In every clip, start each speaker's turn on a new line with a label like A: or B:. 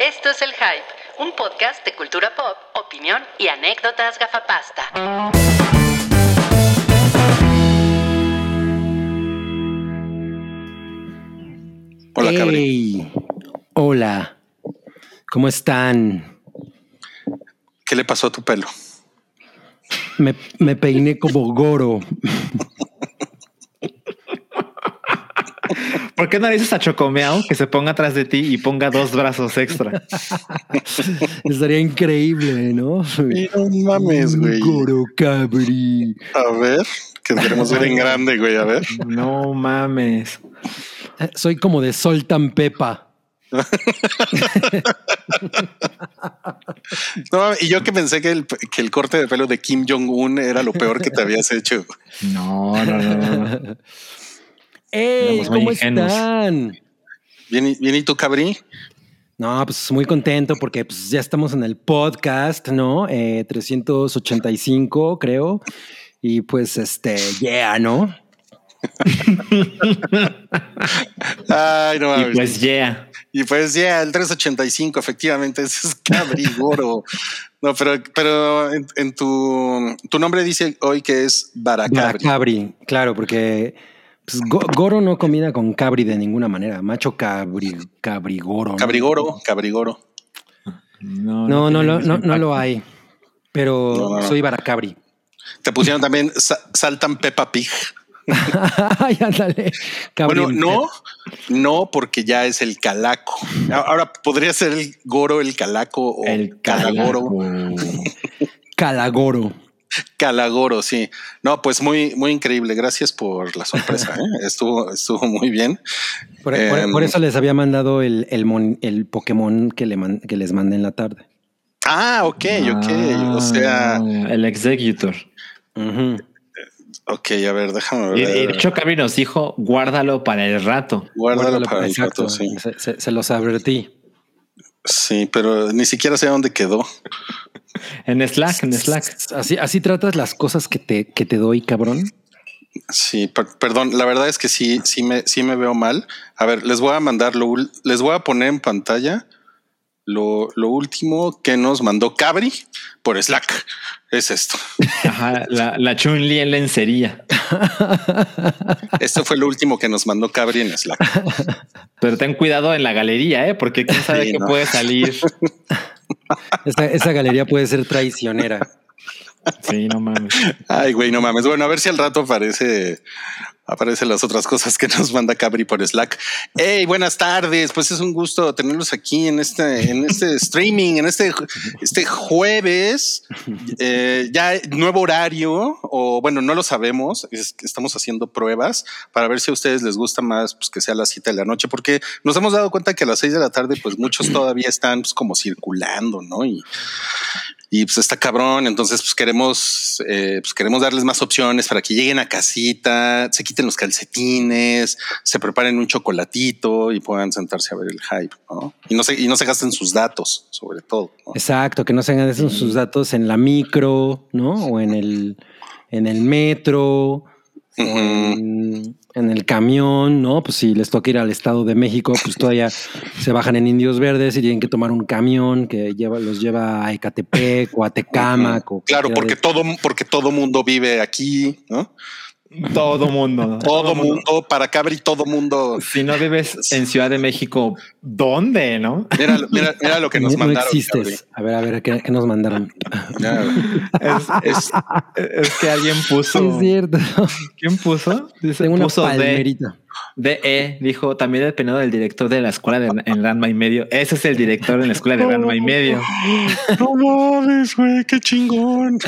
A: Esto es El Hype, un podcast de cultura pop, opinión y anécdotas gafapasta.
B: Hola, Cabri.
C: Hey, hola. ¿Cómo están?
B: ¿Qué le pasó a tu pelo?
C: Me, me peiné como Goro.
D: ¿Por qué no le dices a Chocomeao que se ponga atrás de ti y ponga dos brazos extra?
C: Estaría increíble, ¿no?
B: No mames, güey.
C: Goro Cabri.
B: A ver, que queremos ver en grande, güey. A ver.
D: No mames.
C: Eh, Soy como de Soltan Pepa.
B: No mames, y yo que pensé que el, que el corte de pelo de Kim Jong-un era lo peor que te habías hecho.
D: No, no, no, no, no.
C: ¡Ey!
D: Éramos muy
C: ¿Cómo
D: ingenuos.
C: están?
B: Bien, y- bien, ¿y tú, Cabri?
C: No, pues muy contento porque pues, ya estamos en el podcast, ¿no? Eh, 385, creo. Y pues, este, yeah, ¿no?
B: Ay, no mames.
D: Y pues yeah.
B: Y pues ya el 385, efectivamente, ese es Cabrigoro. No, pero, pero en, en tu, tu nombre dice hoy que es Baracabri.
C: Cabri, claro, porque pues, go- Goro no combina con Cabri de ninguna manera. Macho Cabri, Cabrigoro. ¿no?
B: Cabrigoro, Cabrigoro.
D: No,
C: No, no,
D: tiene
C: lo-
D: el
C: no,
D: mismo
C: no lo
D: impacto.
C: hay. Pero
B: No, no, no.
C: soy Baracabri.
B: Te pusieron también Sa- Saltan Peppa Pig.
C: Ay, ándale. Cabri
B: Bueno, no, no, porque ya es el calaco. A- Ahora podría ser el goro, el calaco o
D: El
B: calagoro.
D: calagoro.
C: Calagoro.
B: Calagoro, sí. No, pues muy, muy increíble. Gracias por la sorpresa. ¿eh? Estuvo, estuvo muy bien.
C: Por, por-
B: Em.
C: por eso les había mandado el, el, mon- el Pokémon que, le man- que les mandé en la tarde.
B: Ah, ok, ok. O sea,
D: Ah, el executor.
C: Ujú.
B: ok, a ver, déjame
D: Y y de
B: ver.
D: hecho, Cabri nos dijo, guárdalo para el rato.
B: Guárdalo
C: Guárdalo,
B: para el
C: exacto.
B: rato, sí.
C: Se, se- se los advertí.
B: Sí, pero ni siquiera sé dónde quedó.
D: En Slack, en Slack.
C: Así, así tratas las cosas que te, que te doy, cabrón.
B: Sí, per- perdón, la verdad es que sí, sí me, sí me veo mal. A ver, les voy a mandar lo, ul- les voy a poner en pantalla lo, lo último que nos mandó Cabri por Slack. Es esto.
D: Ajá, la, la Chun-Li en lencería.
B: Esto fue lo último que nos mandó Cabri en Slack.
D: Pero ten cuidado en la galería, ¿eh? Porque quién sabe
B: Sí,
D: qué
B: no.
D: puede salir.
C: Esa, esa galería puede ser traicionera.
D: Sí, no mames.
B: Ay, güey, no mames. Bueno, a ver si al rato aparece, aparecen las otras cosas que nos manda Cabri por Slack. Hey, buenas tardes. Pues es un gusto tenerlos aquí en este, en este streaming, en este, este jueves. Eh, ya nuevo horario, o bueno, no lo sabemos. Es que estamos haciendo pruebas para ver si a ustedes les gusta más pues, que sea a las 7 de la noche, porque nos hemos dado cuenta que a las 6 de la tarde, pues muchos todavía están pues, como circulando, ¿no? Y, y pues está cabrón. Entonces, pues queremos, eh, pues queremos darles más opciones para que lleguen a casita, se quiten los calcetines, se preparen un chocolatito y puedan sentarse a ver el hype, ¿no? Y no se, y no se gasten sus datos, sobre todo. ¿no?
C: Exacto, que no se hagan esos sus datos en la micro, ¿no? O en el, en el metro, o
B: Ujú.
C: en, en el camión, ¿no? Pues si les toca ir al Estado de México, pues todavía se bajan en Indios Verdes y tienen que tomar un camión que lleva, los lleva a Ecatepec o a Tecámac. o
B: Claro,
C: cualquiera
B: porque
C: de-
B: todo, porque todo mundo vive aquí, ¿no?
D: Todo mundo. ¿no?
B: Todo mundo, para Cabri, todo mundo.
D: Si no vives en Ciudad de México, ¿dónde, no?
B: Mira, mira, mira lo que nos
C: no, no
B: mandaron.
C: existes. A ver, a ver, ¿qué, qué nos mandaron?
B: Cabri. Ya,
D: Es,
B: es-
D: es que alguien puso.
C: es cierto.
D: ¿Quién puso? Dice,
C: Tengo una
D: puso D,
C: palmerita.
D: DE, dijo también el penado del director de la escuela de, en Ranma y medio. Ese es el director en la escuela de
C: Oh.
D: Ranma y medio.
B: No mames, güey, qué chingón.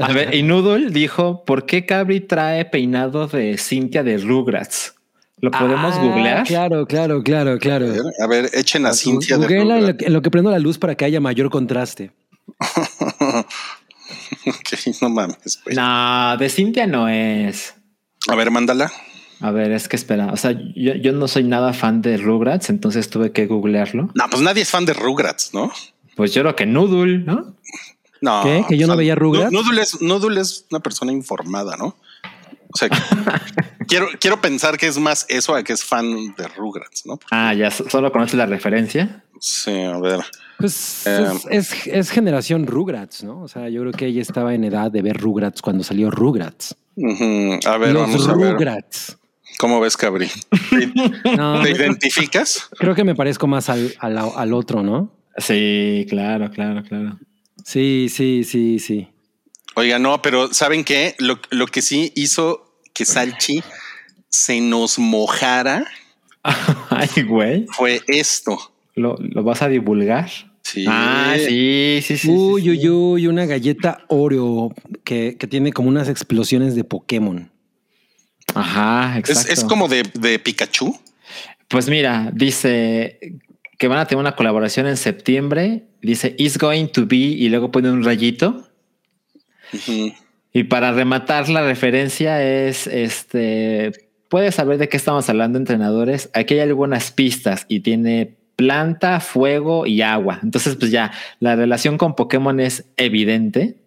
D: A ver, y Noodle dijo: ¿Por qué Cabri trae peinado de Cintia de Rugrats? ¿Lo podemos
C: Ah,
D: googlear?
C: Claro, claro, claro,
B: A
C: claro. Pues,
B: ver, a ver, echen a Cintia de
C: Googlea en,
B: Rugrats.
C: lo que, en lo que prendo la luz para que haya mayor contraste.
B: Ok, no mames, güey.
D: No, de Cintia no es.
B: A ver, mándala.
D: A ver, es que espera. O sea, yo, yo no soy nada fan de Rugrats, entonces tuve que googlearlo.
B: No, pues nadie es fan de Rugrats, ¿no?
D: Pues yo creo que Noodle, ¿no?
B: No.
C: ¿Qué? ¿Que yo no veía Rugrats?
B: Nú- Noodle es, Noodle es una persona informada, ¿no? O sea, que- quiero, quiero pensar que es más eso a que es fan de Rugrats, ¿no?
D: Ah, ya so- solo conoces la referencia.
B: Sí, a ver.
C: Pues
B: Eh,
C: es, es- es generación Rugrats, ¿no? O sea, yo creo que ella estaba en edad de ver Rugrats cuando salió Rugrats.
B: Ujú, A ver,
C: Los
B: vamos a ver.
C: Rugrats.
B: ¿Cómo ves, Cabri?
C: No,
B: ¿Te
C: yo creo,
B: identificas?
C: creo que me parezco más al, al- al otro, ¿no?
D: Sí, claro, claro, claro.
C: Sí, sí, sí, sí.
B: Oiga, no, pero ¿saben qué? Lo, lo que sí hizo que Salchi se nos mojara
D: Ay, güey.
B: fue esto.
D: ¿Lo, lo vas a divulgar?
B: Sí.
D: Ah, sí, sí, sí. sí,
C: Uy,
D: sí.
C: uy, uy, una galleta Oreo que, que tiene como unas explosiones de Pokémon.
D: Ajá,
B: Es,
D: exacto.
B: es como de, de Pikachu.
D: Pues mira, dice que van a tener una colaboración en septiembre. Dice, is going to be, y luego pone un rayito.
B: Ujú.
D: Y para rematar la referencia es, este, puedes saber de qué estamos hablando, entrenadores. Aquí hay algunas pistas y tiene planta, fuego y agua. Entonces, pues ya, la relación con Pokémon es evidente.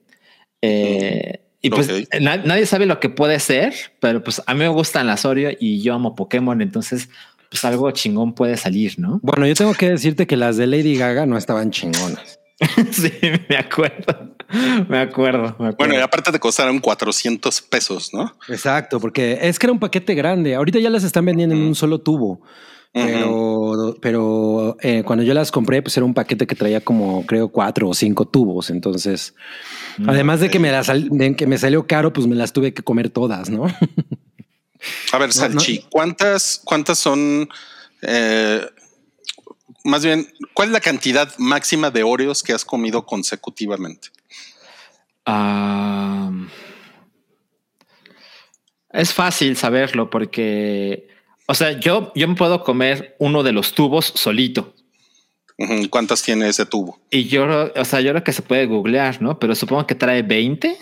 D: Eh, y pues
B: Ok.
D: na- nadie sabe lo que puede ser, pero pues a mí me gustan las Oreo y yo amo Pokémon, entonces pues algo chingón puede salir, ¿no?
C: Bueno, yo tengo que decirte que las de Lady Gaga no estaban chingonas.
D: sí, me acuerdo, me acuerdo, me acuerdo.
B: Bueno, y aparte te costaron 400 pesos, ¿no?
C: Exacto, porque es que era un paquete grande. Ahorita ya las están vendiendo en un solo tubo. Pero, pero eh, cuando yo las compré, pues era un paquete que traía como creo cuatro o cinco tubos. Entonces,
D: Mm.
C: además de que me las sal- de que me salió caro, pues me las tuve que comer todas, ¿no?
B: A ver,
C: No, no.
B: Salchi, ¿cuántas, cuántas son? eh, más bien, ¿cuál es la cantidad máxima de Oreos que has comido consecutivamente?
D: Ah, es fácil saberlo porque, o sea, yo, yo me puedo comer uno de los tubos solito.
B: Ujú, ¿Cuántas tiene ese tubo?
D: Y yo, creo- o sea, yo creo que se puede googlear, ¿no? Pero supongo que trae 20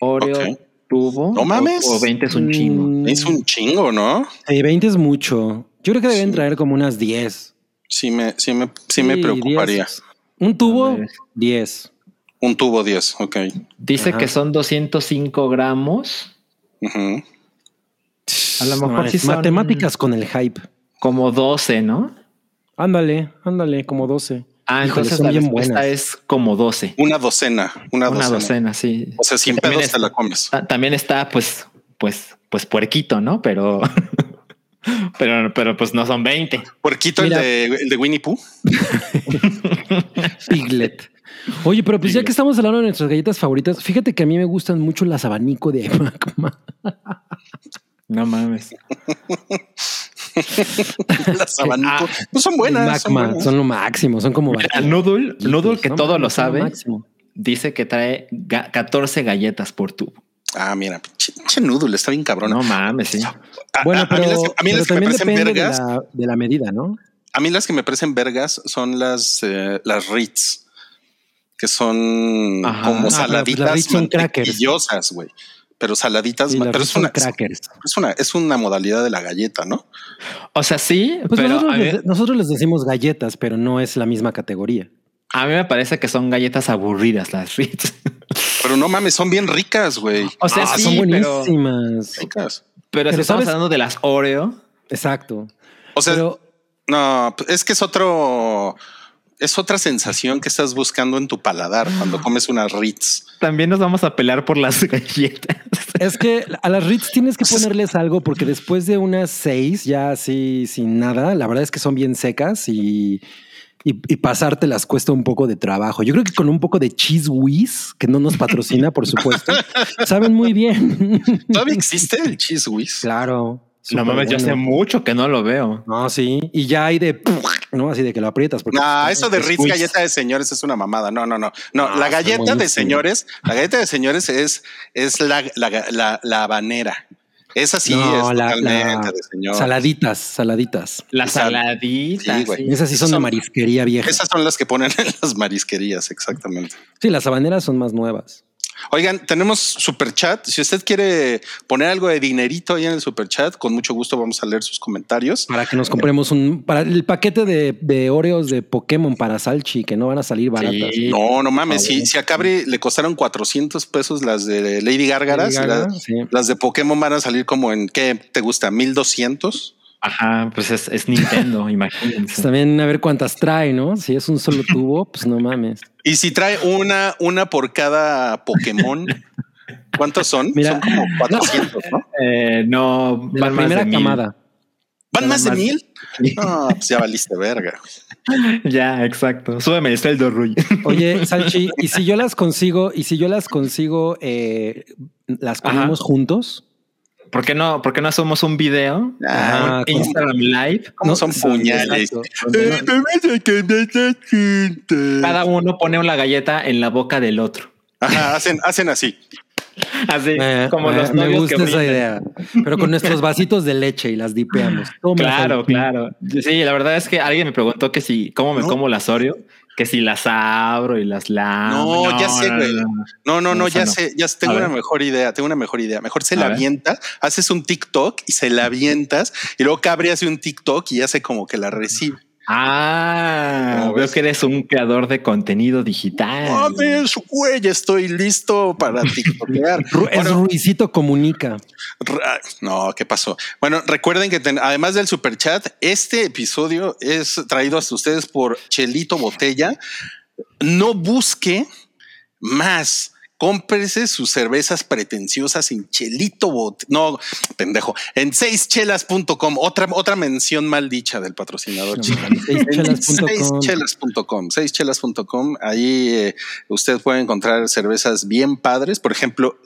D: Oreo
B: Ok.
D: tubo.
B: No
D: o-
B: mames.
D: O, 20 es un chingo.
C: Mm,
B: Es un chingo, ¿no?
C: eh, 20 es mucho. Yo creo que deben
B: Sí.
C: traer como unas 10.
B: Sí me, sí me, sí me
C: Sí,
B: preocuparía.
C: 10. Un tubo,
D: ver.
C: 10.
B: Un tubo 10, ok.
D: Dice
C: Ajá.
D: que son 205 gramos.
B: Ujú.
D: A lo
C: No
D: mejor
C: mames,
D: sí son
C: Matemáticas con el hype.
D: como 12, ¿no?
C: Ándale, ándale, como 12.
D: Ah,
C: Híjole,
D: entonces
C: son
D: la
C: bien
D: respuesta
C: buenas.
D: es como 12.
B: Una docena, una,
D: Una
B: docena.
D: docena, sí.
B: O sea, sin
D: Que también
B: pedos
D: es-
B: te la comes.
D: Ta- Ah, También está, pues, pues, pues puerquito, ¿no? Pero, pero, pero pues no son 20.
B: Puerquito
C: Mira.
B: el de, el de Winnie Pooh.
C: Piglet. Oye, pero pues ya que estamos hablando de nuestras galletas favoritas, fíjate que a mí me gustan mucho las abanico de Macma.
D: No mames.
B: Las abanico. no son buenas. Son
C: Ah, Macma,
B: buenas.
C: son lo máximo, son como
D: Noodle, Noodle que
C: pues, No
D: todo
C: mames,
D: lo
C: son
D: sabe,
C: máximo.
D: dice que trae ga- 14 galletas por tubo.
B: Ah, mira, pinche pinche noodle, está bien cabrón.
D: No mames, sí.
B: A-
C: Bueno,
B: a- a
C: pero,
B: mí las que, a mí
C: pero
B: las que me
C: también
B: parecen
C: depende de
B: vergas,
C: la, de la medida, ¿no?
B: a mí las que me parecen vergas son las, eh, las Ritz, que son
D: Ajá. Ah, pero,
B: como
D: pues,
C: las Ritz
B: saladitas
C: son crackers.
B: mantequillosas, güey. Pero saladitas,
C: Sí,
B: ma-
C: las
B: pero
C: Ritz
B: es
C: son
B: una,
C: crackers.
B: es una, es una modalidad de la galleta, ¿no?
D: O sea, sí,
C: Pues
D: pero
C: nosotros,
D: a mí,
C: les, nosotros les decimos galletas, pero no es la misma categoría.
D: a mí me parece que son galletas aburridas las Ritz.
B: Pero no mames, son bien ricas, güey.
D: O sea,
C: Ah,
D: sí,
C: son
D: pero,
C: buenísimas.
B: Ricas.
D: pero si
C: Pero,
D: estamos
C: ¿sabes?
D: hablando de las Oreo,
C: Exacto.
B: O sea,
C: pero
B: no, es que es otro, es otra sensación que estás buscando en tu paladar
C: Ah.
B: cuando comes una Ritz.
D: también nos vamos a pelear por las galletas.
C: Es que a las Ritz tienes que ponerles algo porque después de unas seis, ya así sin nada, la verdad es que son bien secas y, y, y pasártelas cuesta un poco de trabajo. Yo creo que con un poco de cheese whiz, que no nos patrocina, por supuesto, saben muy bien.
B: ¿Todavía existe el cheese whiz?
C: claro.
D: No mames, yo hace
C: superbueno.
D: mucho que no lo veo.
C: No, sí. Y ya hay de, no, así de que lo aprietas. Porque
B: Nah, Ah, eso de Ritz
C: Whiz.
B: galleta de señores es una mamada. No, no, no. No,
C: Ah,
B: la
C: está
B: galleta de
C: buenísimo.
B: señores, la galleta de señores es, es la, la, la, la habanera. Esa sí
C: No,
B: es
C: la-
B: totalmente
C: la-
B: de señor.
C: Saladitas, saladitas.
D: Las
B: Sal-
D: saladitas.
B: Sí, güey.
D: sí.
C: Esas sí son de
B: Son-
C: marisquería vieja.
B: Esas son las que ponen en las marisquerías, exactamente.
C: Sí, las habaneras son más nuevas.
B: Oigan, tenemos super chat. Si usted quiere poner algo de dinerito ahí en el super chat, con mucho gusto vamos a leer sus comentarios.
C: Para que nos compremos un. Para el paquete de, de Oreos de Pokémon para Salchi, que no van a salir baratas.
D: Sí.
B: No, no mames.
D: Por favor.
B: Si, si a Cabri le costaron 400 pesos las de Lady Gárgaras,
C: Lady Gaga,
B: la-
C: sí.
B: las de Pokémon van a salir como en qué te gusta, 1200.
D: Ajá, pues es, es Nintendo,
C: Pues
D: imagínense.
C: también a ver cuántas trae, ¿no? Si es un solo tubo, pues no mames.
B: Y si trae una, una por cada Pokémon, ¿cuántos son?
C: Mira.
B: son como 400, ¿no?
D: Eh, no,
C: De la
D: van más
C: primera
D: de mil.
C: camada.
B: ¿Van
D: Nada
B: más de
D: más.
B: mil? No, pues ya valiste verga.
D: Ya, exacto. Súbeme el sueldo, Rui.
C: Oye, Salchi, y si yo las consigo, y si yo las consigo, eh, las
D: Ajá.
C: comemos juntos.
D: ¿Por qué no, por qué no hacemos un video?
B: Ah,
D: un Instagram Live.
B: ¿Cómo son puñales? Eh,
C: exacto.
D: donde no- Cada uno pone una galleta en la boca del otro.
B: Ajá, hacen, hacen así.
D: Así
C: Eh,
D: como
C: eh,
D: los
C: me
D: novios
C: gusta
D: que
C: esa
D: brindan.
C: idea. Pero con nuestros vasitos de leche y las dipeamos. Toma,
D: Claro,
C: Salchi.
D: claro. Sí, la verdad es que alguien me preguntó que si, cómo me
B: No.
D: como las Oreo, que si las abro y las lamo.
B: No, ya sé, güey. No, no,
D: No,
B: no,
D: esa
B: ya
D: no.
B: sé, ya sé, tengo
D: A ver.
B: una mejor idea, tengo una mejor idea. Mejor se
D: A
B: la
D: ver.
B: avientas, haces un TikTok y se la avientas y luego Cabri hace un TikTok y hace como que la recibe.
D: Ah,
B: ¿Cómo
D: veo
B: ves?
D: que eres un creador de contenido digital.
B: Mames, güey, estoy listo para TikTokear.
C: Ru- Es
B: Ahora-
C: Ruicito Comunica.
B: Ra- ah, No, ¿qué pasó? Bueno, recuerden que ten- además del super chat, este episodio es traído hasta ustedes por Chelito Botella. No busque más. Cómprese sus cervezas pretenciosas en Chelito Bot. No, pendejo. En seischelas.com. Otra, otra mención mal dicha del patrocinador. chino.
C: Seischelas.com.
B: Seischelas.com, seischelas.com. Ahí eh, usted puede encontrar cervezas bien padres. Por ejemplo,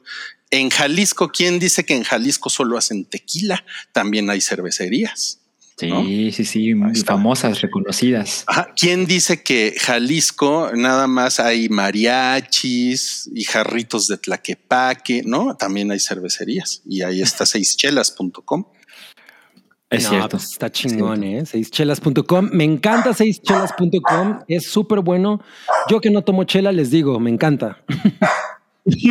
B: en Jalisco, ¿quién dice que en Jalisco solo hacen tequila? También hay cervecerías.
D: Sí,
B: ¿no?
D: sí, sí,
B: Ahí está.
D: famosas, reconocidas.
B: Ajá. ¿Quién dice que Jalisco nada más hay mariachis y jarritos de tlaquepaque? No, también hay cervecerías. Y ahí está seischelas.com.
D: Es
C: No,
D: cierto.
C: pues está chingón, ¿eh? Seischelas.com. Me encanta seischelas.com. Es súper bueno. Yo que no tomo chela, les digo, me encanta.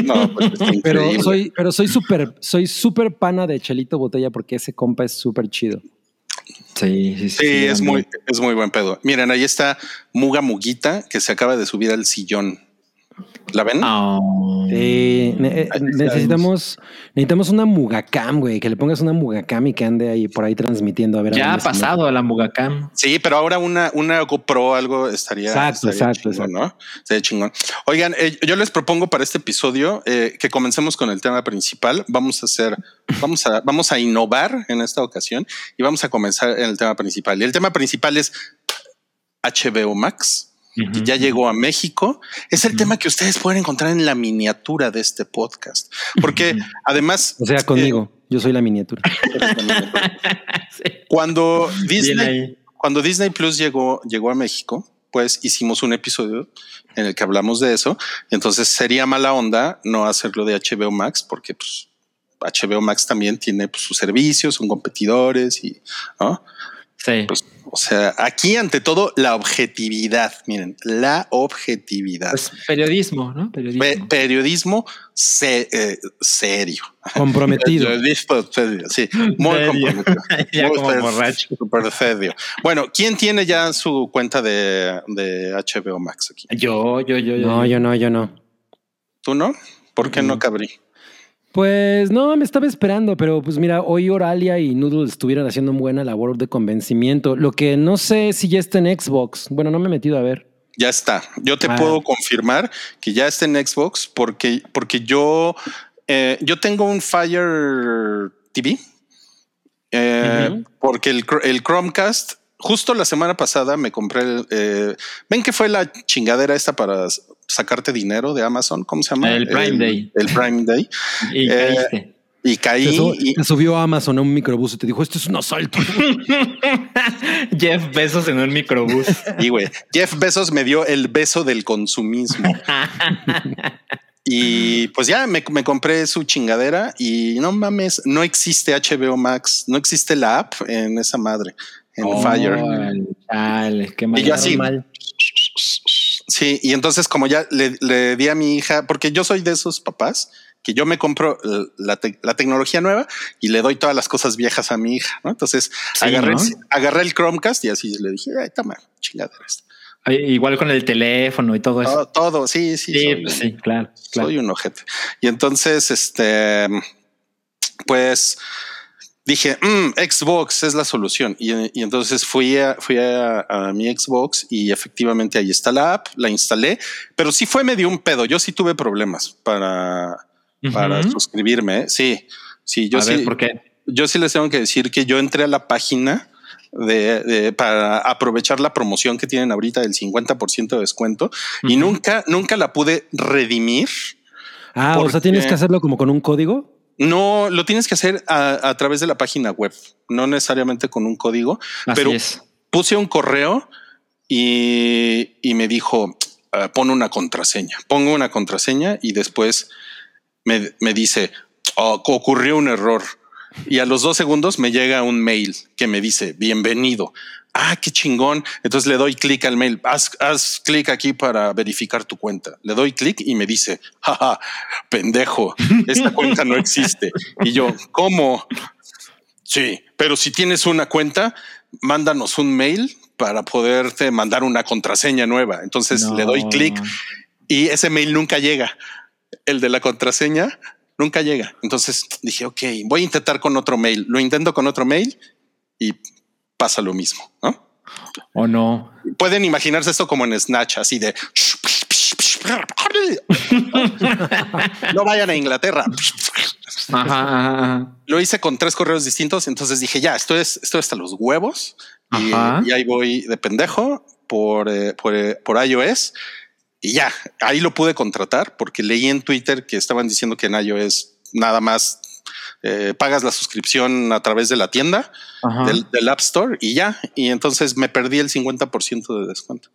B: No, pues está
C: Pero
B: increíble.
C: soy, pero soy súper, soy súper pana de Chelito Botella porque ese compa es súper chido.
D: Sí, sí, sí.
B: Sí,
D: sí,
B: es
D: también.
B: muy, es muy buen pedo. Miren, ahí está Muga Muguita que se acaba de subir al sillón. ¿La ven?
D: Ah.
C: Sí, ne- eh,
B: Ahí está,
C: necesitamos, necesitamos una mugacam, güey, que le pongas una mugacam y que ande ahí por ahí transmitiendo. A ver, a
D: Ya ha
C: dónde se mete.
D: pasado a la Mugacam.
B: Sí, pero ahora una, una GoPro, algo estaría.
C: Exacto,
B: estaría
C: exacto,
B: chingón, ¿no? Estaría chingón. Oigan, eh, yo les propongo para este episodio eh, que comencemos con el tema principal. Vamos a hacer, vamos a, vamos a innovar en esta ocasión y vamos a comenzar en el tema principal. Y el tema principal es HBO Max. que ya llegó a México, es el tema que ustedes pueden encontrar en la miniatura de este podcast. Porque además,
C: O sea, conmigo. Yo soy la miniatura.
B: cuando
D: Bien
B: Disney,
D: ahí.
B: cuando Disney Plus llegó, llegó a México, pues hicimos un episodio en el que hablamos de eso. Entonces sería mala onda no hacerlo de HBO Max, porque pues, HBO Max también tiene pues, sus servicios, son competidores y ¿no?
D: Sí.
B: Pues, o sea, aquí ante todo la objetividad. Miren, la objetividad.
D: Pues periodismo, ¿no? Periodismo.
B: Pe- periodismo se- eh, serio.
C: Comprometido.
B: Periodismo serio, pues, sí. Muy
D: Serio.
B: comprometido.
D: ya
B: Muy
D: como
B: ser-
D: borracho.
B: súper serio. Bueno, ¿quién tiene ya su cuenta de, de HBO Max aquí?
D: Yo, yo, yo, yo.
C: No, yo no, yo no.
B: ¿Tú no? ¿Por
D: Mm.
B: qué no, Cabri?
C: Pues no, me estaba esperando, pero pues mira, hoy Oralia y Noodle estuvieron haciendo una buena labor de convencimiento. Lo que no sé es si ya está en Xbox. Bueno, no me he metido a ver.
B: Ya está. Yo te
C: Ah.
B: puedo confirmar que ya está en Xbox porque, porque yo, eh, yo tengo un Fire TV. eh,
C: Ujú.
B: Porque el, Chr- el Chromecast, justo la semana pasada me compré el. eh, ¿Ven que fue la chingadera esta para s- sacarte dinero de Amazon? ¿Cómo se llama?
D: El Prime Day.
B: El Prime Day. Eh,
D: Y caíste.
B: Y
C: Te,
B: caí.
C: su-
B: y-
C: te subió a Amazon a un microbús y te dijo, esto es un asalto.
D: Jeff Bezos en un microbús.
B: Y güey, Jeff Bezos me dio el beso del consumismo. y pues ya me, me compré su chingadera y no mames, no existe HBO Max, no existe la app en esa madre, en
D: Oh.
B: Fire.
D: Órale, chale, qué mal.
B: Y yo así. Sí, y entonces como ya le, le di a mi hija, porque yo soy de esos papás que yo me compro eh, la, te- la tecnología nueva y le doy todas las cosas viejas a mi hija, ¿no? Entonces
D: Sí,
B: agarré,
D: ¿no?
B: el- agarré el Chromecast y así le dije, ay, toma, chingadera. esta".
D: Ay, Igual con el teléfono y todo eso.
B: Todo, todo, sí, Ah, sí.
D: Pues sí,
B: soy-
D: pues sí, claro. claro.
B: Soy un ojete. Y entonces, este, pues, dije, "Mm, Xbox es la solución. Y, y entonces fui, a, fui a, a mi Xbox y efectivamente ahí está la app, la instalé, pero sí fue medio un pedo. Yo sí tuve problemas para, para
D: Ujú.
B: suscribirme. ¿eh? Sí, sí, yo
D: a
B: sí.
D: ver, ¿por qué?
B: Yo sí les tengo que decir que yo entré a la página de, de- para aprovechar la promoción que tienen ahorita del 50% de descuento y
D: Ujú.
B: nunca, nunca la pude redimir.
C: Ah, o
B: ¿Por
C: sea, tienes
B: qué?
C: que hacerlo como con un código.
B: No, lo tienes que hacer a, a través de la página web, no necesariamente con un código.
D: Así
B: pero
D: es.
B: Puse un correo y, y me dijo, "Ah, pon una contraseña. Pongo una contraseña y después me, me dice, "Oh, ocurrió un error. Y a los dos segundos me llega un mail que me dice, bienvenido. Ah, qué chingón. Entonces le doy clic al mail. Haz, haz clic aquí para verificar tu cuenta. Le doy clic y me dice, jaja, pendejo, esta cuenta no existe. Y yo, ¿cómo? Sí, pero si tienes una cuenta, mándanos un mail para poderte mandar una contraseña nueva. Entonces le doy
D: No.
B: clic y ese mail nunca llega. El de la contraseña nunca llega. Entonces dije, ok, voy a intentar con otro mail. Lo intento con otro mail y pasa lo mismo. ¿no?
D: ¿O no?
B: Pueden imaginarse esto como en Snatch, así de... No vayan a Inglaterra.
D: Ajá, ajá, ajá.
B: Lo hice con tres correos distintos, entonces dije, ya, esto es, esto hasta los huevos. Y,
D: Ajá.
B: y ahí voy de pendejo por, eh, por, eh, por iOS. Y ya, ahí lo pude contratar porque leí en Twitter que estaban diciendo que en iOS nada más eh, pagas la suscripción a través de la tienda
D: Ajá.
B: del, del App Store y ya. Y entonces me perdí el 50% de descuento.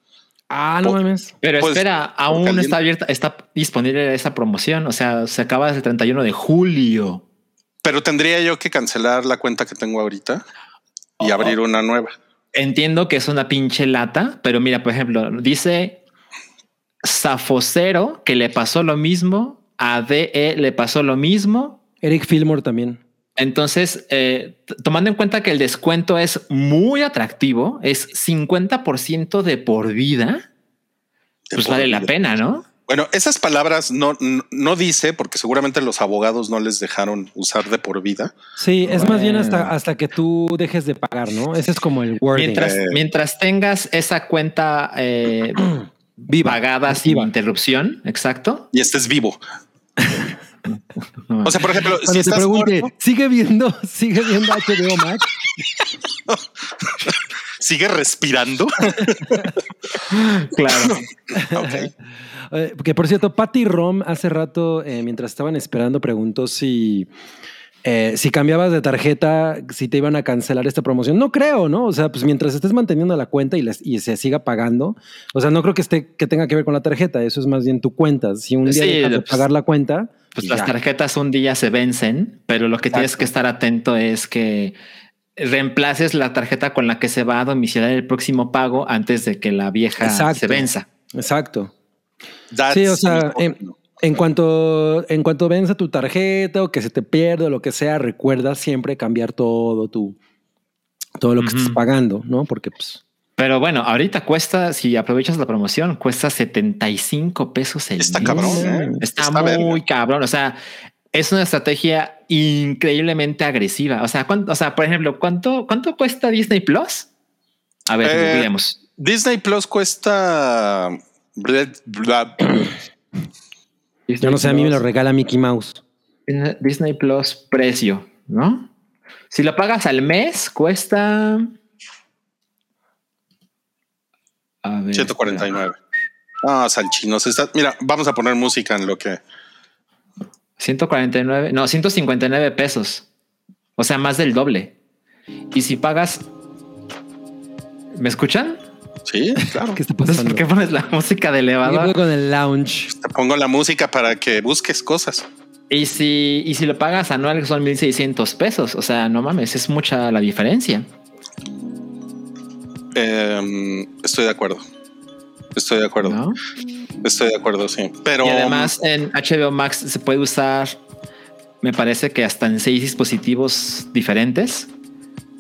C: Ah, no
B: Por-
C: mames.
D: Pero
B: Pues,
D: espera, aún
B: caliente.
D: está abierta, está disponible esa promoción. O sea, se acaba el 31 de julio.
B: Pero tendría yo que cancelar la cuenta que tengo ahorita y
D: Oh.
B: abrir una nueva.
D: Entiendo que es una pinche lata, pero mira, por ejemplo, dice Zafocero que le pasó lo mismo, a DE le pasó lo mismo.
C: Eric Fillmore también.
D: Entonces, eh, t- tomando en cuenta que el descuento es muy atractivo, es 50% de por vida,
B: De
D: pues
B: por
D: vale la
B: vida.
D: pena, ¿no?
B: Bueno, esas palabras no, no, no dice porque seguramente los abogados no les dejaron usar de por vida.
C: Sí, es más bien hasta,
D: Bueno.
C: hasta que tú dejes de pagar, ¿no? Ese es como el wording.
D: Mientras,
B: Eh.
D: mientras tengas esa cuenta eh,
C: Viva.
D: pagada sin
C: Viva.
D: interrupción, exacto.
B: Y este es vivo. O sea, por ejemplo, si
C: Cuando te
B: estás
C: pregunte,
B: muerto,
C: sigue viendo, sigue viendo HBO Max.
B: sigue respirando.
D: Claro.
B: Ok.
C: Eh, que por cierto, Patty Rom hace rato, eh, mientras estaban esperando, preguntó si, eh, si cambiabas de tarjeta, si te iban a cancelar esta promoción. No creo, ¿no? O sea, pues mientras estés manteniendo la cuenta y, las- y se siga pagando, o sea, no creo que esté que tenga que ver con la tarjeta. Eso es más bien tu cuenta. Si un día
D: Sí,
C: dejas de
D: pues,
C: pagar la cuenta,
D: Pues
C: y
D: las
C: ya.
D: tarjetas un día se vencen, pero lo que tienes
C: Exacto.
D: que estar atento es que reemplaces la tarjeta con la que se va a domiciliar el próximo pago antes de que la vieja
C: Exacto.
D: se venza.
C: Exacto.
B: That's
C: Sí, o sea,
B: mi-
C: em, En cuanto, en cuanto venza tu tarjeta o que se te pierda o lo que sea, recuerda siempre cambiar todo tu, todo lo que
D: Ujú.
C: estás pagando, ¿no? Porque pues
D: Pero bueno, ahorita cuesta, si aprovechas la promoción, cuesta 75 pesos el
B: está
D: mes.
B: cabrón. ¿eh?
D: Está,
B: verga.
D: muy cabrón. O sea, es una estrategia increíblemente agresiva. O sea, ¿cuánto, o sea, por ejemplo, ¿cuánto, cuánto cuesta Disney Plus? A ver,
B: Eh,
D: googleemos.
B: Disney Plus cuesta. ble- bla-
C: Este, yo no sé, a mí me lo regala Mickey Mouse.
D: Disney- Disney Plus precio, ¿no? Si lo pagas al mes, cuesta. A ver,
B: 149. Ah, salchinos. Está, mira, vamos a poner música en lo que.
D: espera. 149, no, 159 pesos. O sea, más del doble. Y si pagas. ¿Me escuchan?
B: Sí, claro.
C: ¿Qué está
D: Entonces,
C: pasando?
D: ¿por qué pones la música de
C: ¿Qué
D: elevador?
C: pedo con el lounge?
B: Te pongo la música para que busques cosas.
D: Y si, y si lo pagas anual, son 1600 pesos. O sea, no mames, es mucha la diferencia.
B: Em, estoy de acuerdo. Estoy de acuerdo.
D: ¿no?
B: Estoy de acuerdo, sí. Pero
D: Y además en HBO Max se puede usar, me parece que hasta en seis dispositivos diferentes.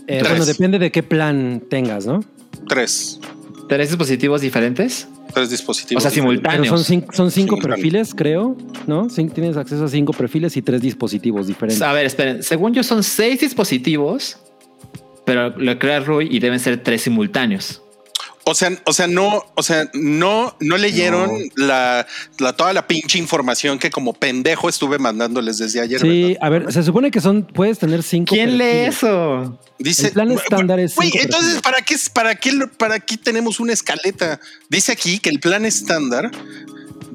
C: Eh,
B: Tres.
C: bueno, depende de qué plan tengas, ¿no?
B: tres.
D: ¿Tres dispositivos diferentes?
B: Tres
D: O
B: dispositivos.
D: sea,
B: diferentes.
C: Pero
D: simultáneos.
C: son, cinco, son cinco
B: Simultáneo.
C: perfiles, creo, ¿no? Cin- tienes acceso a cinco perfiles y tres dispositivos diferentes.
D: A ver, esperen. Según yo, son seis dispositivos, pero lo crea Rui y deben ser tres simultáneos.
B: O sea, o sea, no, o sea, no, no leyeron La, la- toda la pinche información que como pendejo estuve mandándoles desde ayer.
C: Sí,
B: ¿verdad?
C: a ver, se supone que son, puedes tener cinco.
D: ¿Quién lee
C: perfiles.
D: eso?
B: Dice
C: el plan estándar es
B: Güey,
C: cinco
B: entonces
C: perfiles.
B: para qué para qué lo- para qué tenemos una escaleta. Dice aquí que el plan estándar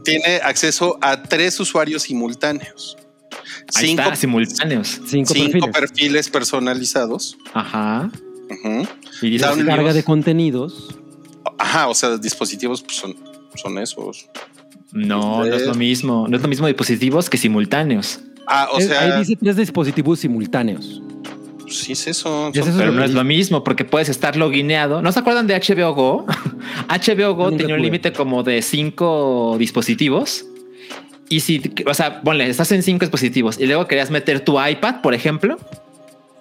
B: tiene acceso a tres usuarios simultáneos.
D: Ahí
B: Cinco,
D: está, simultáneos.
C: Cinco,
B: cinco
C: perfiles.
B: perfiles. personalizados.
D: Ajá.
B: Ujú.
D: Y dice
B: Download.
C: Carga
D: dispositivos.
C: de contenidos.
B: Ajá, o sea, dispositivos pues, son son esos.
D: No, no es lo mismo. No es lo mismo dispositivos que simultáneos.
B: Ah, o
C: Eh,
B: sea, pues,
C: Ahí dice tres dispositivos simultáneos.
B: sí es eso.
C: ¿Es
B: Son-
C: eso?
D: Pero no
C: que
D: es lo mismo porque puedes estar loguineado. ¿No se acuerdan de HBO Go? HBO Go
C: Nunca
D: tenía un
C: tuve.
D: límite como de cinco dispositivos. Y si, o sea, ponle, estás en cinco dispositivos y luego querías meter tu iPad, por ejemplo,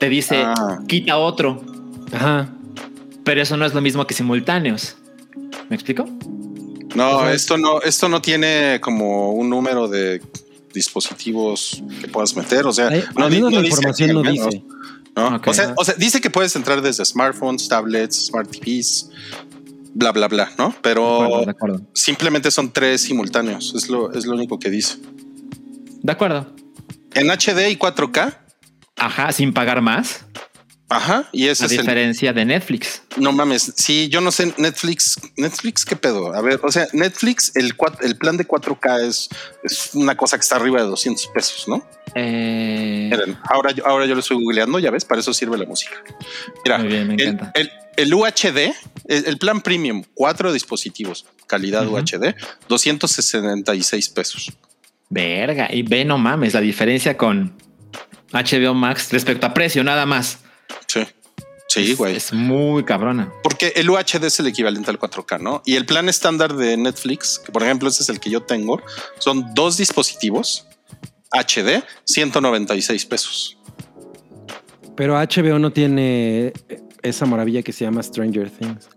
D: te dice
B: Ah.
D: quita otro,
C: Ajá.
D: pero eso no es lo mismo que simultáneos. ¿Me explico?
B: No,
C: O sea,
B: esto no, esto no tiene como un número de dispositivos que puedas meter. O sea,
C: Ahí-
B: Eh, no,
C: al
B: di-
C: menos
B: no
C: la
B: dice
C: información
B: aquí,
C: no
B: al menos,
C: dice.
B: ¿no?
D: Ok.
B: O, sea, o sea, dice que puedes entrar desde smartphones, tablets, smart TVs, bla, bla, bla, ¿no?
D: De
B: Pero
D: acuerdo, de acuerdo.
B: simplemente son tres simultáneos. Es lo, es lo único que dice.
D: De acuerdo.
B: En HD y 4K.
D: Ajá, sin pagar más,
B: Ajá. Y ese
D: a
B: es el
D: diferencia de Netflix.
B: No mames, sí, yo no sé, Netflix, Netflix, ¿qué pedo? A ver, o sea, Netflix, el, cuat- el plan de 4K es, es una cosa que está arriba de 200 pesos, ¿no?
D: Eh,
B: Miren, ahora, yo- ahora yo lo estoy googleando, ya ves, para eso sirve la música. Mira,
D: muy bien, me
B: el,
D: encanta.
B: el- el UHD, el, el plan premium, cuatro dispositivos, calidad
D: Ujú.
B: UHD, 266 pesos.
D: Verga, y ve, no mames, la diferencia con HBO Max respecto a precio, nada más.
B: Sí, sí,
D: Es-
B: güey.
D: Es, muy cabrona.
B: Porque el UHD es el equivalente al 4K, ¿no? Y el plan estándar de Netflix, que por ejemplo ese es el que yo tengo, son dos dispositivos HD, 196 pesos.
C: Pero HBO no tiene eh, esa maravilla que se llama Stranger Things.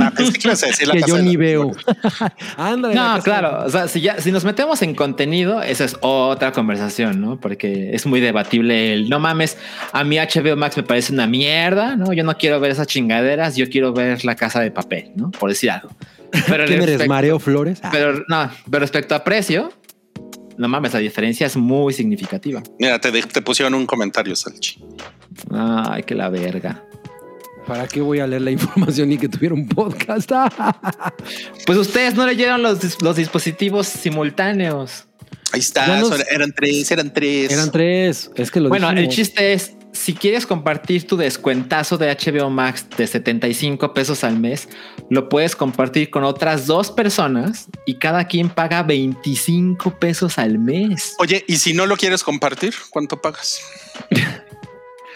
B: Ah, es que, ¿qué vas a decir? La
C: que
B: casa
C: yo
B: de la
C: ni
B: basura.
C: veo. Ándale. la
D: No,
C: casa-
D: claro. O sea, si, ya, si nos metemos en contenido, esa es otra conversación, ¿no? Porque es muy debatible el no mames. A mí HBO Max me parece una mierda, ¿no? Yo no quiero ver esas chingaderas, yo quiero ver la casa de papel, ¿no? Por decir algo. Pero
C: ¿Quién eres?
D: respecto-
C: ¿Mareo Flores? Ah,
D: Pero no, pero respecto a precio, no mames, la diferencia es muy significativa.
B: Mira, te, de- te pusieron un comentario, Salchi.
D: Ay, que la verga.
C: ¿Para qué voy a leer la información y que tuviera un podcast? Ah,
D: Pues ustedes no leyeron los, dis- los dispositivos simultáneos.
B: Ahí está,
C: Ya nos-
B: son- eran tres, eran tres.
C: Eran tres. Es que lo
D: bueno, el
C: dijimos.
D: chiste es, si quieres compartir tu descuentazo de HBO Max de 75 pesos al mes, lo puedes compartir con otras dos personas y cada quien paga 25 pesos al mes.
B: Oye, y si no lo quieres compartir, ¿cuánto pagas?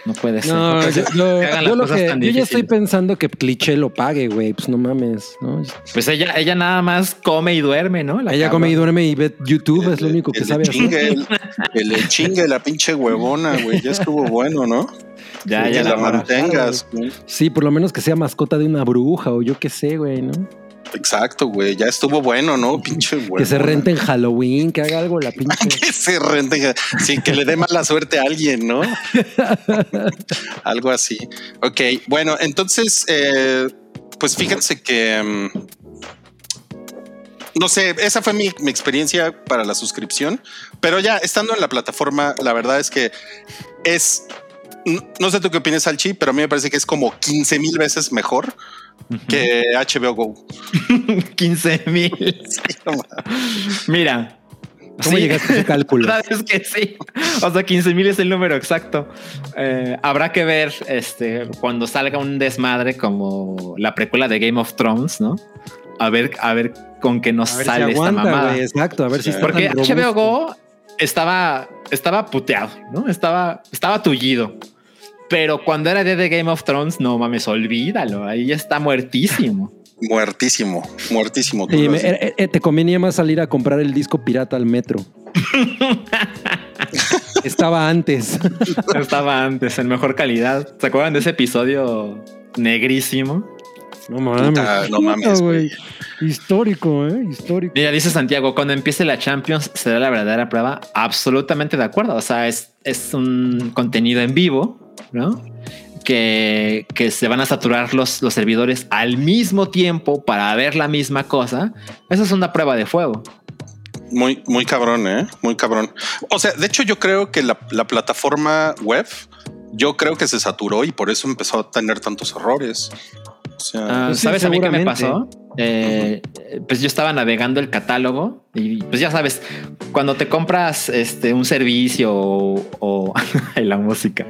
D: No puede ser.
C: No, yo, yo-
D: que hagan
C: yo
D: las
C: lo
D: cosas
C: que-
D: tan
C: yo ya estoy
D: difíciles.
C: pensando que cliché lo pague, güey. Pues no mames, ¿no?
D: Pues ella, ella nada más come y duerme, ¿no? La
C: Ella
D: cabrona.
C: come y duerme y ve YouTube, es lo único que
B: le
C: sabe hacer.
B: chingue, el- Que le chingue la pinche huevona, güey. Ya estuvo bueno, ¿no?
D: Ya,
B: que
D: ya
B: la
D: la mara.
B: mantengas. güey.
C: Sí, por lo menos que sea mascota de una bruja o yo qué sé, güey, ¿no?
B: Exacto, güey. Ya estuvo bueno, ¿no? Pinche huevona.
C: que se rente en Halloween, que haga algo la pinche.
B: que se rente, sí, que le dé mala suerte a alguien, ¿no? Algo así. Ok, bueno, entonces, eh, pues fíjense que... mm, no sé, esa fue mi, mi experiencia para la suscripción, pero ya estando en la plataforma, la verdad es que es... No, no sé tú qué opinas, Alchi, pero a mí me parece que es como 15 mil veces mejor que HBO Go.
D: 15 mil. Mira.
C: ¿Cómo
D: sí.
C: llegaste a ese cálculo?
D: La verdad es que sí. O sea, 15 mil es el número exacto. Eh, habrá que ver este, cuando salga un desmadre como la precuela de Game of Thrones, ¿no? A ver, a ver con qué nos
C: A ver si
D: sale esta
C: aguanta,
D: mamada.
C: güey. Exacto, a ver si
B: Sí.
C: está
D: Porque
C: tan robusto.
D: HBO Go estaba, estaba puteado, ¿no? Estaba, estaba tullido. Pero cuando era de The Game of Thrones, no mames, olvídalo. Ahí ya está muertísimo.
B: Muertísimo, muertísimo. tú
C: Sí,
B: lo
C: me-
B: has dicho.
C: eh, eh, te convenía más salir a comprar el disco pirata al metro. Estaba antes.
D: Estaba antes en mejor calidad. ¿Se acuerdan de ese episodio negrísimo?
C: No mames.
B: Puta, Ah, no mames,
C: Puta,
B: güey.
C: Histórico, ¿eh? Histórico.
D: Mira, dice Santiago, cuando empiece la Champions será la verdadera prueba. Absolutamente de acuerdo. O sea, es, es un contenido en vivo, ¿no? Que, que se van a saturar los, los servidores al mismo tiempo para ver la misma cosa. Esa es una prueba de fuego.
B: Muy, muy cabrón, ¿eh? Muy cabrón. O sea, de hecho yo creo que la, la plataforma web, yo creo que se saturó y por eso empezó a tener tantos errores. O sea,
D: Ah,
C: Pues sí,
D: ¿Sabes a mí qué me pasó?
C: seguramente.
D: Eh, Pues yo estaba navegando el catálogo y pues ya sabes, cuando te compras este un servicio o, o- ay, la música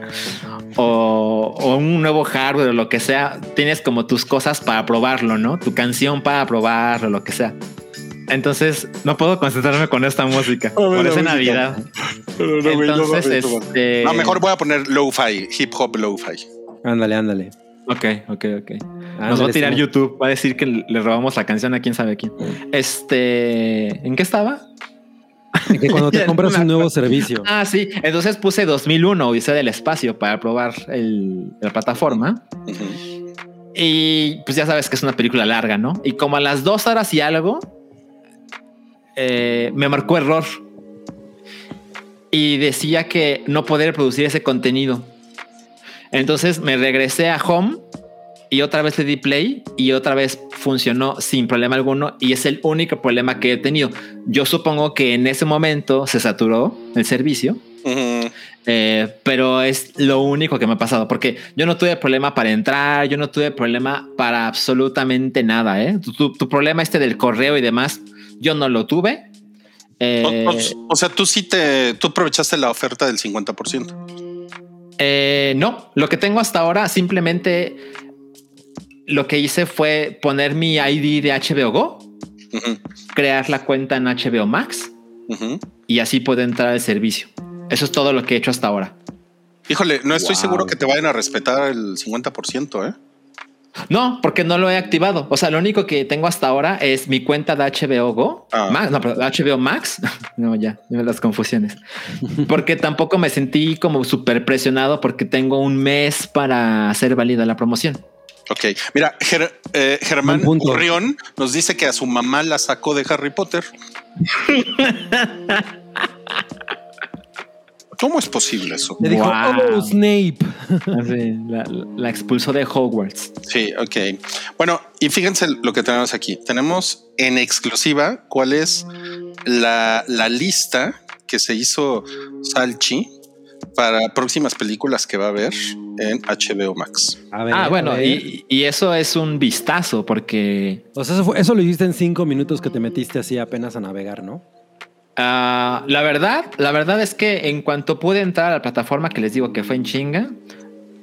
D: o, o un nuevo hardware o lo que sea, tienes como tus cosas para probarlo, ¿no? Tu canción para probarlo, lo que sea. Entonces no puedo concentrarme con esta música.
B: Oh,
D: Por
B: la
D: esa
B: música.
D: Navidad. Entonces, este.
B: no, mejor voy a poner lo-fi, hip hop lo-fi.
C: Ándale, ándale.
D: Ok, ok, ok. Nos va
C: Ah, Ándale,
D: a tirar
C: Simón.
D: YouTube, va a decir que le robamos la canción a quién sabe quién. Este, ¿en qué estaba?
C: Que cuando
D: Ya
C: te
D: no
C: compras
D: me
C: un nuevo
D: acuerdo.
C: servicio.
D: Ah, sí. Entonces puse 2001, Odisea del Espacio, para probar el- la plataforma.
B: Ujú.
D: Y pues ya sabes que es una película larga, ¿no? Y como a las dos horas y algo, eh, me marcó error. Y decía que no podía reproducir ese contenido. Entonces me regresé a home y otra vez le di play y otra vez funcionó sin problema alguno. Y es el único problema que he tenido. Yo supongo que en ese momento se saturó el servicio.
B: Ujú.
D: Eh, pero es lo único que me ha pasado, porque yo no tuve problema para entrar, yo no tuve problema para absolutamente nada, ¿eh? Tu, tu- tu problema este del correo y demás, yo no lo tuve. Eh,
B: O, o- o sea, tú sí te, tú aprovechaste la oferta del 50%.
D: eh, no, lo que tengo hasta ahora simplemente lo que hice fue poner mi ID de HBO Go,
B: Ujú,
D: crear la cuenta en HBO Max
B: ujú.
D: y así puedo entrar al servicio. Eso es todo lo que he hecho hasta ahora.
B: Híjole, no estoy
D: Wow.
B: seguro que te vayan a respetar el 50%, ¿eh?
D: No, porque no lo he activado. O sea, lo único que tengo hasta ahora es mi cuenta de HBO Go.
B: Ah.
D: Max, no, perdón, HBO Max. No, ya, ya las confusiones. Porque tampoco me sentí como súper presionado porque tengo un mes para hacer válida la promoción.
B: Ok, mira, Ger- eh, Germán
C: Buen punto.
B: Urrión nos dice que a su mamá la sacó de Harry Potter. ¿Cómo es posible eso?
C: Le dijo,
D: Wow.
C: oh, Snape.
D: Así, la, la expulsó de Hogwarts.
B: Sí, ok. Bueno, y fíjense lo que tenemos aquí. Tenemos en exclusiva cuál es la, la lista que se hizo Salchi para próximas películas que va a haber en HBO Max.
C: A ver,
D: Ah,
C: a
D: bueno,
C: ver.
D: y, y eso es un vistazo porque
C: O sea, eso, fue- eso lo hiciste en cinco minutos que te metiste así apenas a navegar, ¿no?
D: Ah, la verdad, la verdad es que en cuanto pude entrar a la plataforma que les digo que fue en chinga,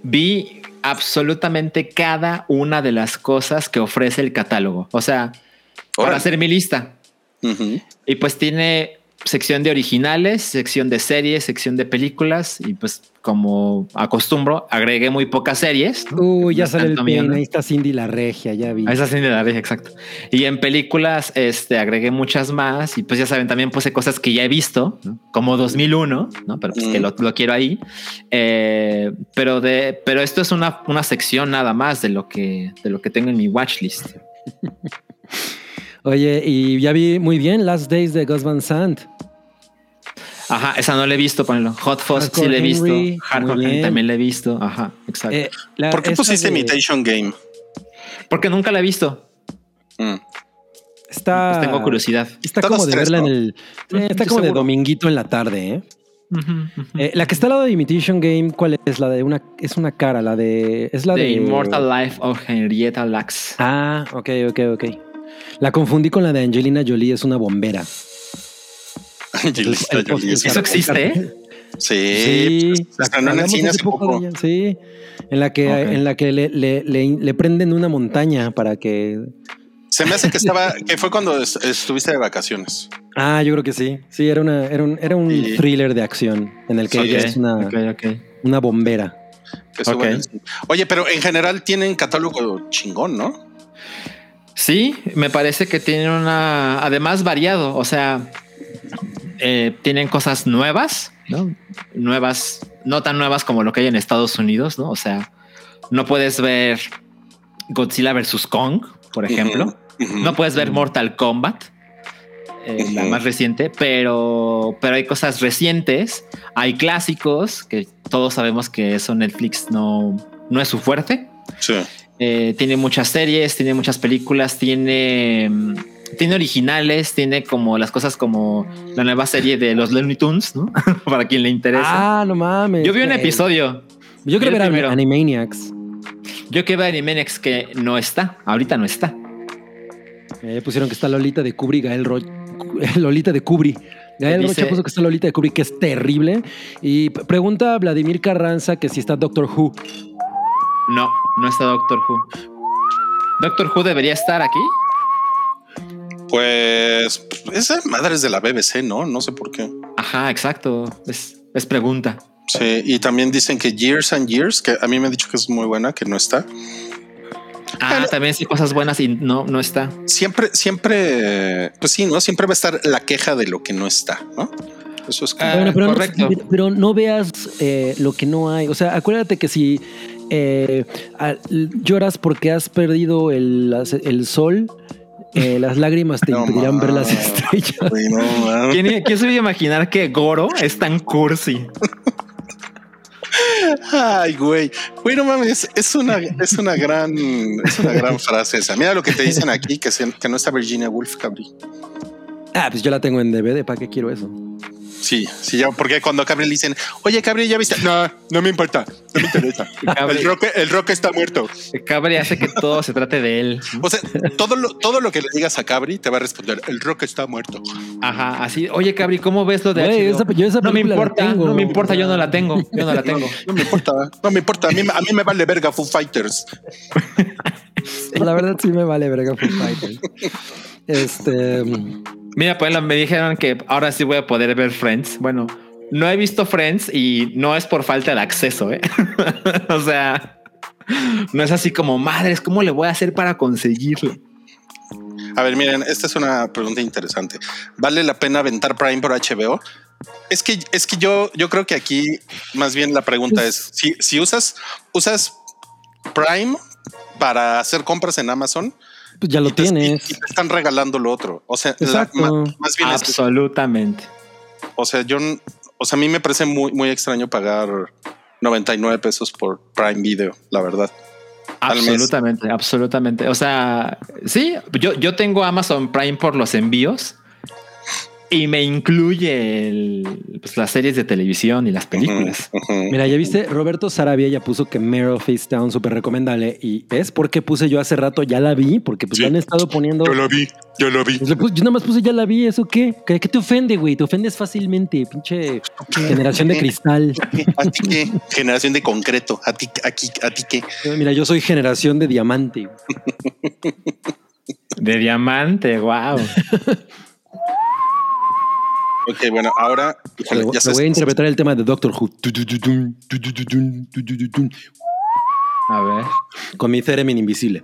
D: vi absolutamente cada una de las cosas que ofrece el catálogo. O sea, para
B: Órale.
D: hacer mi lista.
B: Ujú.
D: Y pues tiene sección de originales, sección de series, sección de películas. Y pues como acostumbro, agregué muy pocas series. ¿no?
C: Uy, ya
D: No es
C: sale el
D: tanto mío,
C: pain.
D: ¿no?
C: Ahí está Cindy la regia, ya vi.
D: Ah, Esa sí, la dije, exacto. Y en películas este, agregué muchas más y pues ya saben, también puse cosas que ya he visto, ¿no? como 2001, ¿no? pero pues que lo, lo quiero ahí. Eh, pero, de, pero esto es una, una sección nada más de lo, que, de lo que tengo en mi watchlist.
C: Oye, y ya vi muy bien Last Days de Gus Van Sant.
D: Ajá, esa no la he visto, ponelo. Hot Fuzz sí
C: Hardcore
D: la he visto.
C: Henry,
D: Hardcore
C: muy
D: Henry
C: bien.
D: también la he visto. Ajá, exacto.
C: Eh, la-
B: ¿Por qué
C: esta
B: pusiste
C: de-
B: Imitation Game?
D: Porque nunca la he visto.
B: Mm.
C: Está,
D: Pues tengo curiosidad.
C: Está
B: Todos
C: como de
B: tres,
C: verla
B: ¿no?
C: en el. eh,
D: Mm,
C: está
D: sí,
C: como de
D: seguro.
C: dominguito en la tarde, ¿eh?
D: Ujú, ujú.
C: Eh, La que está al lado de Imitation Game, ¿cuál es? La de una. Es una cara, la de. Es la
D: The
C: de.
D: Immortal Life of Henrietta Lacks.
C: Ah, ok, ok, ok. La confundí con la de Angelina Jolie, es una bombera.
B: Angelina
C: el
B: Jolie,
C: post-
B: sí.
D: Eso existe, ¿eh?
B: Sí, pues, se estrenó en el
C: hablamos
B: cine hace poco.
C: de ella, sí, en la que,
D: Ok.
C: en la que le, le- le- le prenden una montaña para que.
B: Se me hace que estaba, que fue cuando es- estuviste de vacaciones.
C: Ah, yo creo que sí. Sí, era, una, era un, era un
B: Sí.
C: thriller de acción en el que
B: Ok,
C: ella es una,
D: Ok, ok.
C: una bombera.
B: que estuvo
D: Ok.
B: en el cine. Oye, pero en general tienen catálogo chingón, ¿no?
D: Sí, me parece que tienen una. Además, variado. O sea, eh, tienen cosas nuevas, ¿no? Nuevas, no tan nuevas como lo que hay en Estados Unidos, ¿no? O sea, no puedes ver Godzilla vs. Kong, por ejemplo.
B: Ujú, ujú.
D: No puedes ver Mortal Kombat, eh, la
B: Ujú.
D: más reciente, pero, pero hay cosas recientes, hay clásicos que todos sabemos que eso Netflix no, no es su fuerte.
B: Sí.
D: Eh, tiene muchas series, tiene muchas películas, tiene, mm, tiene originales, tiene como las cosas como la nueva serie de los Looney Tunes, ¿no? Para quien le interesa.
C: Ah, no mames.
D: Yo vi un
C: güey.
D: episodio.
C: Yo creo
D: vi
C: que
D: el
C: era
D: primero.
C: Animaniacs.
D: Yo que veo Animaniacs que no está, ahorita no está.
C: Eh, pusieron que está Lolita de Kubrick, Gael Ro- Lolita de Kubrick. Gael
D: Dice-
C: Rocha puso que está Lolita de Kubrick, que es terrible. Y p- pregunta a Vladimir Carranza que si está Doctor Who.
D: No, no está Doctor Who. Doctor Who debería estar aquí.
B: Pues esa madre es de la BBC, ¿no? No sé por qué.
D: Ajá, exacto. Es, es pregunta.
B: Sí, y también dicen que Years and Years, que a mí me han dicho que es muy buena, que no está.
D: Ah,
B: Pero-
D: también sí cosas buenas y no, no está.
B: Siempre, siempre, pues sí, ¿no? Siempre va a estar la queja de lo que no está, ¿no? Eso es como-
D: Ah,
C: Bueno, pero,
D: correcto.
C: No, pero no veas eh, lo que no hay. O sea, acuérdate que si eh, al- lloras porque has perdido el, las- el sol, eh, las lágrimas te
B: No
C: impedirán ver las
B: mames.
C: estrellas.
B: Güey, no, mames.
D: ¿Quién, quién se iba a imaginar que Goro es tan cursi?
B: Ay, güey. Güey, no mames, es una, es una gran, es una gran frase esa. Mira lo que te dicen aquí, que, se- que no está Virginia Woolf, Gabriel.
C: Ah, pues yo la tengo en DVD, ¿para qué quiero eso?
B: Sí, sí, ya, porque cuando a Gabriel le dicen, oye, Gabriel, ya viste. No, no me importa, no me interesa. El
D: Cabri,
B: rock, el rock está muerto.
D: Cabri hace que todo se trate de él.
B: O sea, todo lo, todo lo que le digas a Cabri te va a responder, el rock está muerto.
D: Ajá, así. Oye, Cabri, ¿cómo ves lo de
C: Güey,
D: HBO?
C: esa- yo esa
D: no me
C: película la
D: importa,
C: tengo.
D: no me importa, yo no la tengo. Yo no la tengo.
B: No me importa, no me importa. A mí, a mí me vale verga Foo Fighters.
C: La verdad sí me vale verga Foo Fighters. Este,
D: Mira, pues me dijeron que ahora sí voy a poder ver Friends. Bueno, no he visto Friends y no es por falta de acceso, ¿eh? o sea, no es así como, madres, ¿cómo le voy a hacer para conseguirlo?
B: A ver, miren, esta es una pregunta interesante. ¿Vale la pena aventar Prime por HBO? Es que, es que yo, yo creo que aquí más bien la pregunta es si, si usas, usas Prime para hacer compras en Amazon
C: pues ya
B: y
C: lo
B: te, y-
C: tienes.
B: y te están regalando lo otro. O sea, la-
C: Exacto.
B: ma- más bien
D: Ah.
B: es-
D: Absolutamente.
B: o sea, yo, n- o sea, a mí me parece muy, muy extraño pagar 99 pesos por Prime Video, la verdad. Al mes.
D: Absolutamente, absolutamente. O sea, sí, yo, yo tengo Amazon Prime por los envíos y me incluye el- pues, las series de televisión y las películas.
B: Ujú, ujú.
C: Mira, ya viste, Roberto Sarabia ya puso que Meryl Face Town súper recomendable. Y es porque puse yo hace rato, ya la vi, porque pues
B: Sí.
C: le han estado poniendo.
B: Yo lo vi, yo lo vi.
C: Pues le puse- yo nada más puse ya la vi, ¿eso qué? ¿Qué, qué te ofende, güey? Te ofendes fácilmente, pinche generación de cristal.
B: ¿A ti qué? Generación de concreto. ¿A ti, aquí, a ti qué?
C: Mira, yo soy generación de diamante.
D: De diamante, wow.
B: Ok, bueno, ahora híjole,
C: Me voy
B: ya se,
C: me voy a interpretar el tema de Doctor Who. Tu, tu, tu, tum, tu, tu, tu, tum, tu, tu, tu, tum,
D: A ver.
C: Con mi Ceremin invisible.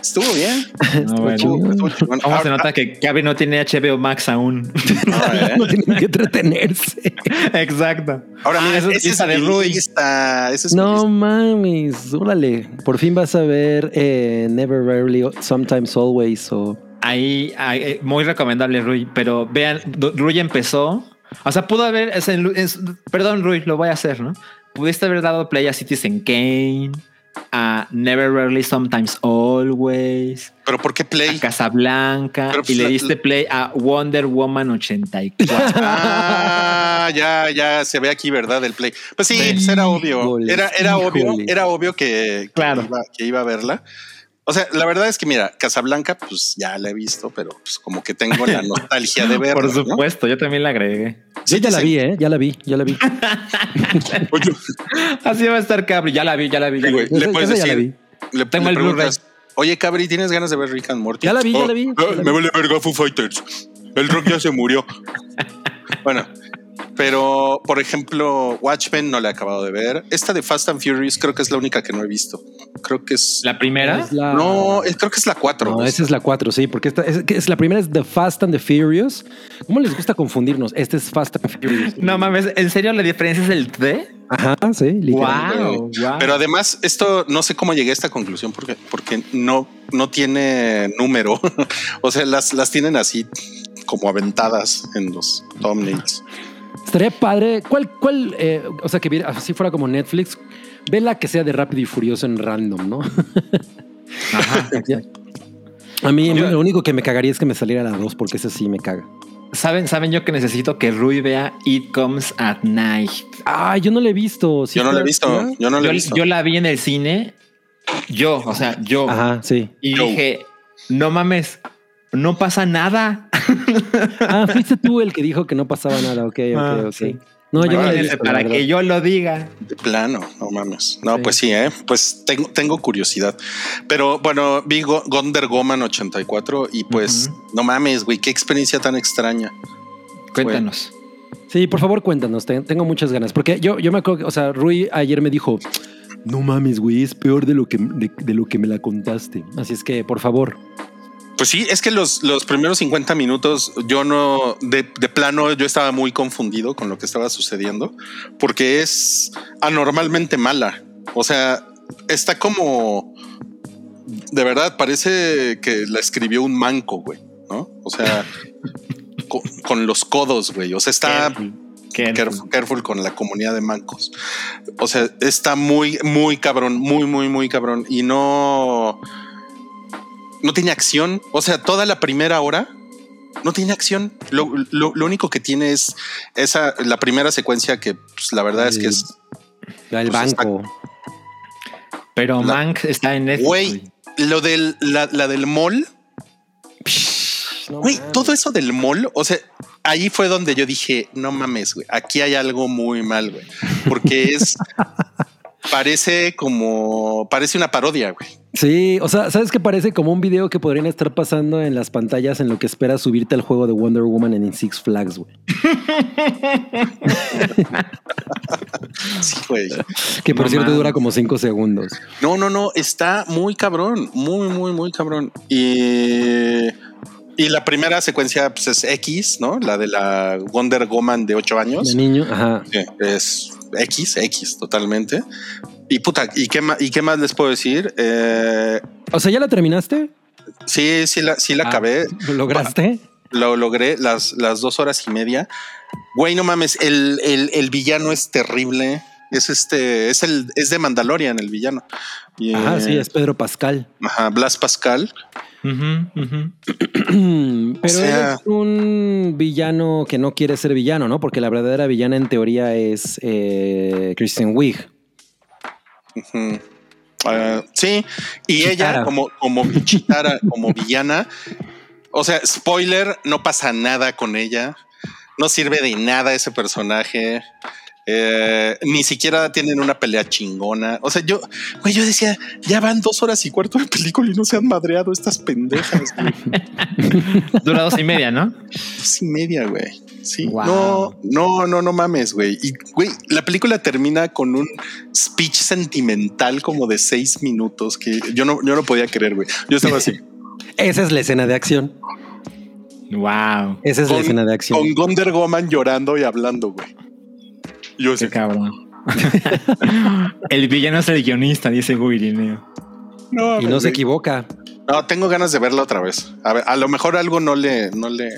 B: estuvo bien.
D: No,
B: Estuvo-
D: bueno.
B: estuvo chingón.
D: ¿Cómo se
B: Ahora-
D: nota que Gaby no tiene HBO Max aún?
B: Ah,
C: No
B: ¿eh?
C: tienen que entretenerse.
D: Exacto.
B: Ahora
D: Ah,
B: mira,
D: esa
B: esa
D: es
B: es
D: lista de
B: mi
D: Rui.
B: lista, esa es mi
C: No
B: lista.
C: mames, órale. Por fin vas a ver eh, Never Rarely, Sometimes Always. O...
D: Ahí, ahí, eh, muy recomendable, Rui. Pero vean, Du- Rui empezó. O sea, pudo haber. es en- es- perdón, Rui, lo voy a hacer, ¿no? Pudiste haber dado play a Citizen Kane, a Never Rarely, Sometimes Always,
B: Pero ¿por qué Play?
D: a Casablanca,
B: Pero,
D: y
B: pues,
D: le
B: la-
D: diste play a Wonder Woman 84.
B: Ah, ya, ya se ve aquí, ¿verdad? El Play. Pues sí, pues era obvio.
C: Híjole,
B: Era, era obvio,
C: híjole.
B: era obvio que, que
D: Claro.
B: iba, que iba a verla. O sea, la verdad es que mira, Casablanca, pues ya la he visto, pero pues como que tengo la nostalgia de verla.
D: Por
B: ¿no?
D: supuesto, yo también la agregué.
C: Yo ya la
B: sí.
C: vi, ¿eh? Ya la vi, ya la vi.
B: Oye,
D: Así va a estar Cabri. Ya la vi, ya la vi. ya la
B: güey,
D: vi.
B: le
C: Esa-
B: puedes
C: esa ya la
B: decir, le,
D: Tengo
B: le
D: el Blu-ray.
B: preguntas, Oye, Cabri, ¿tienes ganas de ver Rick and Morty?
C: Ya la vi, ya
B: Oh,
C: la vi,
B: eh,
C: ya la vi.
B: Me vale verga Foo Fighters. El rock ya se murió. bueno, Pero, por ejemplo, Watchmen no la he acabado de ver. Esta de Fast and Furious creo que es la única que no he visto. Creo que es...
D: ¿La primera?
C: Es la-
B: No, eh, creo que es la 4.
C: No, esa es la 4, sí, porque esta es, que es la primera es The Fast and the Furious. ¿Cómo les gusta confundirnos? Este es Fast and Furious.
D: No mames, ¿en serio la diferencia es el D?
C: Ajá, sí, literal.
D: Wow, wow.
B: Pero además, esto no sé cómo llegué a esta conclusión porque, porque no, no tiene número. o sea, las, las tienen así como aventadas en los thumbnails.
C: Estaría padre. ¿Cuál, cuál, eh, o sea, que viera- así fuera como Netflix? Ve la que sea de Rápido y Furioso en random, ¿no?
D: Ajá.
C: A mí, a mí
D: Yo-
C: lo único que me cagaría es que me saliera la 2, porque esa sí me caga.
D: ¿Saben, saben yo que necesito que Rui vea It Comes at Night.
C: Ah, yo no la he visto. ¿Sí
B: yo no la he
C: está-
B: visto. Yo no la
D: yo,
B: he visto.
D: yo la vi en el cine. Yo, o sea, yo.
C: Ajá, sí.
D: Y
B: Yo.
D: dije, no mames, no pasa nada.
C: Ah, fuiste tú el que dijo que no pasaba nada. Ok, ok,
D: Ah,
C: ok.
D: sí.
C: No, yo no la he
D: Imagínense
C: visto. la
D: para
C: verdad.
D: que yo lo diga.
B: De plano, no mames. No,
C: Sí.
B: pues sí, ¿eh? pues tengo, tengo curiosidad. Pero bueno, vi Go- Wonder Woman 84 y pues no mames, güey, qué experiencia tan extraña.
D: Cuéntanos.
C: Sí, por favor, cuéntanos. te- Tengo muchas ganas. Porque yo, yo me acuerdo que, o sea, Rui ayer me dijo: No mames, güey, es peor de lo que, de, de lo que me la contaste. Así es que, por favor.
B: Pues sí, es que los, los primeros 50 minutos yo no, de, de plano, yo estaba muy confundido con lo que estaba sucediendo, porque es anormalmente mala. O sea, está como, de verdad, parece que la escribió un manco, güey, ¿no? O sea, co- con, los codos, güey. O sea, está
D: Careful.
B: careful, careful con la comunidad de mancos. O sea, está muy, muy cabrón, muy, muy, muy cabrón. Y no. No tiene acción. O sea, toda la primera hora no tiene acción. Lo, lo- lo único que tiene es esa, la primera secuencia que pues, la verdad es que es
C: El
B: Pues está-
C: banco.
D: Pero
B: La-
D: Mank está en Netflix.
B: Güey.
D: güey.
B: lo del, la, la del mall.
C: No
B: Güey,
C: mames.
B: todo eso del mall, o sea, ahí fue donde yo dije, no mames, güey, aquí hay algo muy mal, güey, porque es, parece como, parece una parodia, güey.
C: Sí, o sea, ¿sabes qué parece como un video que podrían estar pasando en las pantallas en lo que esperas subirte al juego de Wonder Woman en Six Flags, güey?
B: Sí, güey.
C: Que por
D: No
C: cierto
D: mames.
C: dura como cinco segundos.
B: No, no, no, está muy cabrón, muy, muy, muy cabrón. Y, y la primera secuencia pues, es X, ¿no? La de la Wonder Woman de ocho años.
C: De niño, ajá.
B: Sí, es X, X, totalmente. Y puta, ¿y qué, ma- ¿y qué más les puedo decir? Eh,
C: O sea, ¿ya la terminaste?
B: sí, sí la, sí la
D: Ah.
B: acabé.
C: ¿Lo lograste?
B: lo logré las, las dos horas y media. Güey, no mames, el, el, el villano es terrible. Es este, es el, es de Mandalorian el villano. Y,
C: Ajá, sí,
B: eh,
C: es Pedro Pascal.
B: ajá, Blas Pascal.
D: Ujú, ujú.
C: Pero
B: sea-
C: es un villano que no quiere ser villano, ¿no? Porque la verdadera villana en teoría es eh, Kristen Wiig.
B: Ujú. Ah, sí, y ella
C: Chitara.
B: como, como Chitara, como villana. O sea, spoiler, no pasa nada con ella. No sirve de nada ese personaje. Eh, ni siquiera tienen una pelea chingona. O sea, yo, güey, yo decía, ya van dos horas y cuarto de película y no se han madreado estas pendejas. güey.
D: Dura dos y media, ¿no?
B: Dos y media, güey. Sí.
D: Wow.
B: No, no, no, no mames, güey. Y, güey, la película termina con un speech sentimental como de seis minutos que yo no, yo no podía creer, güey. Yo estaba así.
C: Esa es la escena de acción.
D: Wow.
C: Esa es la
B: Con-
C: escena de acción.
B: con Wonder Woman llorando y hablando, güey. Yo
D: Qué
B: sé.
D: cabrón. el villano es el guionista, dice Guirineo.
B: No,
C: Y no se
B: güey.
C: equivoca.
B: No, tengo ganas de verla otra vez. A ver, a lo mejor algo no le, no le.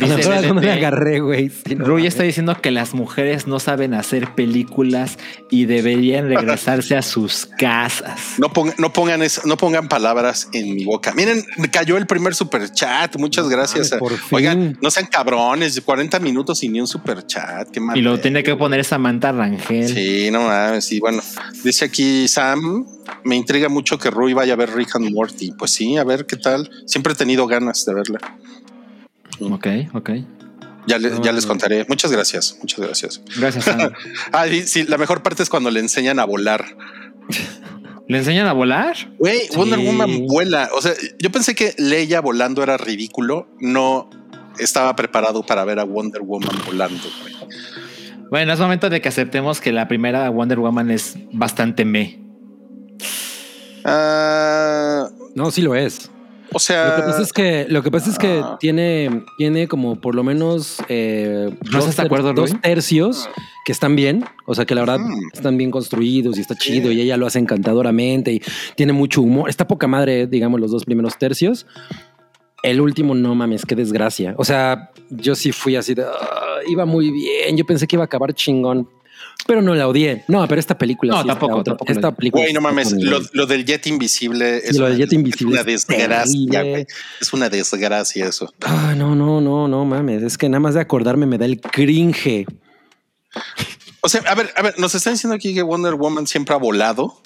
C: A lo mejor algo no le
D: LLP.
C: agarré, güey. Sí,
B: este
C: no
D: Rui
C: mames.
D: está diciendo que las mujeres no saben hacer películas y deberían regresarse a sus casas.
B: No, ponga- no pongan eso, no pongan palabras en mi boca. Miren, cayó el primer super chat. Muchas gracias.
C: mames, por fin.
B: Oigan, no sean cabrones, 40 minutos y ni un super chat. Qué mal
D: Y lo
B: pedo.
D: tiene que poner Samantha Rangel.
B: Sí, no mames. Sí, bueno, dice aquí Sam, me intriga mucho que Rui vaya a ver Rick and Morty. Pues sí, a ver qué tal. Siempre he tenido ganas de verla.
D: Ok, ok.
B: Ya, le-
C: No,
B: ya les
C: no.
B: contaré. Muchas gracias, muchas gracias.
D: Gracias, Sam.
B: Ah, y sí, la mejor parte es cuando le enseñan a volar.
D: ¿Le enseñan a volar?
B: Güey,
C: Sí.
B: Wonder Woman vuela. O sea, yo pensé que Leia volando era ridículo. No, estaba preparado para ver a Wonder Woman volando. güey.
D: Bueno, es momento de que aceptemos que la primera Wonder Woman es bastante me.
B: Ah,
C: No, sí lo es.
B: o
C: Lo
B: sea,
C: que pasa es que, lo que, pasa es que
B: Ah.
C: tiene, tiene como por lo menos eh,
D: ¿No estás de acuerdo,
C: dos
D: Luis?
C: tercios que están bien. O sea, que la verdad
B: Mm.
C: están bien construidos y está
B: Sí.
C: chido y ella lo hace encantadoramente y tiene mucho humor. Está poca madre, eh, digamos, los dos primeros tercios. El último, no mames, qué desgracia. O sea, yo sí fui así de... "Ah, iba muy bien, yo pensé que iba a acabar chingón. Pero no la odié. No, pero esta película...
D: No,
C: sí está
D: tampoco,
C: otra-
D: tampoco la
C: Esta
D: odié.
C: película...
B: güey, no
C: está
B: mames,
C: con el-
B: lo, lo del jet invisible es,
C: Sí, lo
B: una,
C: del jet
B: es
C: invisible
B: una
C: es
B: desgracia,
C: terrible.
B: güey. Es una desgracia eso.
C: Ah, no, no, no, no mames. Es que nada más de acordarme me da el cringe.
B: O sea, a ver, a ver, nos están diciendo aquí que Wonder Woman siempre ha volado.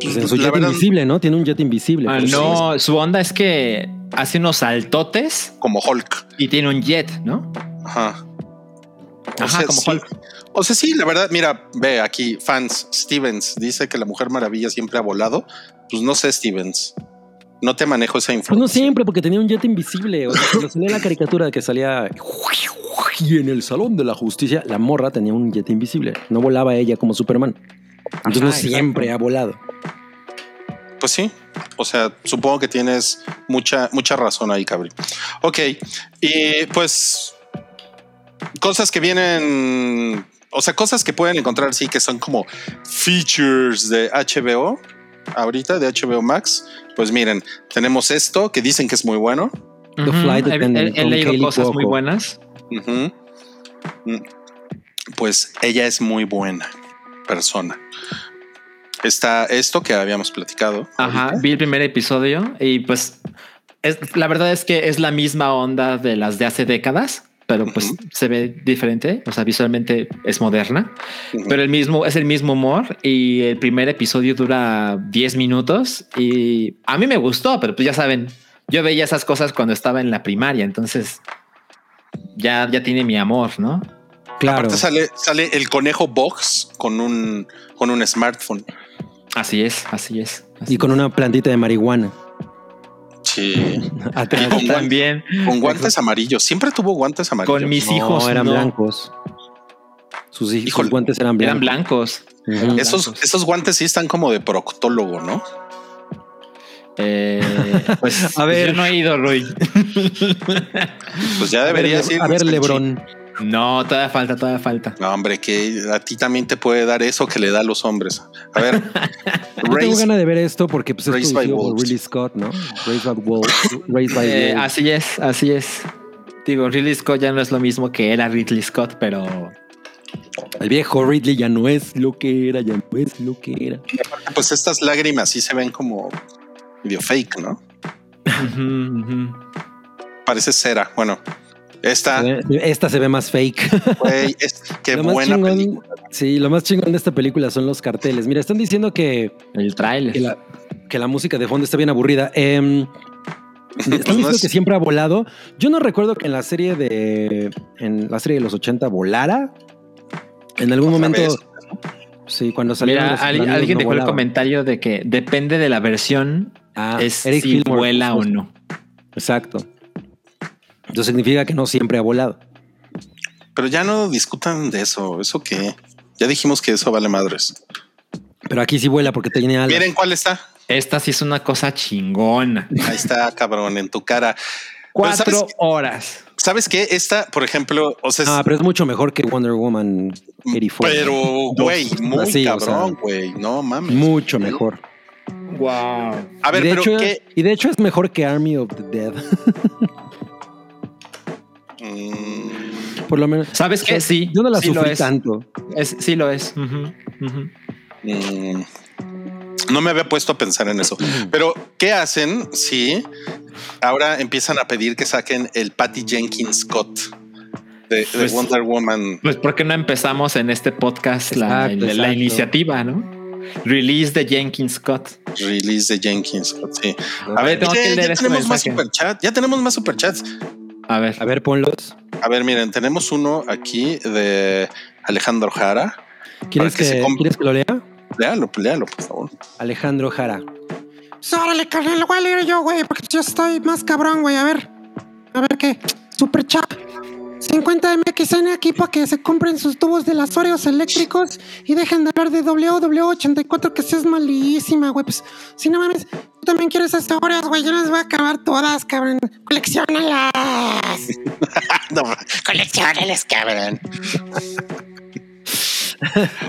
C: Pues en su
B: La
C: jet
B: verdad,
C: invisible, ¿no? Tiene un jet invisible. Pues,
D: Ah,
C: pero
D: no, su onda es que hace unos saltotes
B: como Hulk.
D: y tiene un jet, ¿no?
B: Ajá. O
D: Ajá,
B: sea,
D: como
B: sí.
D: Hulk.
B: O sea, sí, la verdad, mira, ve aquí, fans, Stevens dice que la Mujer Maravilla siempre ha volado. Pues no sé, Stevens. No te manejo esa
C: Pues
B: información.
C: no siempre, porque tenía un jet invisible. O sea, cuando salía la caricatura que salía y en el Salón de la Justicia, la morra tenía un jet invisible. No volaba ella como Superman. Entonces no
D: Ajá, exacto.
C: siempre ha volado.
B: Pues sí. O sea, supongo que tienes mucha, mucha razón ahí, Cabri. Ok. Y pues. Cosas que vienen. O sea, cosas que pueden encontrar, sí, que son como features de HBO. Ahorita, de HBO Max. Pues miren, tenemos esto que dicen que es muy bueno.
C: The Flight
D: Ujú, he-
C: Attendant
D: he, he
C: con
D: leído
C: Kaley
D: cosas muy
C: Cuoco.
D: buenas.
B: Ujú. Mm. Pues ella es muy buena persona. Está esto que habíamos platicado.
D: Ajá,
B: ahorita.
D: vi el primer episodio y pues es, la verdad es que es la misma onda de las de hace décadas, pero pues
B: Ujú.
D: se ve diferente, o sea, visualmente es moderna,
B: Ujú.
D: pero el mismo es el mismo humor y el primer episodio dura 10 minutos y a mí me gustó, pero pues ya saben, yo veía esas cosas cuando estaba en la primaria, entonces ya ya tiene mi amor, ¿no?
C: Claro.
B: Aparte sale, sale el conejo box con un, con un smartphone.
D: Así es, así es. así
C: Y con una plantita de marihuana.
B: Sí.
D: Ah,
C: Atrás.
B: con
D: es. también
B: Con guantes amarillos. Siempre tuvo guantes amarillos.
D: con mis
C: No,
D: hijos
C: eran
D: no,
C: blancos. Sus, hij-
B: Híjole.
C: sus guantes eran blancos.
D: eran blancos.
C: Ujú.
B: Esos,
D: blancos.
B: esos guantes sí están como de proctólogo, ¿no?
D: Eh, pues
C: A
D: a
C: ver.
D: ver, yo no he ido, Rui.
B: Pues ya
C: A ver,
B: debería
C: Le-
B: ser.
C: a ver, Lebrón.
D: No, todavía falta, todavía falta.
B: No, hombre, que a ti también te puede dar eso que le da a los hombres. A ver,
C: Yo tengo
B: Race-
C: ganas de ver esto porque pues, es
B: Raised by
C: producido por
B: Wolves.
C: Ridley Scott, ¿no? Raised by Wolves. Raised by
D: Eh,
C: Wolves.
D: así es, así es. Digo, Ridley Scott ya no es lo mismo que era Ridley Scott, pero
C: El viejo Ridley ya no es lo que era, ya no es lo que era.
B: pues estas lágrimas sí se ven como medio fake, ¿no?
D: ujú, ujú.
B: Parece cera. Bueno, esta,
C: Se ve- Esta se ve más fake.
B: güey, es- qué
C: Lo más
B: buena
C: chingón-
B: película.
C: Sí, lo más chingón de esta película son los carteles. Mira, están diciendo que,
D: el trailer.
C: que, la, que la música de fondo está bien aburrida. Em,
B: Pues no
C: están diciendo
B: es-
C: que siempre ha volado. Yo no recuerdo que en la serie de. En la serie de los 80 volara. En algún
B: Otra
C: momento.
B: vez.
C: Sí, cuando salieron
D: Mira,
C: los
D: al-
C: Sopranos
D: alguien
C: no
D: dejó el
C: volaba.
D: comentario de que depende de la versión,
C: Ah,
D: es
C: Eric
D: si
C: Fillmore,
D: vuela o no.
C: Exacto. Eso significa que no siempre ha volado.
B: Pero ya no discutan de eso. ¿Eso qué? Ya dijimos que eso vale madres.
C: Pero aquí sí vuela porque tiene alas.
B: Miren cuál está.
D: Esta sí es una cosa chingona.
B: Ahí está, cabrón, en tu cara. Pero ¿sabes
D: Cuatro
B: qué?
D: horas.
B: ¿Sabes qué? Esta, por ejemplo, o sea, es-
C: Ah, pero es mucho mejor que Wonder Woman 84.
B: pero, güey, muy
C: Así, o
B: cabrón,
C: sea,
B: güey. no mames.
C: Mucho mejor.
D: Wow.
B: A ver,
C: y, de
B: pero
C: hecho,
B: qué.
C: y de hecho es mejor que Army of the Dead.
B: Mm,
C: Por lo menos.
D: ¿Sabes qué? Sí.
C: Yo no la
D: sí lo
C: sufrí
D: es.
C: tanto.
D: Es- sí lo es. Eh, Ujú, ujú.
B: mm. no me había puesto a pensar en eso. Pero, ¿qué hacen si ahora empiezan a pedir que saquen el Patty Jenkins Scott de, de
D: Pues-
B: Wonder Woman?
D: Pues porque no empezamos en este podcast la,
C: Exacto,
D: la- la
C: exacto.
D: iniciativa, ¿no? Release de Jenkins Scott.
B: Release de Jenkins Scott, sí. A
D: Yo
B: ver,
D: tengo que
B: miren,
D: leer
B: ya
D: este
B: tenemos más
D: mensaje.
B: superchats. Ya tenemos más superchats.
D: A ver,
C: A ver, ponlos.
B: A ver, miren, tenemos uno aquí de Alejandro Jara.
C: ¿Quieres
B: que
C: que,
B: se compre.
C: ¿Quieres que lo lea?
B: Léalo, léalo, por favor.
C: Alejandro Jara.
E: Pues órale, carnal, lo voy a leer yo, güey, porque yo estoy más cabrón, güey. A ver, a ver qué. Super Chap. 50 MXN aquí para que se compren sus tubos de las Oreos eléctricos y dejen de hablar de WW84 que es malísima, güey. Pues, si no mames, tú también quieres esas Oreos, güey. Yo las voy a acabar todas, cabrón. Coleccionalas.
B: No,
E: Coleccionalas, cabrón.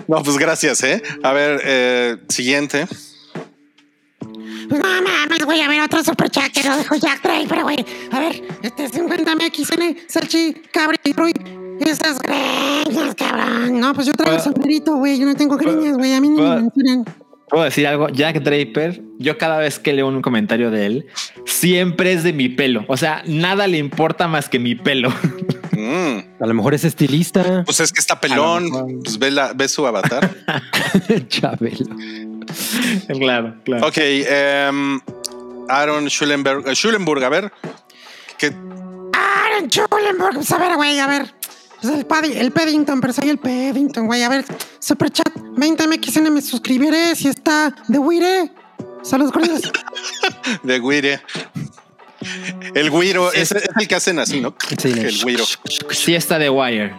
B: no, pues gracias, ¿eh? A ver, eh, siguiente.
E: Pues no mames, güey, a ver, otro super chat que lo dejó Jack Draper, güey. A ver, este 50 MXN, Salchi, Cabri, Rui. Esas greñas, cabrón. No, pues yo traigo
D: Pa-
E: sombrerito, güey. Yo no tengo greñas, güey. A mí no
D: pa-
E: me mencionan.
D: ¿Puedo decir algo? Jack Draper, yo cada vez que leo un comentario de él, siempre es de mi pelo. O sea, nada le importa más que mi pelo.
B: Mm,
C: A lo mejor es estilista.
B: Pues es que está pelón.
D: A lo mejor.
B: Pues ve, la, ve su avatar.
C: Chabelo.
D: claro, claro.
B: ok. em, Aaron Schulenberg, eh, Schulenburg, a ver. Que
E: Aaron Schulenburg. Pues a ver, güey, a ver. Pues el, Padi- el Paddington, pero soy el Paddington, güey. A ver, super chat, 20 MXN, me suscribiré. Si está de Wire. Saludos cordiales.
B: de Guire. El Guiro,
D: Sí.
B: es, es el que hacen así, ¿no?
C: Sí, no.
B: el Guiro.
D: Sí está de Wire.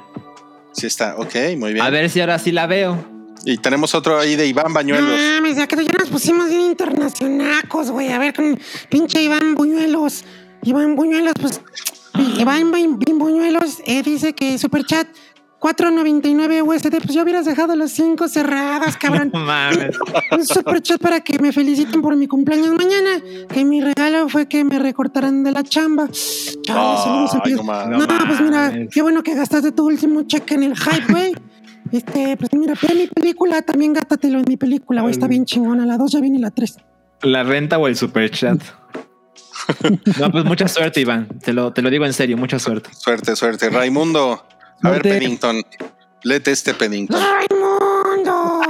B: Sí está, ok, muy bien.
D: A ver si ahora sí la veo.
B: Y tenemos otro ahí de Iván
E: No
B: Bañuelos.
E: mames, ya que ya nos pusimos bien internacionacos, güey. A ver, con pinche Iván Buñuelos. Iván Buñuelos, pues. Iván Bu- Bu- Buñuelos eh, dice que Superchat 4.99 USD. Pues ya hubieras dejado los cinco cerrados, cabrón.
D: No mames.
E: Un superchat para que me feliciten por mi cumpleaños mañana. Que mi regalo fue que me recortaran de la chamba. Chale, saludos,
B: Ay, no
E: amigos.
B: mames.
E: no, pues mira, qué bueno que gastaste tu último cheque en el hype, güey. Este, pues mira, ve mi película, también gástatelo en mi película, güey. Está bien chingona. La 2 ya viene la 3.
D: La renta o el super chat. No, pues mucha suerte, Iván. Te lo, te lo digo en serio, mucha suerte.
B: Suerte, suerte. Raimundo. A ver,
C: Suerte.
B: Pennington. Lete este Pennington.
D: Ah.
E: ¡Raimundo!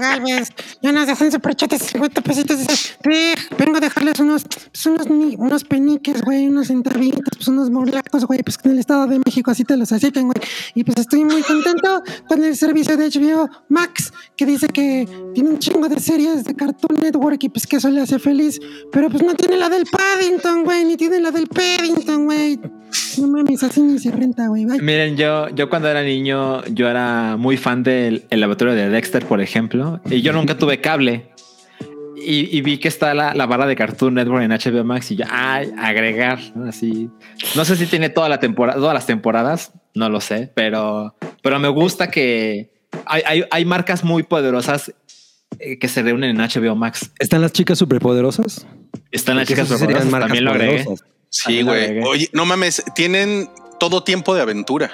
E: Galvez, ya nos dejan superchat de 50 pesitos. Dice, "Ve, vengo a dejarles unos, pues, unos, ni- unos peniques, güey, unos centavitos, pues unos morlacos, güey, pues que en el Estado de México así te los aceptan, güey. Y pues estoy muy contento con el servicio de HBO Max, que dice que tiene un chingo de series de Cartoon Network y pues que eso le hace feliz. Pero pues no tiene la del Paddington, güey, ni tiene la del Paddington, güey. No mames, así ni se renta, güey. Bye.
D: Miren, yo, yo cuando era niño, yo era muy fan del el laboratorio de Dexter, por ejemplo, y yo nunca tuve cable. Y, y vi que está la, la barra de Cartoon Network en HBO Max y yo, ay, agregar, ¿no? así. No sé si tiene toda la temporada, todas las temporadas, no lo sé, pero, pero me gusta que hay, hay, hay marcas muy poderosas eh, que se reúnen en HBO Max.
C: ¿Están las chicas superpoderosas?
D: Están las
C: Porque
D: chicas
C: esas sí serían
D: poderosas,
C: marcas
D: también lo agregué.
C: poderosas.
B: Sí,
D: Ah, la
B: güey.
D: regué.
B: Oye, no mames, tienen todo tiempo de aventura.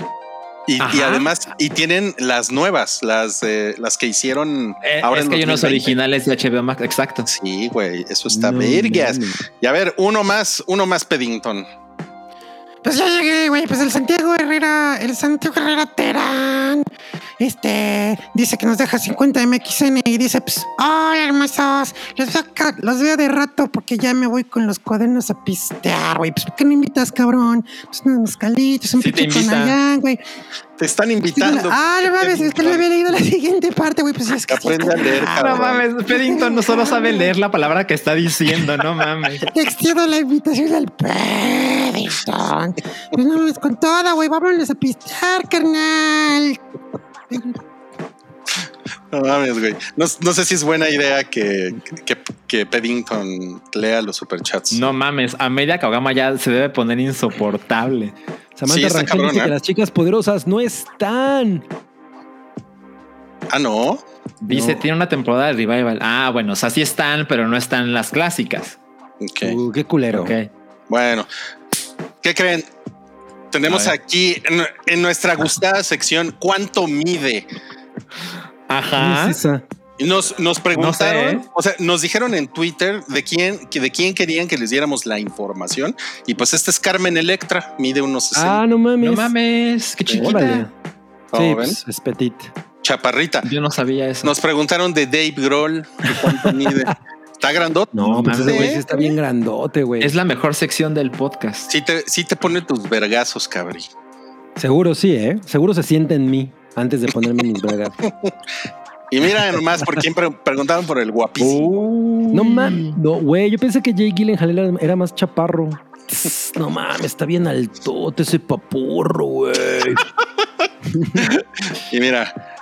B: Y, y
D: Ajá.
B: además, y tienen las nuevas, las, eh, las que hicieron
D: Eh,
B: ahora
D: es
B: en
D: que hay unos
B: 2020.
D: originales de HBO Max, exacto.
B: Sí, güey, eso Pues está
C: No
B: vergas.
C: mames.
B: Y a ver, uno más, uno más Peddington.
E: Pues ya llegué, güey. Pues el Santiago Herrera, el Santiago Herrera Terán, este, dice que nos deja 50 MXN y dice, pues, hola hermosos, los veo, ca- los veo de rato porque ya me voy con los cuadernos a pistear, güey. Pues, ¿por qué no invitas, cabrón? Pues unos mezcalitos, un
D: Sí te
E: pinche
D: invita.
E: Tonayán, güey.
B: Te están invitando.
E: Ah, no mames, es que no había leído la siguiente parte, güey. Pues es que sí,
B: Aprende
E: es
B: a
E: que-
B: leer,
D: No
B: cabrón.
D: mames, Peddington no solo sabe leer la palabra que está diciendo, no mames.
E: Te extiendo la invitación al Paddington. Pues no mames, con toda, güey. Vámonos a pistear, carnal.
B: No mames, güey. No, no sé si es buena idea que, que, que Peddington lea los superchats.
D: No mames, Amelia Kagama ya se debe poner insoportable.
C: Samantha
B: Sí, está
C: Rangel
B: cabrón,
C: dice
B: ¿eh?
C: que las chicas poderosas no están.
B: Ah, no.
D: Dice,
C: No.
D: tiene una temporada de revival. Ah, bueno, o sea, sí están, pero no están las clásicas.
B: Ok.
C: Uh, qué culero.
D: Ok.
B: Bueno, ¿qué creen? Tenemos
D: A ver.
B: aquí en, en nuestra gustada sección cuánto mide.
D: Ajá.
B: Ah.
C: ¿Quién es esa?
B: Y Nos, nos preguntaron,
D: ¿eh?
B: o sea, nos dijeron en Twitter de quién, que- de quién querían que les diéramos la información. Y pues este es Carmen Electra, mide unos 60.
C: Ah, no mames.
D: No mames, qué chiquita.
C: Órale.
B: ¿Cómo
C: Sí,
B: ven?
C: pues, es petit.
B: Chaparrita.
D: Yo no sabía eso.
B: Nos preguntaron de Dave Grohl, que cuánto mide. Está grandote.
C: No,
D: No
C: pues ese
D: mames.
C: güey sí está bien grandote, güey.
D: Es la mejor sección del podcast.
B: Sí te, sí te pone tus vergazos, cabrí.
C: Seguro sí, ¿eh? Seguro se siente en mí antes de ponerme mis bragas.
B: Y mira nomás por quién pre- preguntaron
C: Uh.
B: por el guapísimo.
C: No mames. No, güey, yo pensé que Jay Gyllenhaal era, era más chaparro. Tss, No mames, está bien altote ese paporro, güey.
B: Y mira,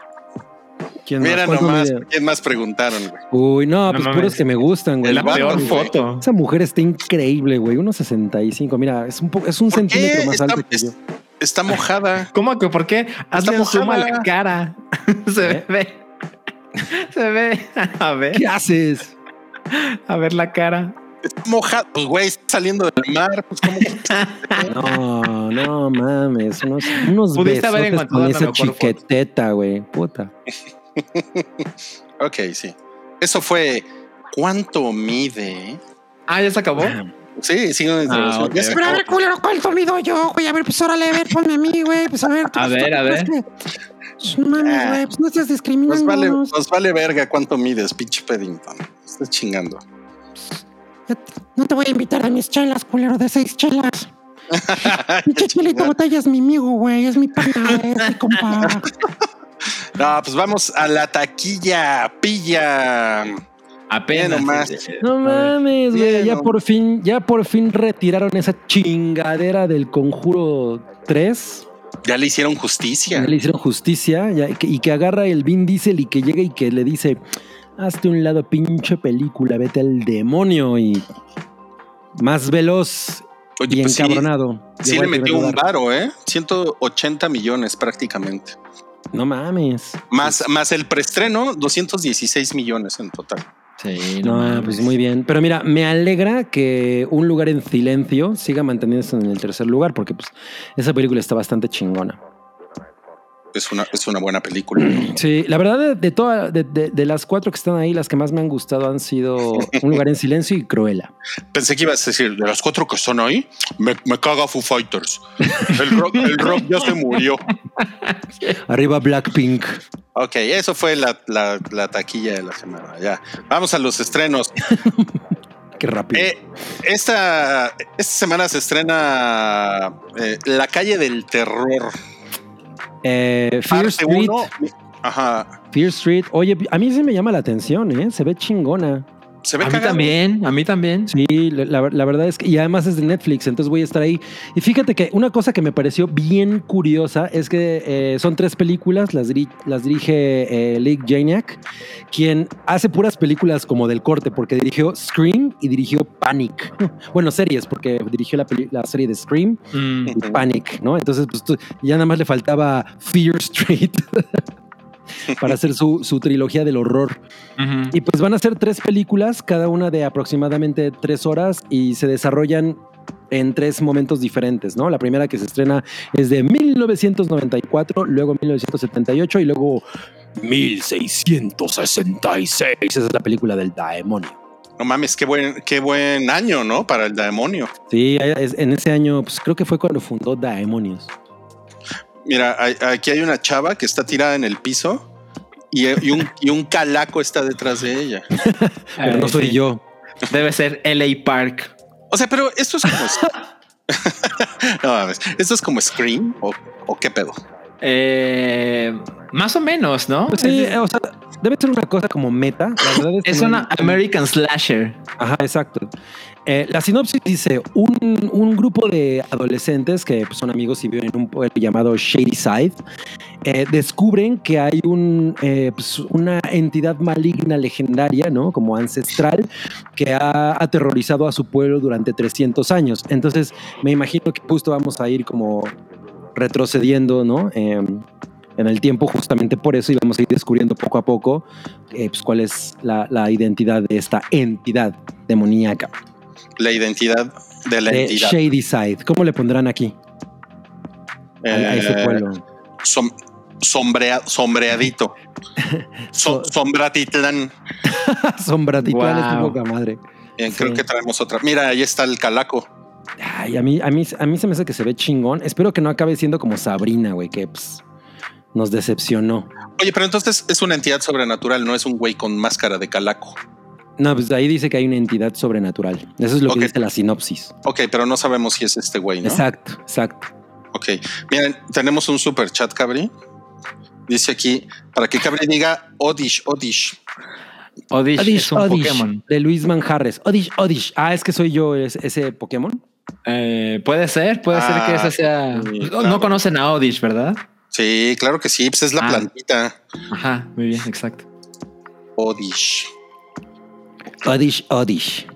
C: ¿Quién más?
B: mira
C: ¿Cuánto
B: nomás,
C: mide?
B: ¿quién más preguntaron, güey?
C: Uy, no,
F: No
C: pues
F: mames.
C: puros que me gustan, güey.
B: El
D: La
B: vato,
D: peor
B: güey.
D: foto.
C: Esa mujer está increíble, güey. 1.65. Mira, es un, po- es un
B: ¿Por qué
C: centímetro más
B: está-
C: alto que yo.
B: Está mojada.
D: ¿Cómo que por qué? Hazle un zoom a la
B: mojada.
D: cara. Se
C: ¿Eh?
D: ve. Se ve. A ver,
C: ¿Qué haces?
D: a ver la cara.
B: Está mojada. Pues, güey, está saliendo del mar. Pues, ¿cómo?
C: No, no mames. Unos, unos
D: Pudiste haber
C: besotes
D: encontrado
C: con
D: la
C: esa
D: mejor foto.
C: chiqueteta, güey. Puta.
B: Ok, sí. Eso fue. ¿Cuánto mide?
D: Ah, ya se acabó.
B: Sí, sí.
C: Ah,
B: una introducción.
D: ok,
B: Ya se
D: ok.
E: Pero a
B: acabó.
E: ver, culero, ¿cuánto mido yo, güey? A ver, pues órale, a ver, ponme a mí, güey. Pues a ver.
D: A
E: pues,
D: ver,
E: ¿tú
D: a
E: crees que- No mames, güey, pues no estás
B: Nos
E: discriminando.
B: vale, nos vale verga cuánto mides, pinche Peddington. Estás chingando.
E: No te voy a invitar a mis chelas, culero, de seis chelas. Pinche chelito botella es mi amigo, güey. Es mi pana, güey. Es mi compa.
B: No, pues vamos a la taquilla, pilla.
D: Apenas. eh,
B: Bien nomás.
C: No mames, güey.
B: Bien,
C: Ya
B: no.
C: por fin, ya por fin retiraron esa chingadera del conjuro 3.
B: Ya le hicieron
C: Ya
B: justicia.
C: le hicieron justicia ya, y, que, y que agarra el Vin Diesel y que llega y que le dice: Hazte un lado, pinche película, vete al demonio. Y más veloz
B: Oye,
C: y
B: pues sí,
C: encabronado.
B: sí
C: Llegó
B: le
C: al primer
B: metió un
C: lugar.
B: varo, ¿eh? 180 millones prácticamente.
C: No mames.
B: Más, más el preestreno, 216 millones en total.
D: Sí,
C: No,
D: mames.
C: pues muy bien. Pero mira, me alegra que un lugar en silencio siga manteniéndose en el tercer lugar, porque pues esa película está bastante chingona.
B: Es una, es una buena película.
D: Mm.
C: Sí, la verdad de, de toda- de, de- de las cuatro que están ahí, las que más me han gustado han sido Un lugar en silencio y Cruella.
B: Pensé que ibas a decir, de las cuatro que están ahí, me, me caga Foo Fighters. El rock, el rock ya se murió.
C: Arriba Blackpink.
B: Ok, eso fue la, la- la taquilla de la semana. Ya. Vamos a los estrenos.
C: Qué rápido.
B: Eh, esta, esta semana se estrena eh, La calle del terror.
C: Eh, Fear
B: Parte
C: Street.
B: uno. Ajá.
C: Fear Street. Oye, a mí sí me llama la atención, ¿eh? Se ve chingona.
B: Se ve
D: A mí
B: cagado.
D: también, a mí también.
C: Sí, la, la- la verdad es que, y además es de Netflix, entonces voy a estar ahí. Y fíjate que una cosa que me pareció bien curiosa es que eh, son tres películas, las, diri- las dirige eh, Luke Janiak, quien hace puras películas como del corte, porque dirigió Scream y dirigió Panic. Bueno, series, porque dirigió la, peli- la serie de Scream
D: Mm,
C: y Panic, ¿no? Entonces, pues tú- ya nada más le faltaba Fear Street. para hacer su, su trilogía del horror.
D: ujú.
C: Y pues van a ser tres películas, cada una de aproximadamente tres horas y se desarrollan en tres momentos diferentes, ¿no? La primera que se estrena es de 1994, luego 1978 y luego 1666. Esa es la película del demonio.
B: No mames, qué buen, qué buen año, ¿no? Para el demonio.
C: Sí, es- en ese año, pues creo que fue cuando fundó Daemonios.
B: Mira, hay- aquí hay una chava que está tirada en el piso y, y un, y un calaco está detrás de ella.
C: Pero no
D: Ay,
C: soy
D: Ah, sí.
C: yo.
D: Debe ser LA Park.
B: O sea, pero esto es como. no mames. Esto es como Scream o, o qué pedo.
D: Eh, más o menos, ¿no?
C: Sí, eh, o sea, debe ser una cosa como meta. La verdad es que
D: Es
C: no-
D: una American Slasher.
C: Ajá, exacto. Eh, la sinopsis dice: un, un grupo de adolescentes que pues, son amigos y viven en un pueblo llamado Shadyside eh, descubren que hay un, eh, pues, una entidad maligna legendaria, ¿no? Como ancestral, que ha aterrorizado a su pueblo durante 300 años. Entonces, me imagino que justo vamos a ir como retrocediendo, ¿no? Eh, en el tiempo justamente por eso y vamos a ir descubriendo poco a poco eh, pues, cuál es la, la identidad de esta entidad demoníaca
B: La identidad de la
C: de
B: entidad.
C: Shadyside. ¿Cómo le pondrán aquí a, a ese
B: Eh,
C: pueblo?
B: som- sombrea- sombreadito. So- sombratitlán.
C: Sombra Tituán es mi
D: Wow.
C: poca madre.
B: Bien, Creo
C: Sí.
B: que traemos otra. Mira, ahí está el calaco.
C: Ay, a mí, a mí, a mí se me hace que se ve chingón. Espero que no acabe siendo como Sabrina, güey, que pues, nos decepcionó.
B: Oye, pero entonces es una entidad sobrenatural, no es un güey con máscara de calaco.
C: No, pues ahí dice que hay una entidad sobrenatural. Eso es lo
B: Ok.
C: que dice la sinopsis.
B: Ok, pero no sabemos si es este güey, ¿no?
C: Exacto, exacto.
B: Ok. Miren, tenemos un super chat, Cabri. Dice aquí, para que Cabri diga Odish, Odish.
D: Odish,
C: Odish,
D: es un
C: Odish,
D: Pokémon.
C: de Luis Manjarres. Odish, Odish. Ah, es que soy yo es- ese Pokémon.
D: Eh, puede ser, puede ser que
B: Ah,
D: esa sea.
B: sí,
D: No-
B: claro.
D: No conocen a Odish, ¿verdad?
B: Sí, claro que sí, pues es la
D: Ah.
B: plantita.
D: Ajá, muy bien, exacto.
B: Odish.
C: Odish, Odish.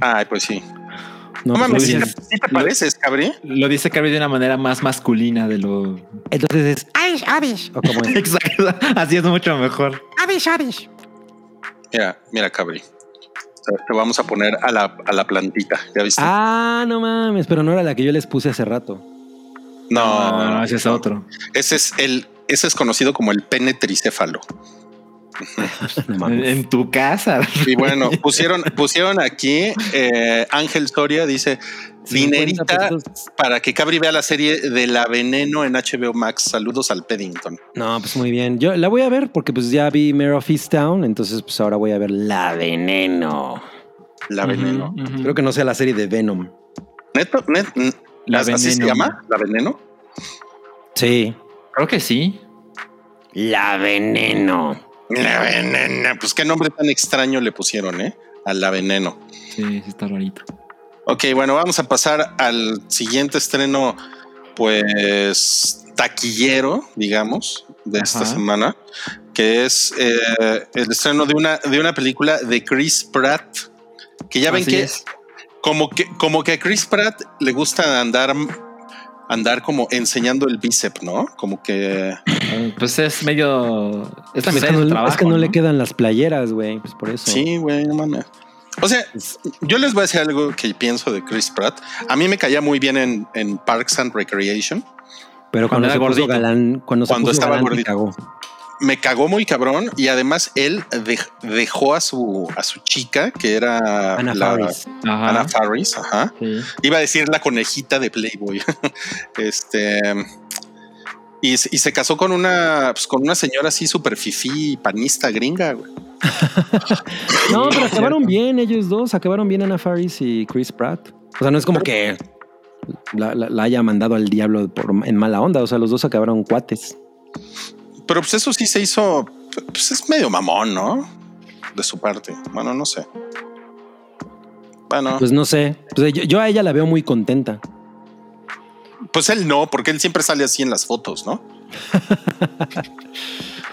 B: Ay, pues sí.
C: No, pues,
B: No mames,
D: lo
B: ¿sí te,
D: dices.
B: sí te pareces, cabrón?
D: Lo dice Carrie de una manera más masculina de lo.
C: Entonces es.
E: Abish, Abish,
C: ¿o cómo es?
D: Exacto, así es mucho mejor.
E: Abish, Abish.
B: Mira, mira, Cabri. Te- Te vamos a poner a la, a la plantita, ¿ya viste?
C: Ah, no mames, pero no era la que yo les puse hace rato.
B: no,
D: no, ese es otro.
B: Ese es el, ese es conocido como el pene tricéfalo.
C: No
D: En,
C: mames.
D: en tu casa.
B: Y bueno, pusieron, pusieron aquí eh, Ángel Soria dice
C: 50
B: dinerita
C: pesos.
B: para que Cabri vea la serie de La Veneno en HBO Max. Saludos al Peddington.
C: No, pues muy bien. Yo la voy a ver porque pues ya vi Mare of Easttown, entonces pues ahora voy a ver La Veneno.
B: La Veneno.
D: Ujú, ujú.
C: Creo que no sea la serie de Venom.
B: Neto, net- n-
D: La
B: ¿as- ¿Así se
D: Veneno.
B: llama? ¿La Veneno?
C: Sí.
D: Creo que sí.
C: La Veneno.
B: La Veneno. Pues qué nombre tan extraño le pusieron, ¿eh? A La Veneno.
D: Sí, sí está rarito.
B: Ok, bueno, vamos a pasar al siguiente estreno, pues taquillero, digamos, de esta
D: Ajá.
B: semana, que es eh, el estreno de una, de una película de Chris Pratt, que ya ven
D: Así
B: que,
D: es.
B: como que como que a Chris Pratt le gusta andar andar como enseñando el bíceps, ¿no? Como que
D: Eh, Pues es medio. pues, Es la
C: es,
D: mitad
C: que
D: de
C: no,
D: su
C: es
D: trabajo.
C: que no le quedan las playeras, güey. Pues por eso.
B: sí, güey, no mames. O sea, yo les voy a decir algo que pienso de Chris Pratt. A mí me caía muy bien en, en Parks and Recreation.
C: Pero cuando,
D: Cuando era
C: se puso
D: gordito.
C: galán, cuando, se
B: Cuando
C: puso
B: estaba
C: galán, se
B: gordito.
C: cagó.
B: me cagó muy cabrón y además él dej- dejó a su a su chica que era
C: Ana
B: la-
C: Faris.
D: Ajá.
B: Ana Faris, ajá.
D: Sí.
B: Iba a decir la conejita de Playboy. este y, se- y se casó con una pues, con una señora así super fifí panista gringa, güey.
C: No, pero acabaron
D: cierto.
C: bien ellos dos. Acabaron bien Ana Faris y Chris Pratt. O sea, no es como que la, la- la haya mandado al diablo por- en mala onda. O sea, los dos acabaron cuates.
B: Pero pues eso sí se hizo pues es medio mamón, ¿no? De su parte. Bueno, no sé. Bueno, pues,
C: Pues no sé. Pues yo, yo a ella la veo muy contenta.
B: pues él no, porque él siempre sale así en las fotos, ¿no?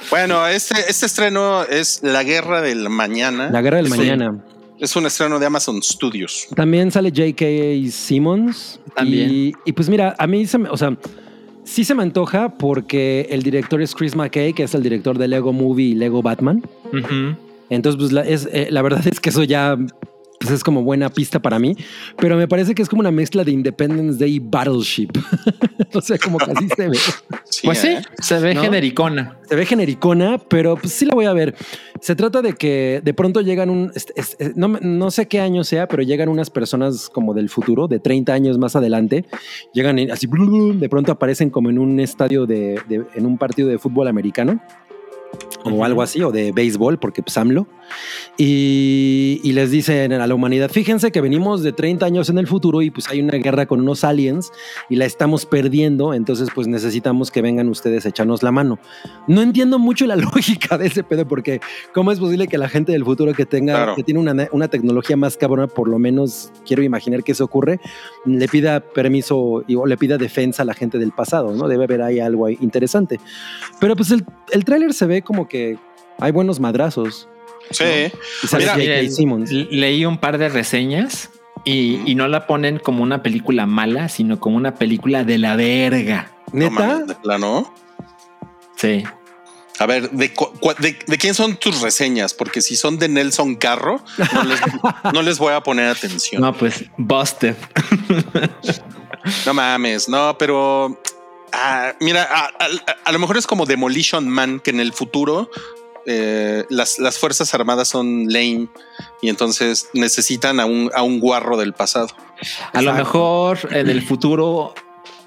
B: bueno, este, este estreno es La Guerra del Mañana.
C: La guerra del
B: Es un-
C: mañana.
B: Es un estreno de Amazon Studios.
C: También sale J.K. Simmons.
D: También.
C: Y, y pues mira, a mí se me, o sea, sí se me antoja porque el director es Chris McKay, que es el director de Lego Movie y Lego Batman.
D: Ujú.
C: Entonces, pues la, es, eh, la verdad es que eso ya pues, es como buena pista para mí, pero me parece que es como una mezcla de Independence Day y Battleship. o sea, como que así se ve.
D: Pues sí,
B: ¿eh?
D: se ve
C: ¿No?
D: genericona.
C: Se ve genericona, pero pues sí la voy a ver. Se trata de que de pronto llegan un. es- es- es- no, me- no sé qué año sea, pero llegan unas personas como del futuro, de 30 años más adelante. Llegan y así, blum, blum, de pronto aparecen como en un estadio de. de- en un partido de fútbol americano. O
D: Ujú.
C: algo así, o de béisbol, porque pues AMLO. Y, y les dicen a la humanidad, fíjense que venimos de 30 años en el futuro y pues hay una guerra con unos aliens y la estamos perdiendo, entonces pues necesitamos que vengan ustedes a echarnos la mano. No entiendo mucho la lógica de ese pedo, porque ¿cómo es posible que la gente del futuro que tenga,
B: Claro.
C: que tiene una, una tecnología más cabrona, por lo menos quiero imaginar que eso ocurre, le pida permiso y- o le pida defensa a la gente del pasado, ¿no? Debe haber ahí algo ahí interesante. Pero pues el, el tráiler se ve como que hay buenos madrazos.
B: Sí.
C: Y sale
B: Mira,
C: J.K.
D: miren,
C: Simmons.
D: Le- Leí un par de reseñas y, y no la ponen como una película mala, sino como una película de la verga.
B: No
C: ¿Neta?
B: mames, de plano.
D: Sí.
B: A ver, ¿de, cu- cu- de, de quién son tus reseñas? Porque si son de Nelson Carro, no les, no les voy a poner atención. No.
D: No, pues Busted.
B: mames, no, pero ah, mira, a, a- a lo mejor es como Demolition Man, que en el futuro eh, las, las Fuerzas Armadas son lame y entonces necesitan a un, a un guarro del pasado.
D: A lo mejor en el futuro,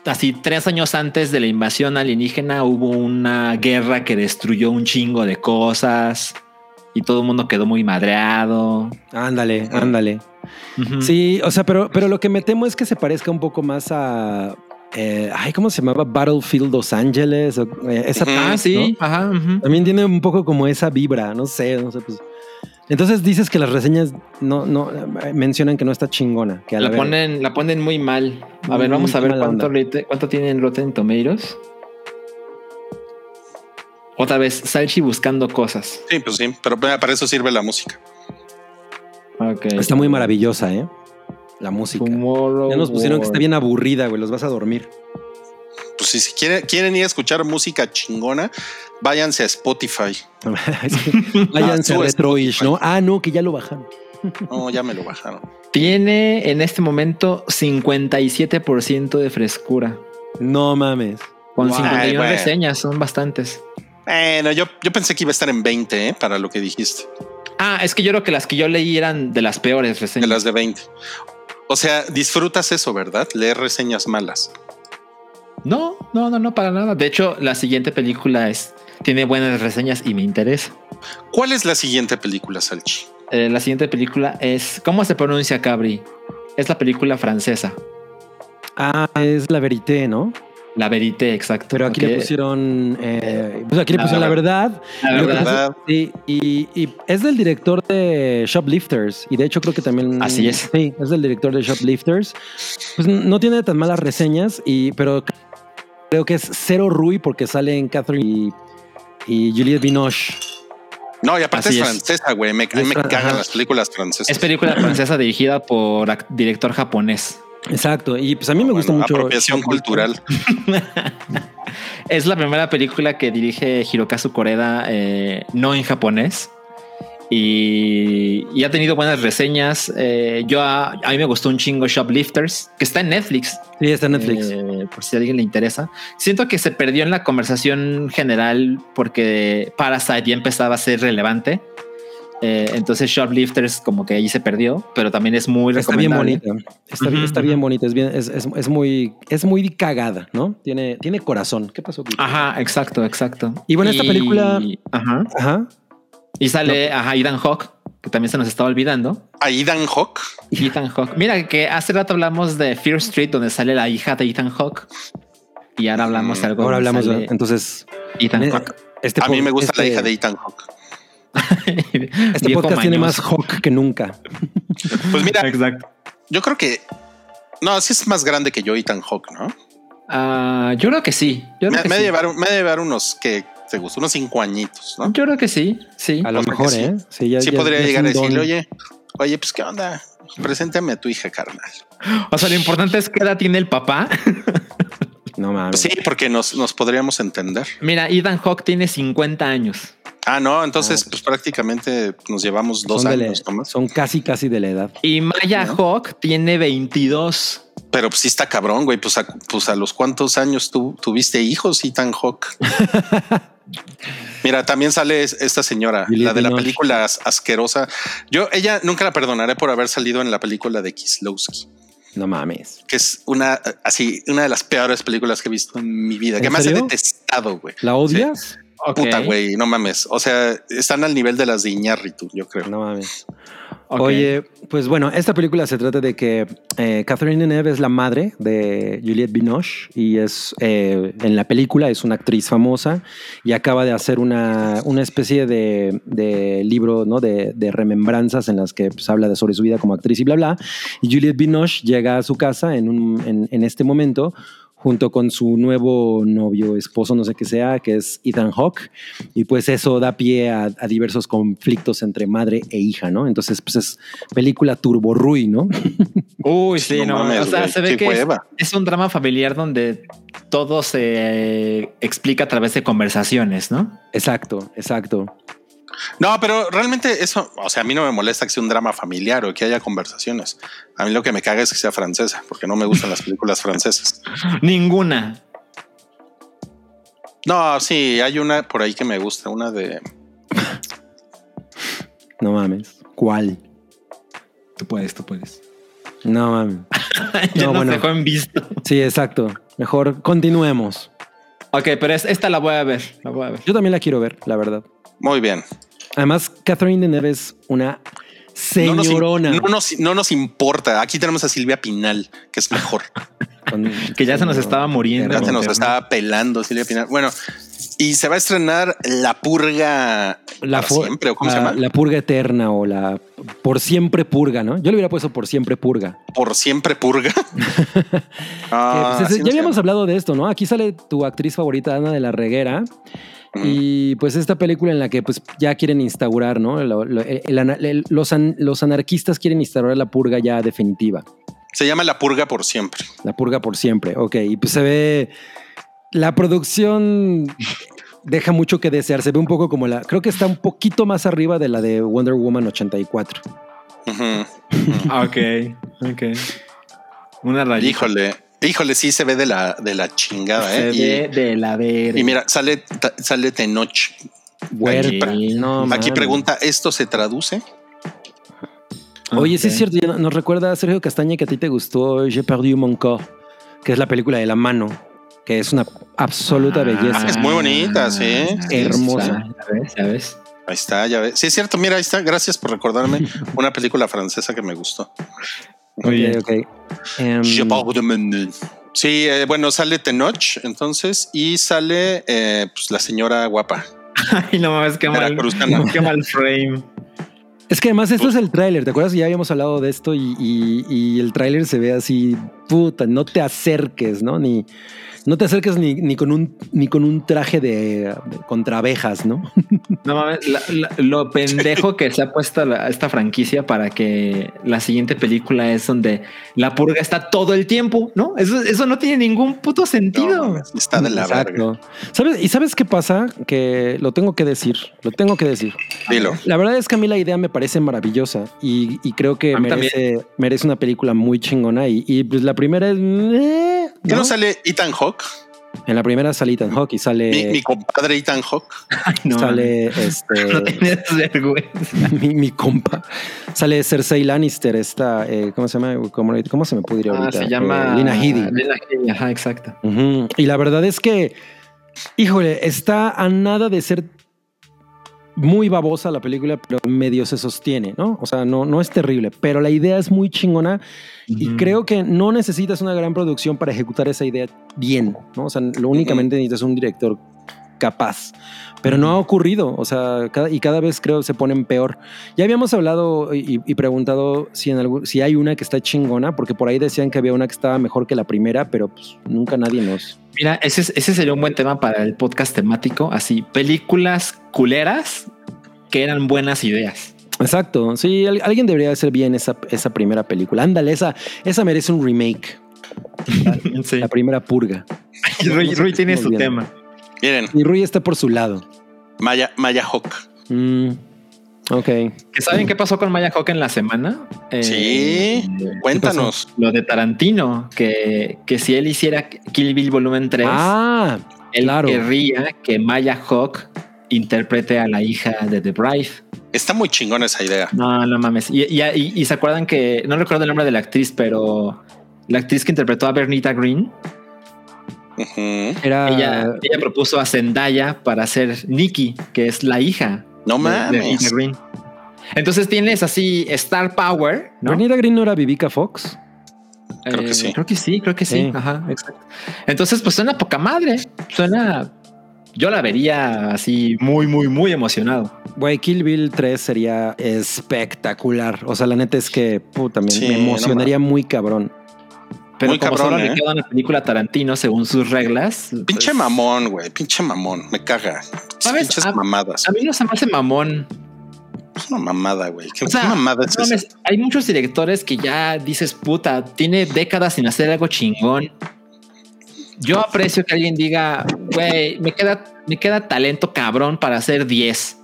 D: así tres años antes de la invasión alienígena, hubo una guerra que destruyó un chingo de cosas y todo el mundo quedó muy madreado.
C: Ándale,
B: Ujú.
C: ándale.
D: Ujú.
C: Sí, o sea, pero, pero lo que me temo es que se parezca un poco más a. eh, ay, ¿cómo se llamaba? Battlefield Los Ángeles. o, eh, esa
B: Ujú.
D: Ah, sí. Ajá. ujú.
C: También tiene un poco como esa vibra, no sé, no sé, pues. Entonces dices que las reseñas no, no eh, mencionan que no está chingona. Que a la,
D: La
C: verga.
D: ponen, la ponen muy mal. A ver,
C: Muy
D: vamos a ver
C: mala
D: cuánto,
C: onda.
D: rate- cuánto tienen Rotten Tomatoes. Otra vez, Salchi buscando cosas.
B: Sí, pues sí, pero para eso sirve la música.
D: Ok.
C: Está muy maravillosa, ¿eh? La música.
D: Tomorrow
C: Ya nos pusieron que
D: War.
C: está bien aburrida, güey. Los vas a dormir.
B: Pues sí, si quieren, quieren ir a escuchar música chingona, váyanse a Spotify.
C: Váyanse
B: Ah,
C: a
B: tú,
C: Retroish, ¿no? Ah, no, que ya lo bajaron.
B: No, ya me lo bajaron.
D: Tiene en este momento 57% de frescura.
C: No mames.
D: Con
B: Wow.
D: 51
B: Ay, bueno.
D: reseñas, son bastantes.
B: Bueno, yo, yo pensé que iba a estar en 20, ¿eh? para lo que dijiste,
D: Ah, es que yo creo que las que yo leí eran de las peores
B: de
D: reseñas.
B: las de 20. O sea, disfrutas eso, ¿verdad? Leer reseñas malas.
D: No, no, no, no, para nada. De hecho, la siguiente película es tiene buenas reseñas y me interesa.
B: ¿Cuál es la siguiente película, Salchi?
D: Eh, la siguiente película es ¿Cómo se pronuncia Cabri? Es la película francesa,
C: Ah, es la verité, ¿no?
D: La Verité, exacto.
C: Pero aquí
D: Ok.
C: le pusieron. eh, pues aquí le
D: La
C: pusieron la verdad.
D: La
C: Lo que
D: verdad,
B: verdad.
C: pasa- sí, y, y es del director de Shoplifters. Y de hecho, creo que también.
D: Así es.
C: Sí, es del director de Shoplifters. Pues no tiene tan malas reseñas, y, pero creo que es cero Rui porque salen Catherine y, y Juliette Binoche.
B: No, y aparte
D: Así
B: es
D: es.
B: francesa, güey. Me, a mí me
C: Ajá.
B: cagan las películas francesas.
D: es película francesa dirigida por ac- director japonés.
C: Exacto. Y pues a mí me gusta
B: Bueno,
C: mucho.
B: Apropiación
C: Shoplifters.
B: cultural.
D: Es la primera película que dirige Hirokazu Koreda eh, no en japonés. Y, y ha tenido buenas reseñas. Eh, yo a, a mí me gustó un chingo Shoplifters, que está en Netflix.
C: Sí, está en Netflix.
D: eh, por si a alguien le interesa. Siento que se perdió en la conversación general porque Parasite ya empezaba a ser relevante. Eh, entonces Shoplifters como que ahí se perdió, pero también es muy
C: Está bien
D: recomendable.
C: bonita. Está, bien-
D: Ujú,
C: está bien bonita. Es, bien, es, es- es muy, es muy cagada, ¿no? Tiene, tiene corazón. ¿Qué pasó? Kiko?
D: Ajá, exacto, exacto.
C: Y bueno, esta película-
D: Ajá.
C: Ajá.
D: Y sale, ajá, Ethan Hawk, que también se nos estaba olvidando.
B: Ahí Dan Hawk.
D: Ethan Hawk. Mira que hace rato hablamos de Fear Street, donde sale la hija de Ethan Hawk. Y ahora hablamos de algo.
C: Ahora
D: donde
C: hablamos de.
D: sale
C: Entonces.
D: Ethan
C: eh,
D: Hawk.
C: este
B: A mí
C: pod-
B: me gusta la
C: este-
B: hija de Ethan Hawk.
C: Este
D: Viejo
C: podcast tiene más
D: mañoso.
C: Hawk que nunca.
B: Pues mira,
D: Exacto.
B: yo creo que. No, sí es más grande que yo, Ethan Hawk, ¿no?
D: Ah, yo creo que sí. Yo creo
B: Me,
D: que
B: me ha
D: sí.
B: de llevar, me ha de llevar unos que te gustó, unos cinco añitos, ¿no?
D: Yo creo que sí, sí.
C: A lo
B: O sea que
C: mejor,
B: sí.
C: ¿eh? Sí, ya-
B: sí
C: ya-
B: podría
C: ya es
B: llegar a
C: un don.
B: decirle, oye, oye, pues qué onda, preséntame a tu hija, carnal.
D: O sea, lo importante es qué edad tiene el papá.
C: No mames.
B: Pues sí, porque nos, nos podríamos entender.
D: Mira, Ethan Hawk tiene 50 años.
B: Ah, no, entonces
C: Ah,
B: pues prácticamente nos llevamos dos
C: son, de la-
B: años nomás.
C: son casi, casi de la edad.
D: Y Maya
B: ¿No?
D: Hawk tiene 22.
B: Pero pues sí está cabrón, güey. Pues a, pues a los cuántos años tú tuviste hijos, Ethan Hawk. Mira, también sale es- esta señora,
C: Juliette
B: la de la
C: Binoche.
B: película as- asquerosa. Yo, ella nunca la perdonaré por haber salido en la película de Kislowski,
C: No mames.
B: que es una eh, así, una de las peores películas que he visto en mi vida,
C: ¿En
B: que más he
C: serio?
B: detestado, güey.
C: ¿La odias?
D: Ok,
B: Puta, güey, no mames. O sea, están al nivel de las de Iñárritu, yo creo.
C: No mames.
D: ok.
C: Oye, pues bueno, esta película se trata de que eh, Catherine Deneuve es la madre de Juliette Binoche y es eh, en la película es una actriz famosa y acaba de hacer una, una especie de, de libro ¿no? de, de remembranzas en las que pues, habla de, sobre su vida como actriz y bla, bla. Y Juliette Binoche llega a su casa en, un, en, en este momento junto con su nuevo novio, esposo, no sé qué sea, que es Ethan Hawke, y pues eso da pie a, a diversos conflictos entre madre e hija, ¿no? Entonces, pues es película turbo Rui, ¿no?
D: Uy, sí, no,
B: mames,
D: O sea,
B: güey,
D: se ve
B: qué
D: que es,
B: hueva.
D: es un drama familiar donde todo se explica a través de conversaciones, ¿no?
C: Exacto, exacto.
B: No, pero realmente eso, o sea, a mí no me molesta que sea un drama familiar o que haya conversaciones. A mí lo que me caga es que sea francesa, porque no me gustan las películas francesas.
D: Ninguna.
B: No, sí, hay una por ahí que me gusta, una de...
C: No mames. ¿Cuál?
D: Tú puedes, tú puedes.
C: No mames.
D: ya
C: No,
D: nos
C: bueno.
D: dejó en visto.
C: Sí, exacto. Mejor continuemos.
D: Ok, pero es- esta la voy a ver. La voy a ver.
C: Yo también la quiero ver, la verdad.
B: Muy bien.
C: Además, Catherine Deneuve es una
B: No nos im-
C: señorona.
B: No nos, no nos importa. Aquí tenemos a Silvia Pinal, que es mejor.
C: Con-
D: Que ya se nos
C: señorona.
D: estaba muriendo.
B: Ya se nos
D: Pero-
B: estaba pelando Silvia Pinal. Bueno, Y se va a estrenar La Purga
C: La,
B: para
C: fu-
B: siempre, ¿o cómo
C: la-
D: ah,
B: se llama?
C: la purga eterna o la por siempre purga, ¿no? Yo le hubiera puesto por siempre purga.
B: Por siempre Purga.
C: Que, pues,
B: Ah,
C: es-
B: así
C: ya
B: nos
C: habíamos
B: llama.
C: hablado de esto, ¿no? Aquí sale tu actriz favorita, Ana de la Reguera. Y pues esta película en la que pues ya quieren instaurar, ¿no? Lo- lo- el- el ana- el- los, an- los anarquistas quieren instaurar la purga ya definitiva,
B: Se llama La Purga por siempre.
C: la purga por siempre, ok. Y pues se ve, la producción deja mucho que desear, se ve un poco como la, creo que está un poquito más arriba de la de Wonder Woman 84.
B: Ujú.
D: Ok, ok. Una rayita.
B: Híjole, híjole, sí se ve de la, de la chingada,
D: Se
B: ¿eh? Y-
D: ve de la verga.
B: Y mira, sale, ta- sale Tenoch.
C: Güey,
B: pre-
C: no
B: Aquí
C: mames.
B: pregunta, ¿esto se traduce? Ah,
C: Oye, sí
D: Ok.
C: es cierto, ya no- nos recuerda Sergio Castaña que a ti te gustó J'ai perdu mon corps, que es la película de la mano, que es una absoluta
D: Ah,
C: belleza.
B: Es muy bonita, sí.
D: ahí
C: Hermosa.
D: está, ya ves, ya ves.
B: Ahí está, ya ves. Sí, es cierto, mira, ahí está. Gracias por recordarme una película francesa que me gustó.
D: Muy bien.
C: Ok, ok. Em,
B: Je parle de Mendel. Sí, eh, bueno, sale Tenoch, entonces, y sale eh, pues, la señora guapa.
D: Ay, no mames, qué mal.
B: Veracruzana.
D: Qué mal frame.
C: es que además esto es el tráiler, ¿te acuerdas? Ya habíamos hablado de esto y, y- y el tráiler se ve así, puta, no te acerques, ¿no? Ni, no te acerques ni, ni con un ni con un traje de, de contra abejas, ¿no?
D: No mames, la- la- lo pendejo que se ha puesto la- esta franquicia para que la siguiente película es donde la purga está todo el tiempo, ¿no? Eso, eso no tiene ningún puto
B: No,
D: sentido.
B: mames, está Ah, de la verga.
C: Exacto. ¿Sabes? ¿Y sabes qué pasa? Que lo tengo que decir, lo tengo que decir.
B: Dilo.
C: La verdad es que a mí la idea me parece maravillosa y, y creo que
D: A mí
C: merece, merece una película muy chingona. Y, y, pues la primera es. eh,
B: ¿Qué no
C: ¿no?
B: sale Ethan Hawk?
C: En la primera sale Ethan Hawke y sale.
D: Eh,
B: Mi, mi compadre Ethan Hawk.
D: Ay, no,
C: sale este.
D: mames, no tienes vergüenza.
C: mi, mi compa. Sale Cersei Lannister, esta. eh, ¿Cómo se llama? ¿Cómo, cómo se me puede ir
D: Ah,
C: ahorita?
D: se llama
C: Eh, Lina Headey.
D: Lina Headey, ajá, exacto.
C: Ujú. Y la verdad es que, híjole, está a nada de ser muy babosa la película, pero medio se sostiene, ¿no? O sea, no, no es terrible, pero la idea es muy chingona y
D: Ujú.
C: creo que no necesitas una gran producción para ejecutar esa idea bien, ¿no? O sea, lo únicamente necesitas un director capaz, pero no ha ocurrido, o sea, cada- y cada vez creo se ponen peor. Ya habíamos hablado y, y preguntado si, en algún- si hay una que está chingona, porque por ahí decían que había una que estaba mejor que la primera, pero pues nunca nadie nos...
D: Mira, ese, es- ese sería un buen tema para el podcast temático, así, películas culeras que eran buenas ideas.
C: Exacto, sí, al- alguien debería hacer bien esa, esa primera película. Ándale, esa, esa merece un remake,
D: Sí.
C: la primera purga.
D: Rui, Rui tiene su tema.
B: Miren,
C: Y Rui está por su lado.
B: Maya, Maya Hawk.
C: Mm, ok.
D: ¿Que ¿Saben qué pasó con Maya Hawk en la semana? Eh,
B: Sí. Cuéntanos.
D: Lo de Tarantino, que, que si él hiciera Kill Bill volumen 3,
C: Ah,
D: él
C: claro.
D: querría que Maya Hawk interprete a la hija de The Bride.
B: Está muy chingona esa idea.
D: No, no mames. Y, y- y- y se acuerdan que, no recuerdo el nombre de la actriz, pero la actriz que interpretó a Bernita Green,
B: Ujú.
C: era...
D: ella, ella propuso a Zendaya para ser Nikki, que es la hija
B: No
D: de- de Bernita
B: mames.
D: Green. Entonces tienes así Star Power, ¿no?
C: Bernita Green no era Vivica Fox.
B: Creo que
D: Eh,
B: sí.
D: Creo que sí, creo que sí.
C: Sí.
D: Ajá, exacto. Entonces, pues suena poca madre. Suena. Yo la vería así muy, muy, muy emocionado.
C: Güey, Kill Bill 3 sería espectacular. O sea, la neta es que puta, me,
B: Sí,
C: me emocionaría muy cabrón.
D: Pero
B: Muy
D: como
B: cabrón,
D: solo
B: ¿eh?
D: le queda una película Tarantino según sus reglas.
B: Pinche
D: pues,
B: mamón, güey. Pinche mamón. Me caga.
D: ¿Sabes? Ah,
B: Pinches
D: A-
B: mamadas.
D: A mí no se me hace mamón.
B: Es una mamada, güey. ¿Qué,
D: O sea,
B: qué mamada es
D: no
B: esa?
D: mames, hay muchos directores que ya dices, puta, tiene décadas sin hacer algo chingón. Yo aprecio que alguien diga, güey, me queda, me queda talento cabrón para hacer 10,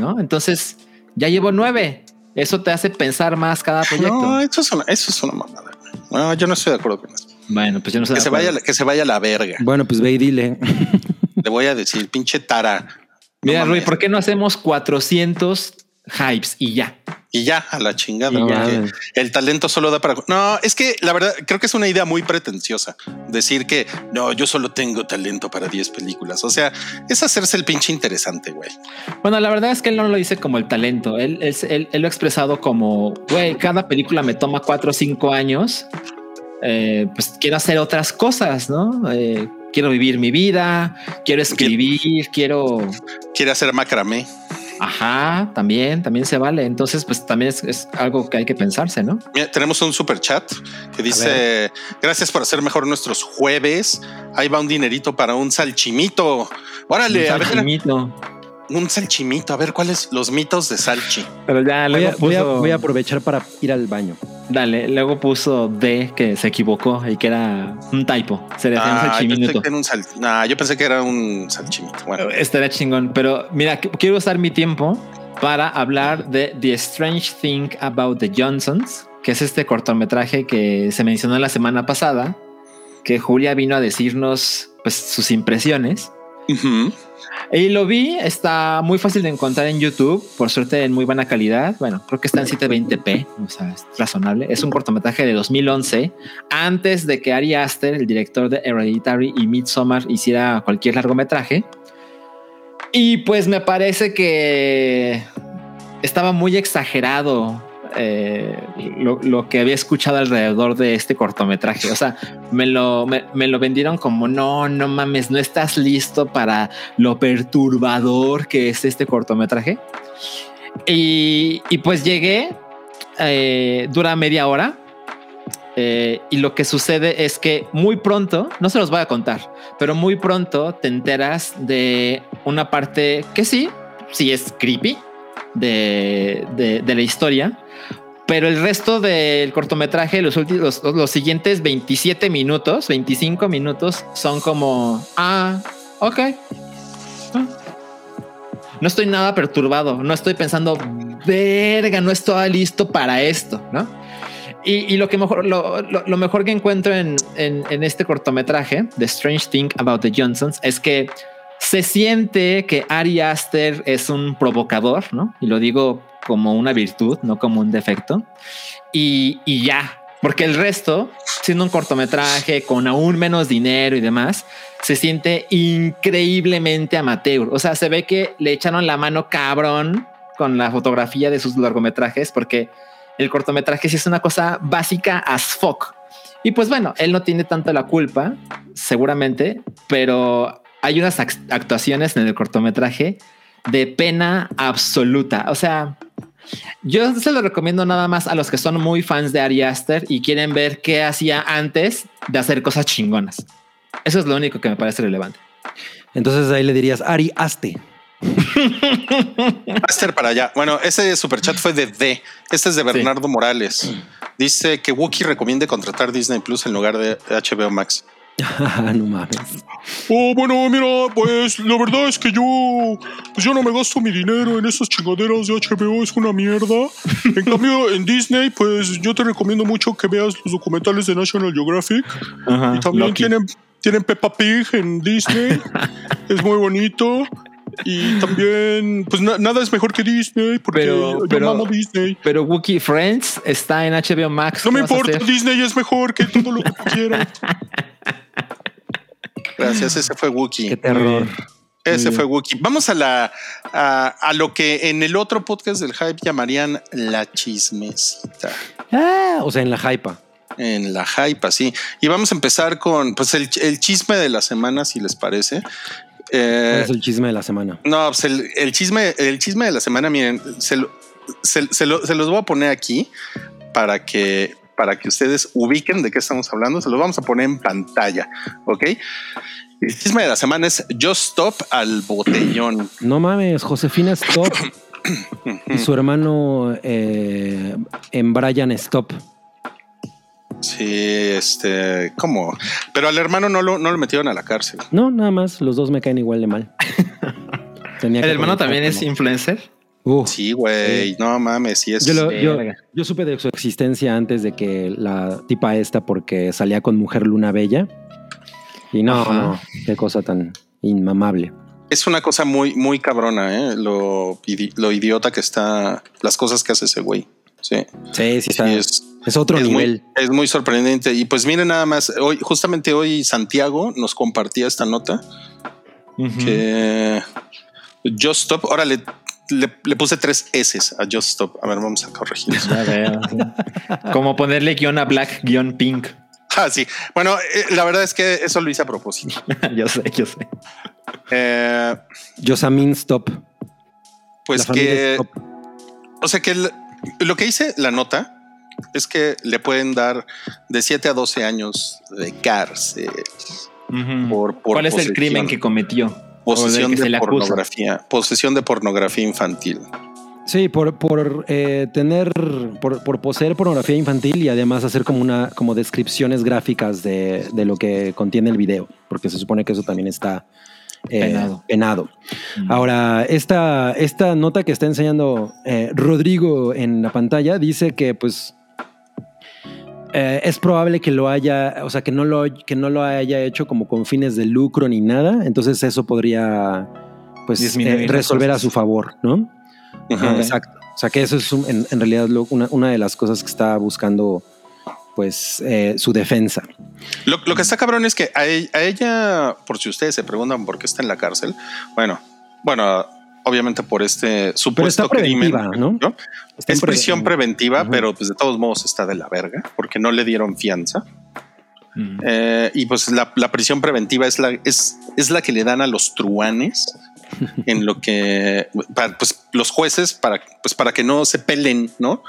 D: ¿no? Entonces, ya llevo 9. Eso te hace pensar más cada proyecto.
B: No, eso es una, eso es una mamada. güey. No, yo no estoy de acuerdo con eso.
D: bueno, pues yo no sé.
B: Que se, vaya, a la- que se vaya a la verga.
C: Bueno, pues ve y dile.
B: Le voy a decir, pinche tara. No
D: Mira, Rui,
B: mames.
D: ¿por qué no hacemos 400 hypes y ya?
B: Y ya, a la chingada.
C: No
B: porque
C: mames.
B: el talento solo da para. No, es que la verdad, creo que es una idea muy pretenciosa. Decir que no, yo solo tengo talento para 10 películas. O sea, es hacerse el pinche interesante, güey.
D: Bueno, la verdad es que él no lo dice como el talento. Él, es- él- él lo ha expresado como, güey, cada película me toma cuatro o cinco años. eh, pues quiero hacer otras cosas, ¿no? Eh, quiero vivir mi vida, quiero escribir, quiero
B: Quiere hacer macramé.
D: Ajá, también, también se vale. Entonces, pues también es, es algo que hay que pensarse, ¿no?
B: Mira, tenemos un super chat que dice: Gracias por hacer mejor nuestros jueves. Ahí va un dinerito para un salchimito. Órale, a
D: Un
B: ver,
D: salchimito.
B: un salchimito. A ver, ¿cuáles los mitos de salchi?
D: Pero ya
C: Voy
D: luego
C: a, voy a-
D: puso-
C: voy a aprovechar para ir al baño.
D: Dale, luego puso D que se equivocó y que era un typo. Sería un
B: Ah, yo, pensé
D: salchiminuto.
B: que era un sal- nah, yo pensé que era un salchimito. Bueno,
D: Estaría chingón. Pero mira, qu- quiero usar mi tiempo para hablar de The Strange Thing About the Johnsons, que es este cortometraje que se mencionó la semana pasada, que Julia vino a decirnos pues, sus impresiones.
B: Ujú.
D: Y lo vi, está muy fácil de encontrar en YouTube, por suerte en muy buena calidad. Bueno, creo que está en 720p, o sea, es razonable. Es un cortometraje de 2011, antes de que Ari Aster, el director de Hereditary y Midsommar, hiciera cualquier largometraje. Y pues me parece que estaba muy exagerado eh, lo, lo que había escuchado alrededor de este cortometraje. O sea, me lo, me- me lo vendieron como no, no mames, no estás listo para lo perturbador que es este cortometraje. Y, y pues llegué, eh, dura media hora. eh, y lo que sucede es que muy pronto, no se los voy a contar, pero muy pronto te enteras de una parte que sí, sí es creepy de, de- de la historia, pero el resto del cortometraje, los, últimos, los, los siguientes 27 minutos, 25 minutos, son como, ah, ok. Ah. No estoy nada perturbado, no estoy pensando, verga, no estoy listo para esto, ¿no? Y, y lo que mejor, lo, lo- lo mejor que encuentro en, en- en este cortometraje, The Strange Thing About the Johnsons, es que se siente que Ari Aster es un provocador, ¿no? Y lo digo como una virtud, no como un defecto. Y, y ya, porque el resto, siendo un cortometraje con aún menos dinero y demás, se siente increíblemente amateur. O sea, se ve que le echaron la mano cabrón con la fotografía de sus largometrajes, porque el cortometraje sí es una cosa básica as fuck. Y pues bueno, él no tiene tanto la culpa, seguramente, pero hay unas ac- actuaciones en el cortometraje de pena absoluta. O sea, yo se lo recomiendo nada más a los que son muy fans de Ari Aster y quieren ver qué hacía antes de hacer cosas chingonas. Eso es lo único que me parece relevante.
C: Entonces ahí le dirías, Ari, hazte.
B: Aster para allá. Bueno, ese superchat fue de D. Este es de Bernardo Morales. Dice que Wookie recomiende contratar Disney Plus en lugar de HBO Max.
C: Ah, no mames.
B: Oh, bueno, mira, pues la verdad es que yo, pues yo no me gasto mi dinero en esas chingaderas de HBO, es una mierda. En cambio, en Disney, pues yo te recomiendo mucho que veas los documentales de National Geographic. y también tienen, tienen Peppa Pig en Disney, es muy bonito. Y también, pues na- nada es mejor que Disney, porque
D: Pero-
B: yo
D: pero-
B: amo Disney.
D: Pero Wookiee Friends está en HBO Max.
B: No me
D: ¿Qué vas a
B: importa,
D: hacer?
B: Disney es mejor que todo lo que tú quieras. Gracias, ese fue Wookiee.
C: Qué terror.
B: Ese fue Wookiee. Vamos a la a, a lo que en el otro podcast del hype llamarían la chismecita.
C: Ah, o sea, en la hypa.
B: En la hype, así. Y vamos a empezar con pues el, el chisme de la semana, si les parece.
C: ¿Cuál
B: Eh,
C: es el chisme de la semana.
B: no, pues el, el chisme, el chisme de la semana, miren, se, lo- se- se lo- se los voy a poner aquí para que para que ustedes ubiquen de qué estamos hablando. Se los vamos a poner en pantalla, ¿ok? El chisme de la semana es Just Stop al botellón.
C: No mames, Josefina Stop y su hermano eh, en Brian Stop.
B: Sí, este, ¿cómo? Pero al hermano no lo, no lo metieron a la cárcel.
C: No, nada más, los dos me caen igual de mal. Tenía
D: El
C: que
D: hermano
C: aprovechar
D: también
C: que
D: es
C: no.
D: influencer.
C: Uf,
B: Sí, güey, no mames, sí es.
C: yo, lo- yo-
D: Verga.
C: yo supe de su existencia antes de que la tipa esta, porque salía con mujer Luna Bella. Y no,
D: Ajá.
C: no, qué cosa tan inmamable.
B: Es una cosa muy, muy cabrona, ¿eh? Lo, idi- lo idiota que está, las cosas que hace ese güey. Sí,
C: Sí, sí,
B: sí
C: está. es,
B: es,
C: otro
B: es
C: nivel.
B: muy, es muy sorprendente. Y pues miren nada más, hoy, justamente hoy Santiago nos compartía esta nota que Just Stop, ahora le, le, le puse tres S a Just Stop. A ver, vamos a corregir.
D: Ya veo, sí. Como ponerle guión a black, guión pink.
B: Ah, sí. Bueno, eh, la verdad es que eso lo hice a propósito.
D: yo sé, yo sé.
B: Eh,
C: Yosamin Stop.
B: pues
C: La familia
B: que,
C: Stop.
B: o sea que el- lo que hice la nota es que le pueden dar de 7 a 12 años de cárcel por, por
D: ¿Cuál es el
B: posesión-
D: crimen que cometió?
B: posesión
D: o del que se
B: de
D: le acusa?
B: pornografía, posesión de pornografía infantil.
C: Sí, por, por eh, tener, por, por poseer pornografía infantil y además hacer como una, como descripciones gráficas de, de lo que contiene el video, porque se supone que eso también está eh,
D: Penado.
C: penado. Ahora, esta, esta nota que está enseñando eh, Rodrigo en la pantalla dice que pues eh, es probable que lo haya, o sea, que no lo, que no lo haya hecho como con fines de lucro ni nada, entonces eso podría pues eh,
D: Disminuir las
C: resolver a
D: cosas.
C: su favor, ¿no? Eh,
B: Ujú.
D: Ok.
C: Exacto. O sea, que eso es un- en, en realidad lo- una, una de las cosas que está buscando pues eh, su defensa.
B: Lo, lo que está cabrón es que a e- a ella, por si ustedes se preguntan por qué está en la cárcel, bueno, bueno, obviamente por este
C: Pero está
B: supuesto crimen.
C: preventiva, ¿no?
B: ¿no?
C: Está
B: Es
C: en pre-
B: prisión preventiva,
C: Ujú.
B: pero pues de todos modos está de la verga, porque no le dieron fianza. Eh, y pues la, la prisión preventiva es la, es, es la que le dan a los truanes en lo que para, pues, los jueces para, pues, para que no se pelen, ¿no?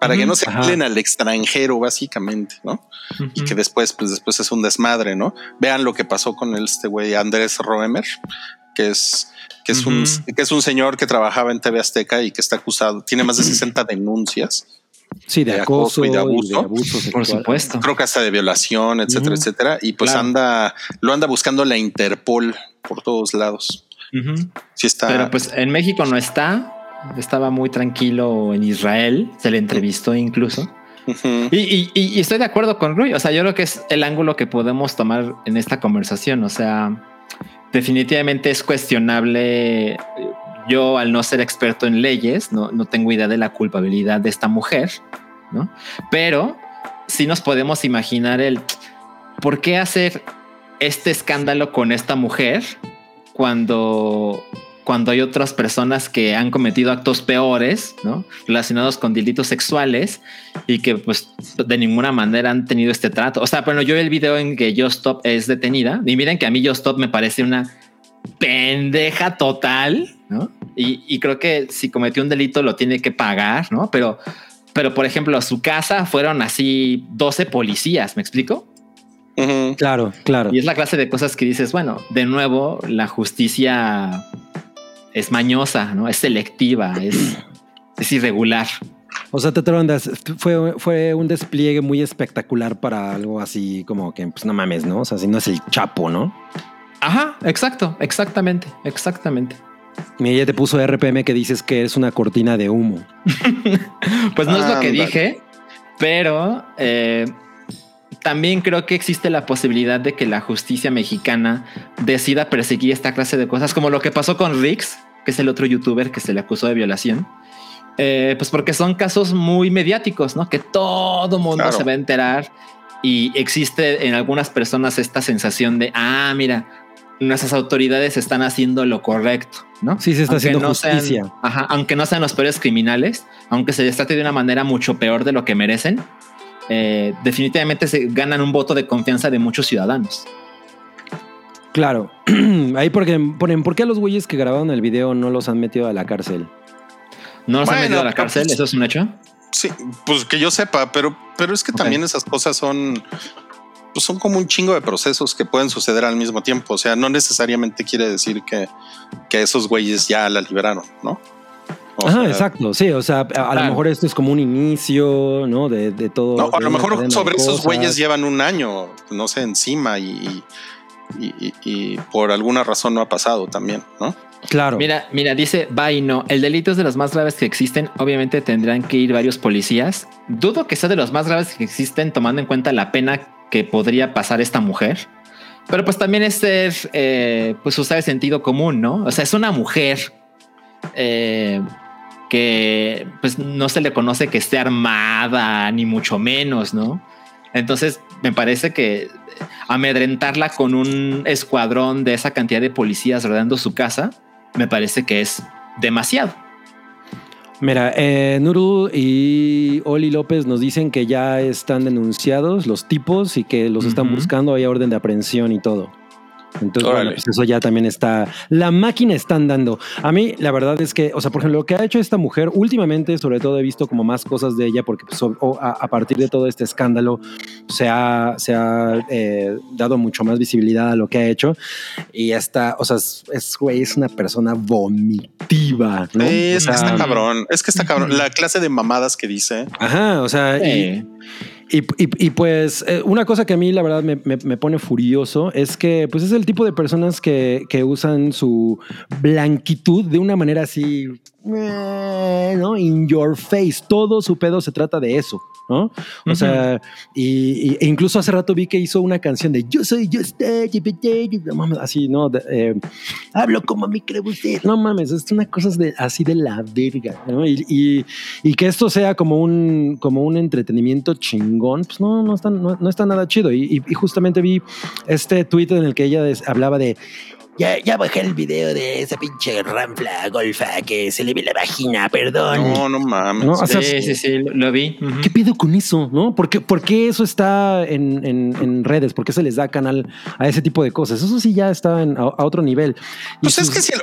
B: Para que
D: Ujú,
B: no se
C: ajá.
B: pelen al extranjero, básicamente, ¿no? y que después, pues después es un desmadre, ¿no? Vean lo que pasó con este güey Andrés Roemer, que es que es
D: Ujú.
B: un que es un señor que trabajaba en TV Azteca y que está acusado, tiene más de 60 denuncias,
C: Sí, de,
B: de
C: acoso,
B: acoso y de
C: y de
B: abuso.
C: abuso sexual.
D: Por supuesto.
B: creo que hasta de violación, etcétera,
C: Ujú.
B: etcétera, y pues
D: Claro.
B: anda lo anda buscando la Interpol por todos lados.
D: Ujú.
B: Sí está
D: Pero pues en México no está. Estaba muy tranquilo en Israel. Se le entrevistó incluso.
B: Ujú.
D: Y, y- y- y estoy de acuerdo con Rui. O sea, yo creo que es el ángulo que podemos tomar en esta conversación. O sea, definitivamente es cuestionable. eh, Yo, al no ser experto en leyes, no, no tengo idea de la culpabilidad de esta mujer, ¿no? Pero sí nos podemos imaginar el por qué hacer este escándalo con esta mujer cuando cuando hay otras personas que han cometido actos peores, ¿no? Relacionados con delitos sexuales y que pues de ninguna manera han tenido este trato. O sea, bueno, yo vi el video en que Yo Stop es detenida y miren que a mí Yo Stop me parece una pendeja total, ¿no? Y, y creo que si cometió un delito lo tiene que pagar, ¿no? Pero, pero por ejemplo, a su casa fueron así 12 policías, ¿me explico?
B: Ujú.
C: Claro, claro.
D: Y es la clase de cosas que dices, bueno, de nuevo, la justicia es mañosa, ¿no? Es selectiva, es, es irregular.
C: O sea, Tetraondas fue, fue un despliegue muy espectacular para algo así como que, pues no mames, ¿no? O sea, si no es el chapo, ¿no?
D: Ajá, exacto, exactamente, exactamente.
C: Mira, ya te puso RPM que dices que es una cortina de humo.
D: Pues no es lo que
B: Ándale.
D: dije, pero eh, también creo que existe la posibilidad de que la justicia mexicana decida perseguir esta clase de cosas, como lo que pasó con Rix, que es el otro youtuber que se le acusó de violación. Eh, pues porque son casos muy mediáticos, ¿no? Que todo mundo
B: Claro.
D: se va a enterar y existe en algunas personas esta sensación de, ah, mira, nuestras autoridades están haciendo lo correcto, ¿no?
C: Sí, se está haciendo
D: sean-
C: justicia.
D: ajá, aunque no sean los peores criminales, aunque se les trate de una manera mucho peor de lo que merecen, eh, definitivamente se ganan un voto de confianza de muchos ciudadanos.
C: Claro. Ahí porque ponen, ¿por qué a los güeyes que grabaron el video no los han metido a la cárcel?
D: No los han
B: Bueno,
D: metido a la
B: pero
D: cárcel,
B: pues-
D: eso es un hecho.
B: Sí, pues que yo sepa, pero pero es que
D: Ok.
B: también esas cosas son pues son como un chingo de procesos que pueden suceder al mismo tiempo, o sea, no necesariamente quiere decir que que esos güeyes ya la liberaron, ¿no? O
C: Ajá,
B: sea, Ah.
C: exacto. Sí, o sea, a, a lo
D: Claro.
C: mejor esto es como un inicio, ¿no? De, de todo.
B: No,
C: de
B: a lo
C: una cadena
B: mejor
C: de
B: sobre esos
C: cosas.
B: güeyes llevan un año, no sé, encima y, y- y- y por alguna razón no ha pasado también, ¿no?
C: Claro.
D: Mira, mira, dice Vaino, el delito es de los más graves que existen, obviamente tendrán que ir varios policías. Dudo que sea de los más graves que existen tomando en cuenta la pena que podría pasar esta mujer. Pero pues también es ser, eh, pues usar el sentido común, ¿no? O sea, es una mujer eh, que pues no se le conoce que esté armada, ni mucho menos, ¿no? Entonces me parece que amedrentarla con un escuadrón de esa cantidad de policías rodeando su casa, me parece que es demasiado.
C: Mira, eh, Nurul y Oli López nos dicen que ya están denunciados los tipos y que los están
D: Ujú.
C: buscando, hay orden de aprehensión y todo. Entonces, bueno,
B: Órale.
C: pues eso ya también está. La máquina está andando. A mí, la verdad es que, o sea, por ejemplo, lo que ha hecho esta mujer últimamente, sobre todo he visto como más cosas de ella, porque pues, o- o a, a partir de todo este escándalo se ha, se ha eh, dado mucho más visibilidad a lo que ha hecho. Y está, o sea, es, es, güey, es una persona vomitiva. ¿no?
B: Es
C: O
B: que
C: sea,
B: está cabrón. Es que está cabrón. La clase de mamadas que dice.
C: Ajá, o sea, y-
D: Sí.
C: y, y- y, pues eh, una cosa que a mí la verdad me, me- me pone furioso es que pues es el tipo de personas que, que usan su blanquitud de una manera así, eh, ¿no? In your face, todo su pedo se trata de eso, ¿no? O sea, y, y- e incluso hace rato vi que hizo una canción de Yo soy yo, estoy, yo, yo, yo", no mames, así, ¿no? De- eh, Hablo como microbusero. No mames, es una cosa de, así de la verga, ¿no? Y, y- y que esto sea como un, como un entretenimiento chingón, pues no, no, está, no, no está nada chido. Y, y- y justamente vi este tweet en el que ella des- hablaba de
F: Ya, ya bajé el video de esa pinche ranfla golfa que se le ve la vagina, perdón.
B: No, no mames.
C: No, o sea,
D: sí, sí, sí, lo, lo vi. Ujú.
C: ¿Qué pido con eso? ¿No? ¿Por qué, por qué eso está en, en- en redes? ¿Por qué se les da canal a ese tipo de cosas? Eso sí ya está en- a, a otro nivel. Y
B: Pues es
C: sus-
B: que si el-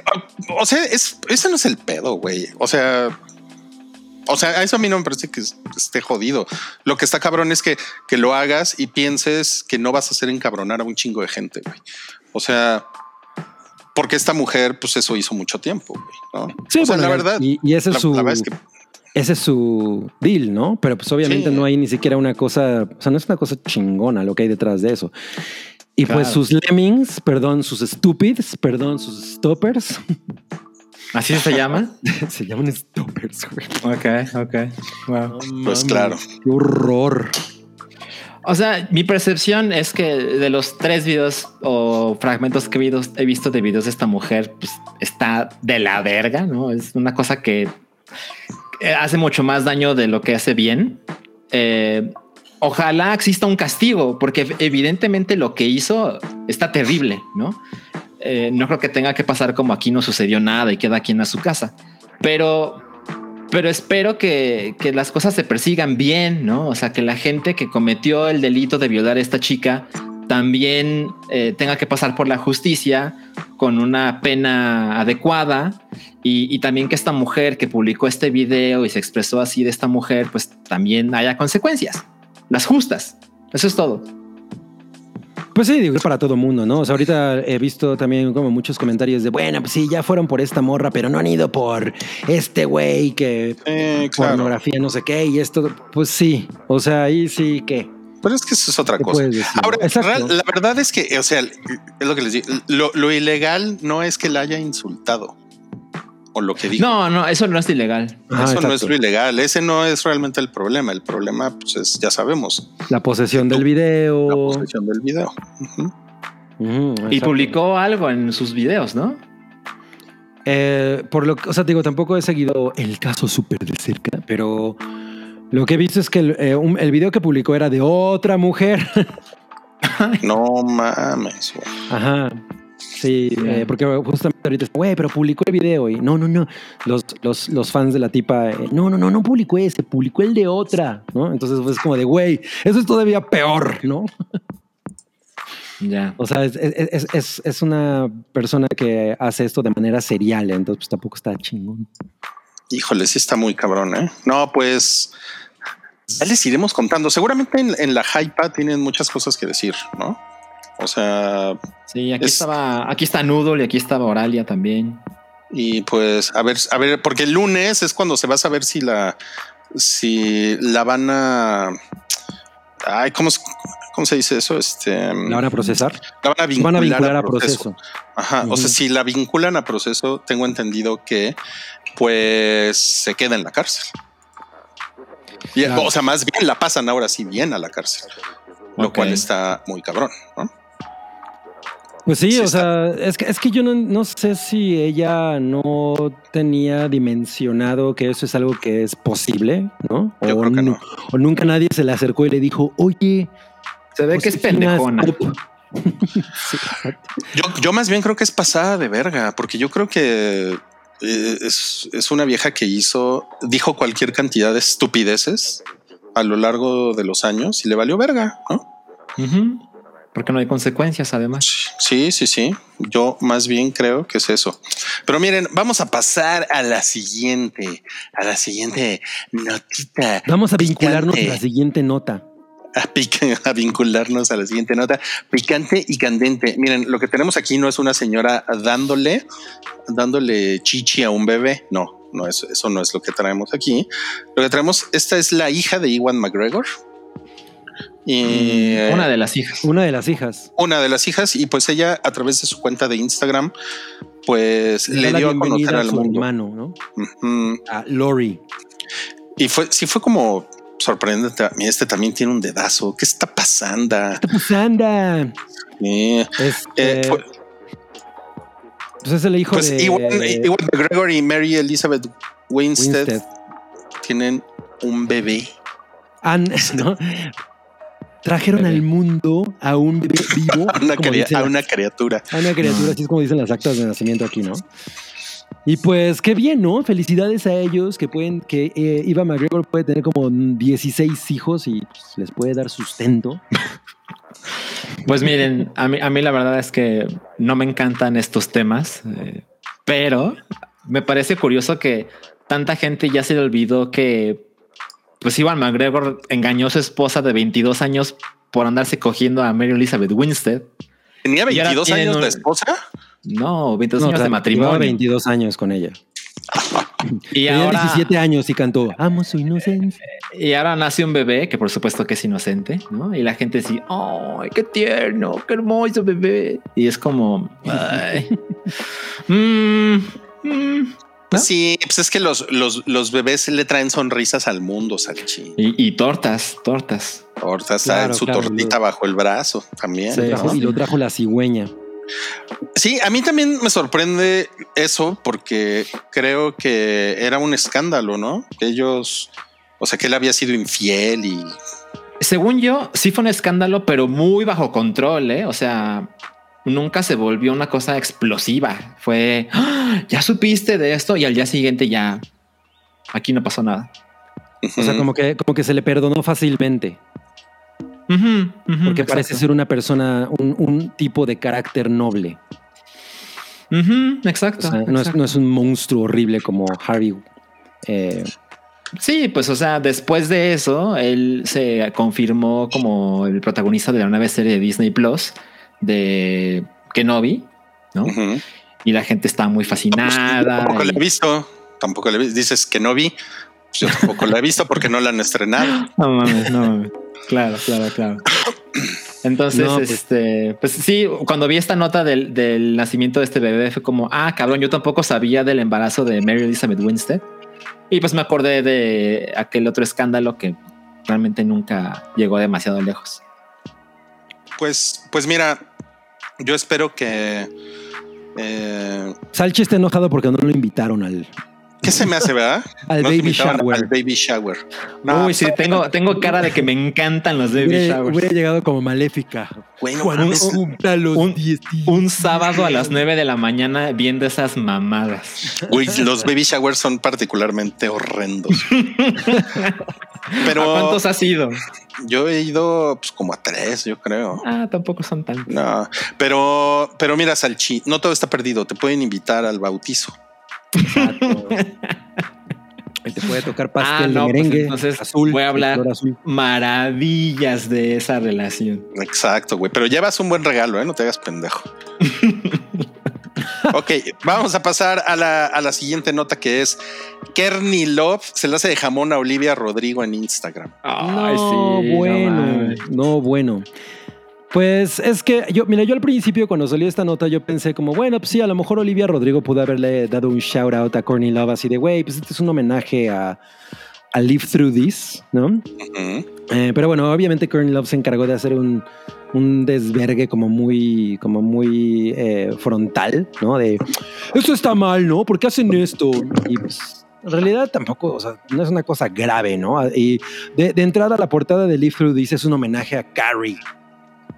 B: o sea, es, ese no es el pedo, güey. O sea, o sea, a eso a mí no me parece que es- esté jodido. Lo que está cabrón es que, que lo hagas y pienses que no vas a hacer encabronar a un chingo de gente, güey. O sea, porque esta mujer, pues eso hizo mucho tiempo, güey, ¿no?
C: Sí,
B: o sea,
C: bueno,
B: la verdad,
C: Y, y ese
B: la,
C: es su.
B: la verdad es que
C: ese es su deal, ¿no? Pero pues obviamente
B: Sí.
C: no hay ni siquiera una cosa, o sea, no es una cosa chingona lo que hay detrás de eso. Y pues
D: Claro.
C: sus lemmings, perdón, sus stupids, perdón, sus stoppers,
D: ¿Así se llama?
C: se llaman stoppers, güey.
D: ok, ok. Wow.
B: Pues, claro.
C: Qué horror.
D: O sea, mi percepción es que de los tres videos o fragmentos que he visto, he visto de videos de esta mujer, pues está de la verga, ¿no? Es una cosa que eh, hace mucho más daño de lo que hace bien. Eh, ojalá exista un castigo, porque evidentemente lo que hizo está terrible, ¿no? Eh, no creo que tenga que pasar como aquí no sucedió nada y queda quien a su casa. Pero pero espero que, que las cosas se persigan bien, ¿no? O sea, que la gente que cometió el delito de violar a esta chica también eh, tenga que pasar por la justicia con una pena adecuada y, y también que esta mujer que publicó este video y se expresó así de esta mujer, pues también haya consecuencias, las justas. Eso es todo.
C: Pues sí, digo, es para todo mundo, ¿no? O sea, ahorita he visto también como muchos comentarios de, bueno, pues sí, ya fueron por esta morra, pero no han ido por este güey que
B: Eh, claro.
C: pornografía, no sé qué, y esto, pues sí, o sea, ahí sí que...
B: Pero es que eso es otra
C: ¿Qué
B: cosa.
C: puedes decir?
B: Ahora,
C: Pues, Exacto.
B: real- la verdad es que, o sea, es lo que les digo, lo, lo ilegal no es que la haya insultado o lo que dijo.
D: No, no, eso no es ilegal.
C: Ajá,
B: eso no es
C: exacto.
B: lo ilegal, ese no es realmente el problema. El problema, pues es, ya sabemos,
C: La posesión del video.
B: la posesión del video. Ujú.
C: Ujú,
D: Y
C: exacto.
D: publicó algo en sus videos, ¿no?
C: Eh, por lo que, o sea, te digo, tampoco he seguido el caso súper de cerca, pero lo que he visto es que el, eh, un- el video que publicó era de otra mujer.
B: No mames. güey.
C: Ajá. Sí,
D: Sí.
C: eh, porque justamente ahorita, güey, pero publicó el video y no, no, no. Los, los, los fans de la tipa, eh, no, no, no, no publicó ese, publicó el de otra, ¿no? Entonces, pues, es como de, güey, eso es todavía peor, ¿no?
D: Ya.
C: O sea, es, es- es- es- es una persona que hace esto de manera serial, entonces pues tampoco está chingón.
B: Híjole, sí está muy cabrón, ¿eh? No, pues ya les iremos contando. Seguramente en, en la hypa tienen muchas cosas que decir, ¿no? O sea,
D: Sí, aquí
B: Es-
D: estaba, aquí está Noodle y aquí estaba Oralia también.
B: Y pues a ver, a ver, porque el lunes es cuando se va a saber si la si la van a ay, ¿cómo, se- cómo se dice eso? Este
C: ¿La van a procesar?
B: la van a vincular,
C: Van a vincular a proceso.
B: Ajá. O
C: Ujú.
B: sea, si la vinculan a proceso, tengo entendido que pues se queda en la cárcel. Y,
C: Claro.
B: O sea, más bien la pasan ahora sí bien a la cárcel, lo
D: Ok.
B: cual está muy cabrón, ¿no?
C: Pues sí,
B: Sí
C: o sea, es que, es que yo no, no sé si ella no tenía dimensionado que eso es algo que es posible, ¿no?
B: Yo
C: o
B: creo que
C: nu-
B: no.
C: O nunca nadie se le acercó y le dijo, oye, pues,
D: Se ve que es
C: Josefina
D: pendejona.
C: Stop". Sí, exacto.
B: Yo, yo más bien creo que es pasada de verga, porque yo creo que eh, es, es una vieja que hizo, dijo cualquier cantidad de estupideces a lo largo de los años y le valió verga, ¿no?
D: Ujú. Porque no hay consecuencias, además.
B: Sí, sí, sí. Yo más bien creo que es eso. Pero miren, vamos a pasar a la siguiente, a la siguiente notita.
C: Vamos a vincularnos a
B: Picante.
C: la siguiente nota.
B: a, pic- a vincularnos a la siguiente nota. Picante y candente. Miren, lo que tenemos aquí no es una señora dándole, dándole chichi a un bebé. No, no, eso, eso no es lo que traemos aquí. Lo que traemos, esta es la hija de Iwan McGregor. Y,
D: Mm, Una de las hijas.
C: Una de las hijas.
B: una de las hijas y pues ella a través de su cuenta de Instagram pues
C: da
B: le
C: la
B: dio a
C: bienvenida
B: conocer al
C: su
B: mundo.
C: hermano, ¿no?
B: Ujú.
C: A Lori.
B: Y fue sí fue como sorprendente. Mira, este también tiene un dedazo. ¿Qué está pasando?
C: Pues anda.
B: Eh,
C: Este,
B: eh, fue-
C: pues es el hijo
B: pues
C: de
B: Ewan, Ewan McGregor y Mary Elizabeth Winstead,
C: Winstead.
B: tienen un bebé.
C: An- Ah, ¿no? Trajeron al mundo a un bebé vivo.
B: A una,
C: Ah, como
B: cria-
C: dice
B: a
C: la-
B: una criatura.
C: a una criatura, así es como dicen las actas de nacimiento aquí, ¿no? Y pues qué bien, ¿no? Felicidades a ellos que pueden, que eh, Ivan McGregor puede tener como 16 hijos y pues, les puede dar sustento.
D: Pues miren, a mí, a mí la verdad es que no me encantan estos temas, eh, pero me parece curioso que tanta gente ya se le olvidó que pues Ivan McGregor engañó a su esposa de 22 años por andarse cogiendo a Mary Elizabeth Winstead.
B: Tenía
D: Y ahora
B: 22
D: tienen
B: años
D: un-
B: la esposa.
D: No, 22
C: No, o
D: años
C: sea,
D: de
C: llevaba
D: matrimonio.
C: 22 años con ella.
D: Y
C: Tenía
D: ahora,
C: 17 años y cantó Amo su inocencia.
D: y ahora nace un bebé que por supuesto que es inocente, ¿no? Y la gente sí, ¡ay, qué tierno, qué hermoso bebé! Y es como, ay, mm, mm. ¿No?
B: Sí, pues es que los, los, los bebés le traen sonrisas al mundo, Salchi.
D: Y, y tortas, tortas.
B: Ahorita está
C: Claro,
B: en su
C: claro,
B: tortita bajo el brazo también.
D: Sí,
B: ¿no?
C: Trajo-
D: sí.
C: y lo trajo la cigüeña.
B: Sí, a mí también me sorprende eso porque creo que era un escándalo, ¿no? Que ellos, o sea, que él había sido infiel y
D: Según yo, sí fue un escándalo, pero muy bajo control, ¿eh? O sea, nunca se volvió una cosa explosiva. Fue, "Ah, ya supiste de esto y al día siguiente ya, aquí no pasó nada.
C: O sea,
B: Ujú.
C: como que, como que se le perdonó fácilmente.
D: Ujú, ujú,
C: Porque parece
D: Mm, exacto.
C: ser una persona, un, un tipo de carácter noble.
D: Ujú,
C: O
D: exacto.
C: sea, no, es,
D: exacto.
C: no es un monstruo horrible como Harry. eh,
D: Sí, pues o sea, después de eso, él se confirmó como el protagonista de la nueva serie de Disney Plus de Kenobi, ¿no?
B: Ujú. pues,
D: Y la gente está muy fascinada.
B: Tampoco
D: y-
B: la he visto, tampoco la he visto. Dices que no vi, pues yo tampoco la he visto porque no la han estrenado.
D: No mames, no mames. Claro, claro, claro. Entonces,
C: No, pues-
D: este, pues sí, cuando vi esta nota del, del nacimiento de este bebé fue como, ah, cabrón, yo tampoco sabía del embarazo de Mary Elizabeth Winstead. Y pues me acordé de aquel otro escándalo que realmente nunca llegó demasiado lejos.
B: Pues, pues mira, yo espero que. eh,
C: Salchi está enojado porque no lo invitaron al,
B: ¿Qué se me hace, verdad?
C: al
B: No te
C: baby
B: invitaban
C: shower.
B: Al baby shower.
D: No,
B: No,
D: Uy, sí, tengo, tengo cara de que me encantan los baby
C: Hubiera,
D: showers.
C: hubiera llegado como maléfica.
B: güey, no
C: Cuando
B: mames.
C: cumpla los
D: un-
C: 10
D: Un sábado a las 9 de la mañana viendo esas mamadas.
B: Güey, los baby showers son particularmente horrendos.
D: ¿A
B: Pero
D: cuántos has ido?
B: yo he ido pues, como a tres, yo creo.
D: Ah, tampoco son tantos.
B: No, pero, pero mira, Salchi, no todo está perdido. Te pueden invitar al bautizo.
C: Exacto. Y Te puede tocar pastel
D: no,
C: de
D: pues
C: merengue,
D: entonces
C: azul,
D: voy a hablar.
C: flor azul.
D: maravillas de esa relación.
B: Exacto, güey. Pero llevas un buen regalo, ¿eh? No te hagas pendejo. ok, vamos a pasar a la, a la siguiente nota que es Kerny Love se la hace de jamón a Olivia Rodrigo en Instagram.
D: Ay,
C: No,
D: sí,
C: bueno,
D: mames.
C: no, bueno. Pues es que yo, mira, yo al principio cuando salió esta nota, yo pensé como, bueno, pues sí, a lo mejor Olivia Rodrigo pudo haberle dado un shout out a Courtney Love así de, güey, pues este es un homenaje a, a Live Through This, ¿no?
B: Ujú.
C: Eh, pero bueno, obviamente Courtney Love se encargó de hacer un, un desvergue como muy, como muy eh, frontal, ¿no? De esto está mal, ¿no? ¿Por qué hacen esto? Y pues, en realidad tampoco, o sea, no es una cosa grave, ¿no? Ah, Y de, de entrada la portada de Leaf Through dice es un homenaje a Carrie,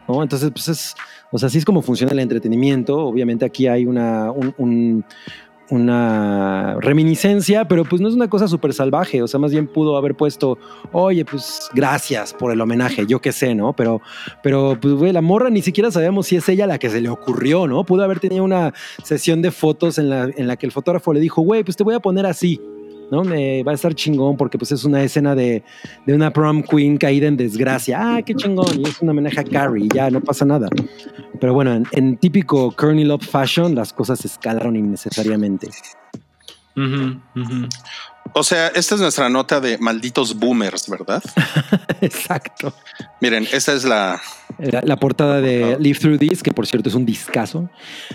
C: ¿no? Entonces, pues es, o sea, así es como funciona el entretenimiento. Obviamente aquí hay una, un, un- una reminiscencia, pero pues no es una cosa súper salvaje, o sea, más bien pudo haber puesto, oye, pues gracias por el homenaje, yo qué sé, ¿no? Pero, pero pues, güey, la morra ni siquiera sabemos si es ella la que se le ocurrió, ¿no? Pudo haber tenido una sesión de fotos en la, en la que el fotógrafo le dijo, güey, pues te voy a poner así, ¿no? Me va a estar chingón porque pues es una escena de, de una prom queen caída en desgracia. Ah, qué chingón. Y es un homenaje a Carrie. Ya no pasa nada. Pero bueno, en, en típico Kearney Love fashion, las cosas escalaron innecesariamente.
D: Ujú, ujú.
B: O sea, esta es nuestra nota de malditos boomers, ¿verdad?
C: Exacto.
B: Miren, esta es la.
C: La, la portada de Live Through This, que por cierto es un discazo.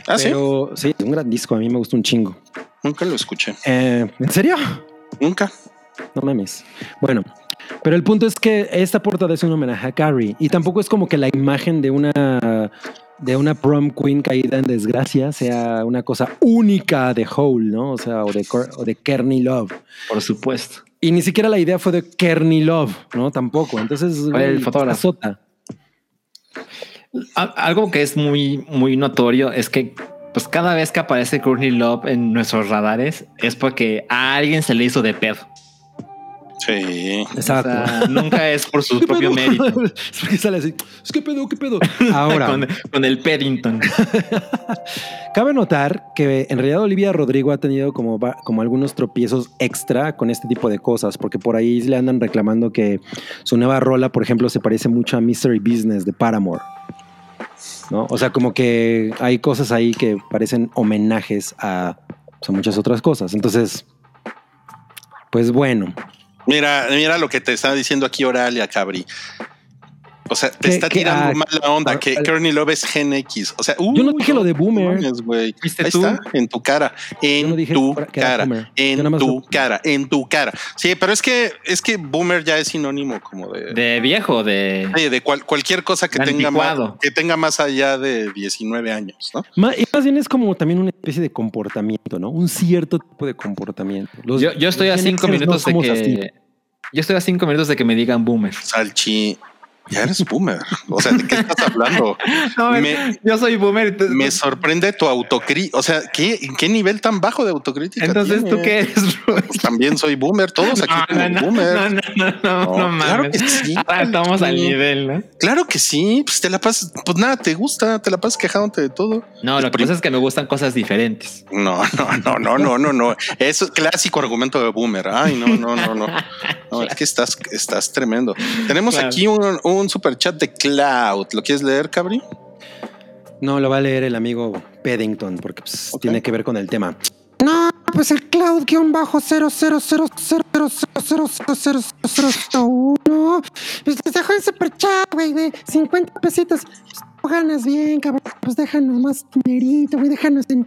B: Ah, sí.
C: pero sí, es un gran disco. A mí me gusta un chingo.
B: Nunca lo escuché.
C: Eh, ¿En serio?
B: Nunca.
C: No mames. Bueno, pero el punto es que esta portada es un homenaje a Carrie y tampoco es como que la imagen de una de una prom queen caída en desgracia sea una cosa única de Hole, ¿no? O sea, o de, Cor- o de Kearney Love.
D: Por supuesto.
C: Y ni siquiera la idea fue de Kearney Love, ¿no? Tampoco. Entonces, güey,
D: el fotógrafo.
C: sota.
D: A- algo que es muy, muy notorio es que pues cada vez que aparece Courtney Love en nuestros radares es porque a alguien se le hizo de pedo.
B: Sí.
D: O
C: Exacto.
D: sea, nunca es por su
C: ¿Qué
D: propio
C: pedo?
D: mérito.
C: Es que sale así. Es que pedo, qué pedo. Ahora.
D: con, con el Peddington.
C: Cabe notar que en realidad Olivia Rodrigo ha tenido como, va- como algunos tropiezos extra con este tipo de cosas, porque por ahí le andan reclamando que su nueva rola, por ejemplo, se parece mucho a Mystery Business de Paramore. ¿no? O sea, como que hay cosas ahí que parecen homenajes a o sea, muchas otras cosas. Entonces, pues bueno,
B: Mira, mira lo que te está diciendo aquí Oralia Cabri. O sea, te
C: ¿Qué-
B: está
C: qué-
B: tirando
C: ah,
B: mala onda
C: ah,
B: que
C: ah,
B: Kearney Love es Gen X. O sea,
C: yo no
B: uy,
C: dije lo de
B: no
C: Boomer.
B: mames, güey.
D: ¿Viste
B: Ahí
D: tú?
B: está, en tu cara, en
C: no dije
B: tu
C: que era
B: cara,
C: Boomer. Yo nada
B: en
C: más
B: tu
C: lo-
B: cara, en tu cara. Sí, pero es que es que boomer ya es sinónimo como de
D: De viejo, de...
B: Sí, de cual- cualquier cosa que
D: De
B: tenga, más,
D: anticuado.
B: que tenga más allá de 19 años, ¿no?
C: Ma- y más bien es como también una especie de comportamiento, ¿no? Un cierto tipo de comportamiento. Los-
D: Yo, yo estoy a
C: los
D: cinco
C: Gen Xers no
D: minutos de
C: somos
D: que...
C: así.
D: Yo estoy a cinco minutos de que me digan boomer.
B: Salchi, ya eres boomer. O sea, ¿de qué estás hablando? Me-
D: yo soy boomer. entonces-
B: Me sorprende tu autocrítica. O sea, ¿qué, en ¿qué nivel tan bajo de autocrítica?
D: Entonces, ¿tú
B: tienes?
D: qué eres, Rubén?
B: Pues también soy boomer. Todos aquí
D: No, no,
B: somos
D: no,
B: boomer.
D: no, no, no, no,
B: No,
D: no
B: claro
D: mames.
B: que sí.
D: Ahora estamos al nivel, ¿no?
B: Claro que sí. Pues te la pasas, pues nada, te gusta, te la pasas quejándote de todo.
D: No, lo que
B: Prim-
D: pasa es que me gustan cosas diferentes.
B: No, no, no, no, no, no, no. Eso es clásico argumento de boomer. Ay, no, no, no, no. No, es que estás, estás tremendo. Tenemos
D: Claro.
B: aquí un, un super chat de Cloud. ¿Lo quieres leer, Cabri?
C: No, lo va a leer el amigo Peddington porque pues,
B: Ok.
C: tiene que ver con el tema.
E: No, pues el cloud-00000000001. Pues les dejo en superchat, güey, de 50 pesitos. Pues tú ganas bien, cabrón. Pues déjanos más dinerito, güey. Déjanos en,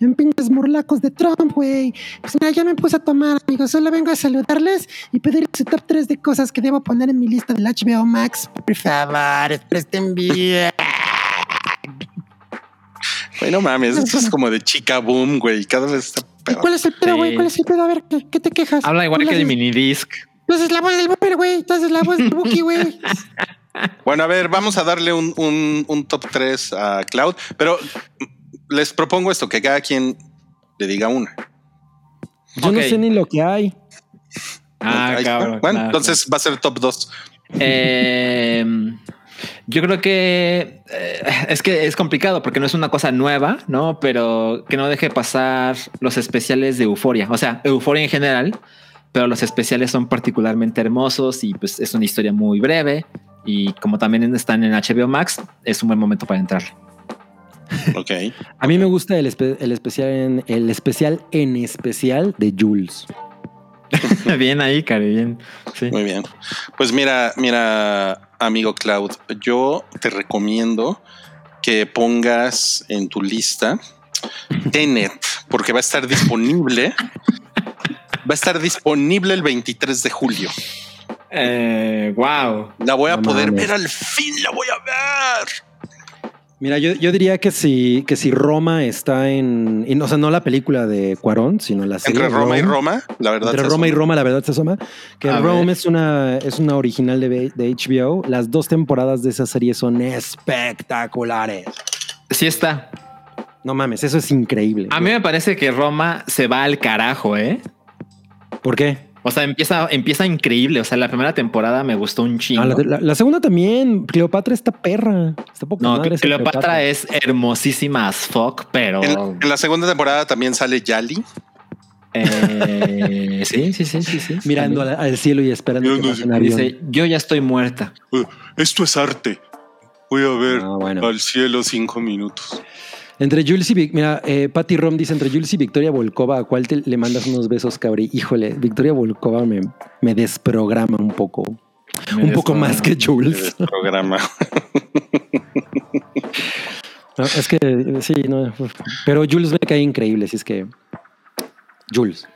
E: en pinches morlacos de Trump, güey. Pues mira, ya me puse a tomar, amigos. Solo vengo a saludarles y pedirles su top 3 de cosas que debo poner en mi lista del HBO Max. Por favor, presten bien.
B: Güey, no mames, esto es como de chica boom, güey. Cada vez está
E: ¿Y
B: peor.
E: cuál es el pedo, güey?
D: Sí.
E: ¿Cuál es el pedo? A ver, ¿qué, qué te quejas?
D: Habla igual
E: Tú
D: que
E: las
D: de
E: has-
D: minidisc.
E: Entonces la voz del boomer, güey. Entonces la voz del Buki, güey.
B: Bueno, a ver, vamos a darle un, un- un top 3 a Cloud, pero les propongo esto, que cada quien le diga una.
C: Yo no
D: Ok.
C: sé ni lo que hay.
D: Ah,
B: Ahí está.
D: cabrón.
B: Bueno,
D: claro.
B: entonces va a ser top 2.
D: Eh, yo creo que eh, es que es complicado porque no es una cosa nueva, ¿no? Pero que no deje pasar los especiales de Euforia. O sea, Euforia en general, pero los especiales son particularmente hermosos y pues es una historia muy breve. Y como también están en HBO Max, es un buen momento para entrar.
B: Ok.
C: A mí me gusta el, espe- el especial en el especial en especial de Jules.
D: bien ahí, Cari, bien. Sí.
B: Muy bien. Pues mira, mira, amigo Cloud, yo te recomiendo que pongas en tu lista Tenet, porque va a estar disponible. Va a estar disponible el 23 de julio.
D: Eh, wow.
B: La voy a
C: No
B: poder
C: mames.
B: ver al fin, la voy a ver.
C: Mira, yo, yo diría que si, que si Roma está en, y no, o sea, no la película de Cuarón, sino la serie
B: Entre Roma y
C: Rome.
B: Roma, la verdad.
C: Entre
B: se
C: Roma y
B: asoma.
C: Roma, la verdad se asoma. Que
D: A
C: Rome
D: ver.
C: es una, es una original de, de HBO. Las dos temporadas de esa serie son espectaculares.
D: Sí está.
C: No mames, eso es increíble.
D: A mí me parece que Roma se va al carajo, ¿eh?
C: ¿Por qué?
D: O sea, empieza, empieza increíble. O sea, la primera temporada me gustó un chingo.
C: Ah, la, la- la segunda también. Cleopatra está perra. Está poco
D: no,
C: madre esa
D: Cleopatra es hermosísima as fuck, pero.
B: En, en la segunda temporada también sale Yali.
D: eh, sí, sí, sí, sí, sí.
C: Mirando al, al cielo y esperando que
B: Mirando
C: pase un
D: También.
C: avión.
D: Dice, yo ya estoy muerta.
B: Uh, Esto es arte. Voy a ver
C: Ah, bueno.
B: al cielo cinco minutos.
C: Entre Jules y Vic- mira, eh, Patty Rom dice entre Jules y Victoria Volkova, ¿a cuál te- le mandas unos besos, cabri? Híjole, Victoria Volkova me, me desprograma un poco. un poco más que Jules.
B: Programa.
C: No, es que eh, sí, no. Pero Jules me cae increíble, así es que. Jules.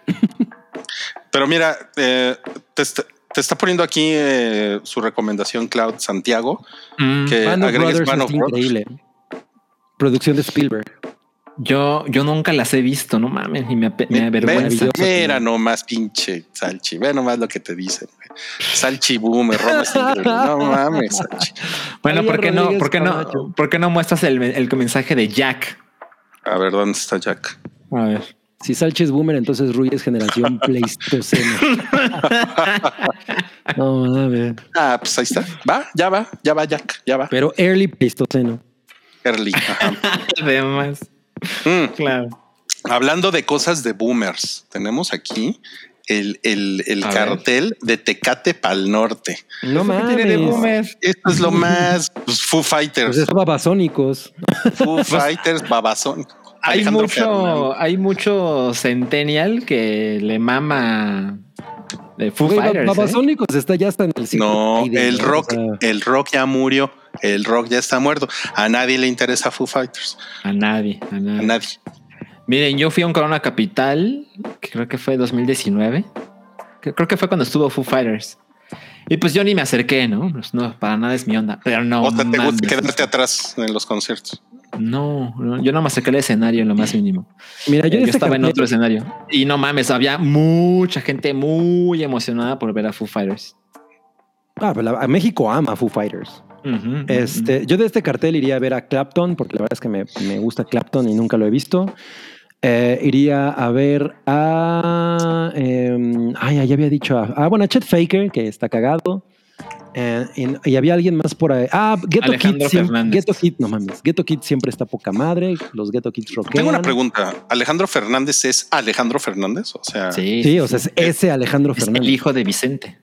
B: Pero mira, eh, te, est- te está poniendo aquí eh, su recomendación, Cloud Santiago,
D: Mm.
B: que
C: Band of
B: agregues
C: Brothers
B: Band
C: es
B: of Brothers.
C: increíble. Producción de Spielberg.
D: Yo, yo nunca las he visto, no mames, y me, ape- me
B: Ve-
D: avergüenza.
B: ve- Mira nomás, pinche Salchi. Ve nomás lo que te dicen. güey. Salchi boom, Roma es increíble. No mames, Salchi.
D: Bueno,
C: Oye,
D: ¿por qué no,
C: Rodríguez
D: por qué no,
C: Camacho.
D: por qué no muestras el, el mensaje de Jack?
B: A ver, ¿dónde está Jack?
D: A ver.
C: Si Salchi es boomer, entonces Rui es generación Pleistoceno. no mames.
B: Ah, pues ahí está. Va, ya va, ya va, Jack, ya va.
C: Pero early Pleistoceno.
B: Early. Ajá.
D: Además,
B: Mm.
D: claro.
B: Hablando de cosas de boomers, tenemos aquí el, el- el
D: A ver.
B: cartel de Tecate Pal Norte.
C: No
D: ¿Eso qué
C: mames.
D: tiene de boomer?
B: Esto es lo más pues, Foo
C: Pues
B: Fighters.
C: es babasónicos.
B: Foo Fighters, Babazón.
D: Pues Hay
B: Alejandro
D: mucho, hay mucho centennial que le mama de Foo
C: Güey,
D: Fighters. ¿eh?
C: babasónicos está ya hasta en el siglo
B: No,
C: Maiden,
B: el
C: ¿no?
B: rock,
C: O sea,
B: el rock ya murió, el rock ya está muerto. A nadie le interesa Foo Fighters,
D: A nadie, a nadie.
B: a nadie.
D: Miren, yo fui a un Corona Capital, que creo que fue 2019. que Creo que fue cuando estuvo Foo Fighters. Y pues yo ni me acerqué, ¿no? Pues no, para nada es mi onda. Pero no.
B: o sea, te gusta
D: mames.
B: quedarte atrás en los conciertos.
D: No, no, yo no me acerqué al escenario en lo más mínimo.
C: mira,
D: Eh, Yo,
C: yo, en este
D: estaba en
C: cartel-
D: otro escenario. Y no mames, había mucha gente muy emocionada por ver a Foo Fighters.
C: Ah, pero la- a México ama Foo Fighters.
D: Ujú,
C: Este, yo de este cartel iría a ver a Clapton, porque la verdad es que me, me gusta Clapton y nunca lo he visto. Eh, iría a ver a. em, ay, ya había dicho. A, ah, bueno, a Chet Faker, que está cagado. Eh, y, y había alguien más por ahí. Ah, Ghetto Kid.
D: Alejandro
C: siem-
D: Fernández.
C: Ghetto Kid, no mames. Ghetto Kid siempre está poca madre. Los Ghetto Kids rockean.
B: Tengo una pregunta. ¿Alejandro Fernández es Alejandro Fernández? O sea,
D: ujú. Sí,
C: Sí, o sea, es ese Alejandro
D: es el
C: Fernández.
D: hijo de Vicente.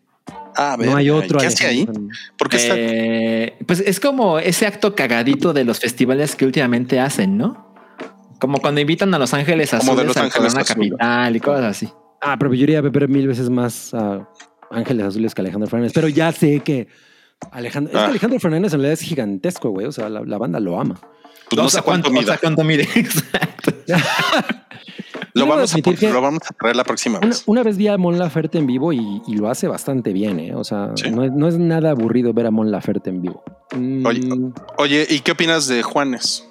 B: ah,
C: No hay otro.
B: ¿Qué hace
C: Alejandro
B: ahí?
C: Fernández.
B: ¿Por qué está?
D: Eh, pues es como ese acto cagadito de los festivales que últimamente hacen, ¿no? Como cuando invitan a Los Ángeles
B: Como de
D: Azules
B: Los
D: a
B: Ángeles
D: Corona
B: Azul. Pues
D: Capital y cosas así.
C: Ah, pero yo iría a beber mil veces más a Ángeles Azules que Alejandro Fernández. Pero ya sé que Alejandro, es
B: Ah.
C: que Alejandro Fernández en realidad es gigantesco, güey. O sea, la, la banda lo ama.
B: Pues no sé cuánto
D: o sea,
B: mida.
D: cuánto mide. Exacto.
B: Lo
C: Debo
B: vamos, a,
C: admitir
B: pon-
C: que-
B: lo vamos a traer la próxima
C: Una,
B: vez.
C: una vez vi a Mon Laferte en vivo y, y lo hace bastante bien, ¿eh? O sea,
B: Sí.
C: no, es, no es nada aburrido ver a Mon Laferte en vivo. Mm,
B: Oye, Oye, ¿y qué opinas de Juanes?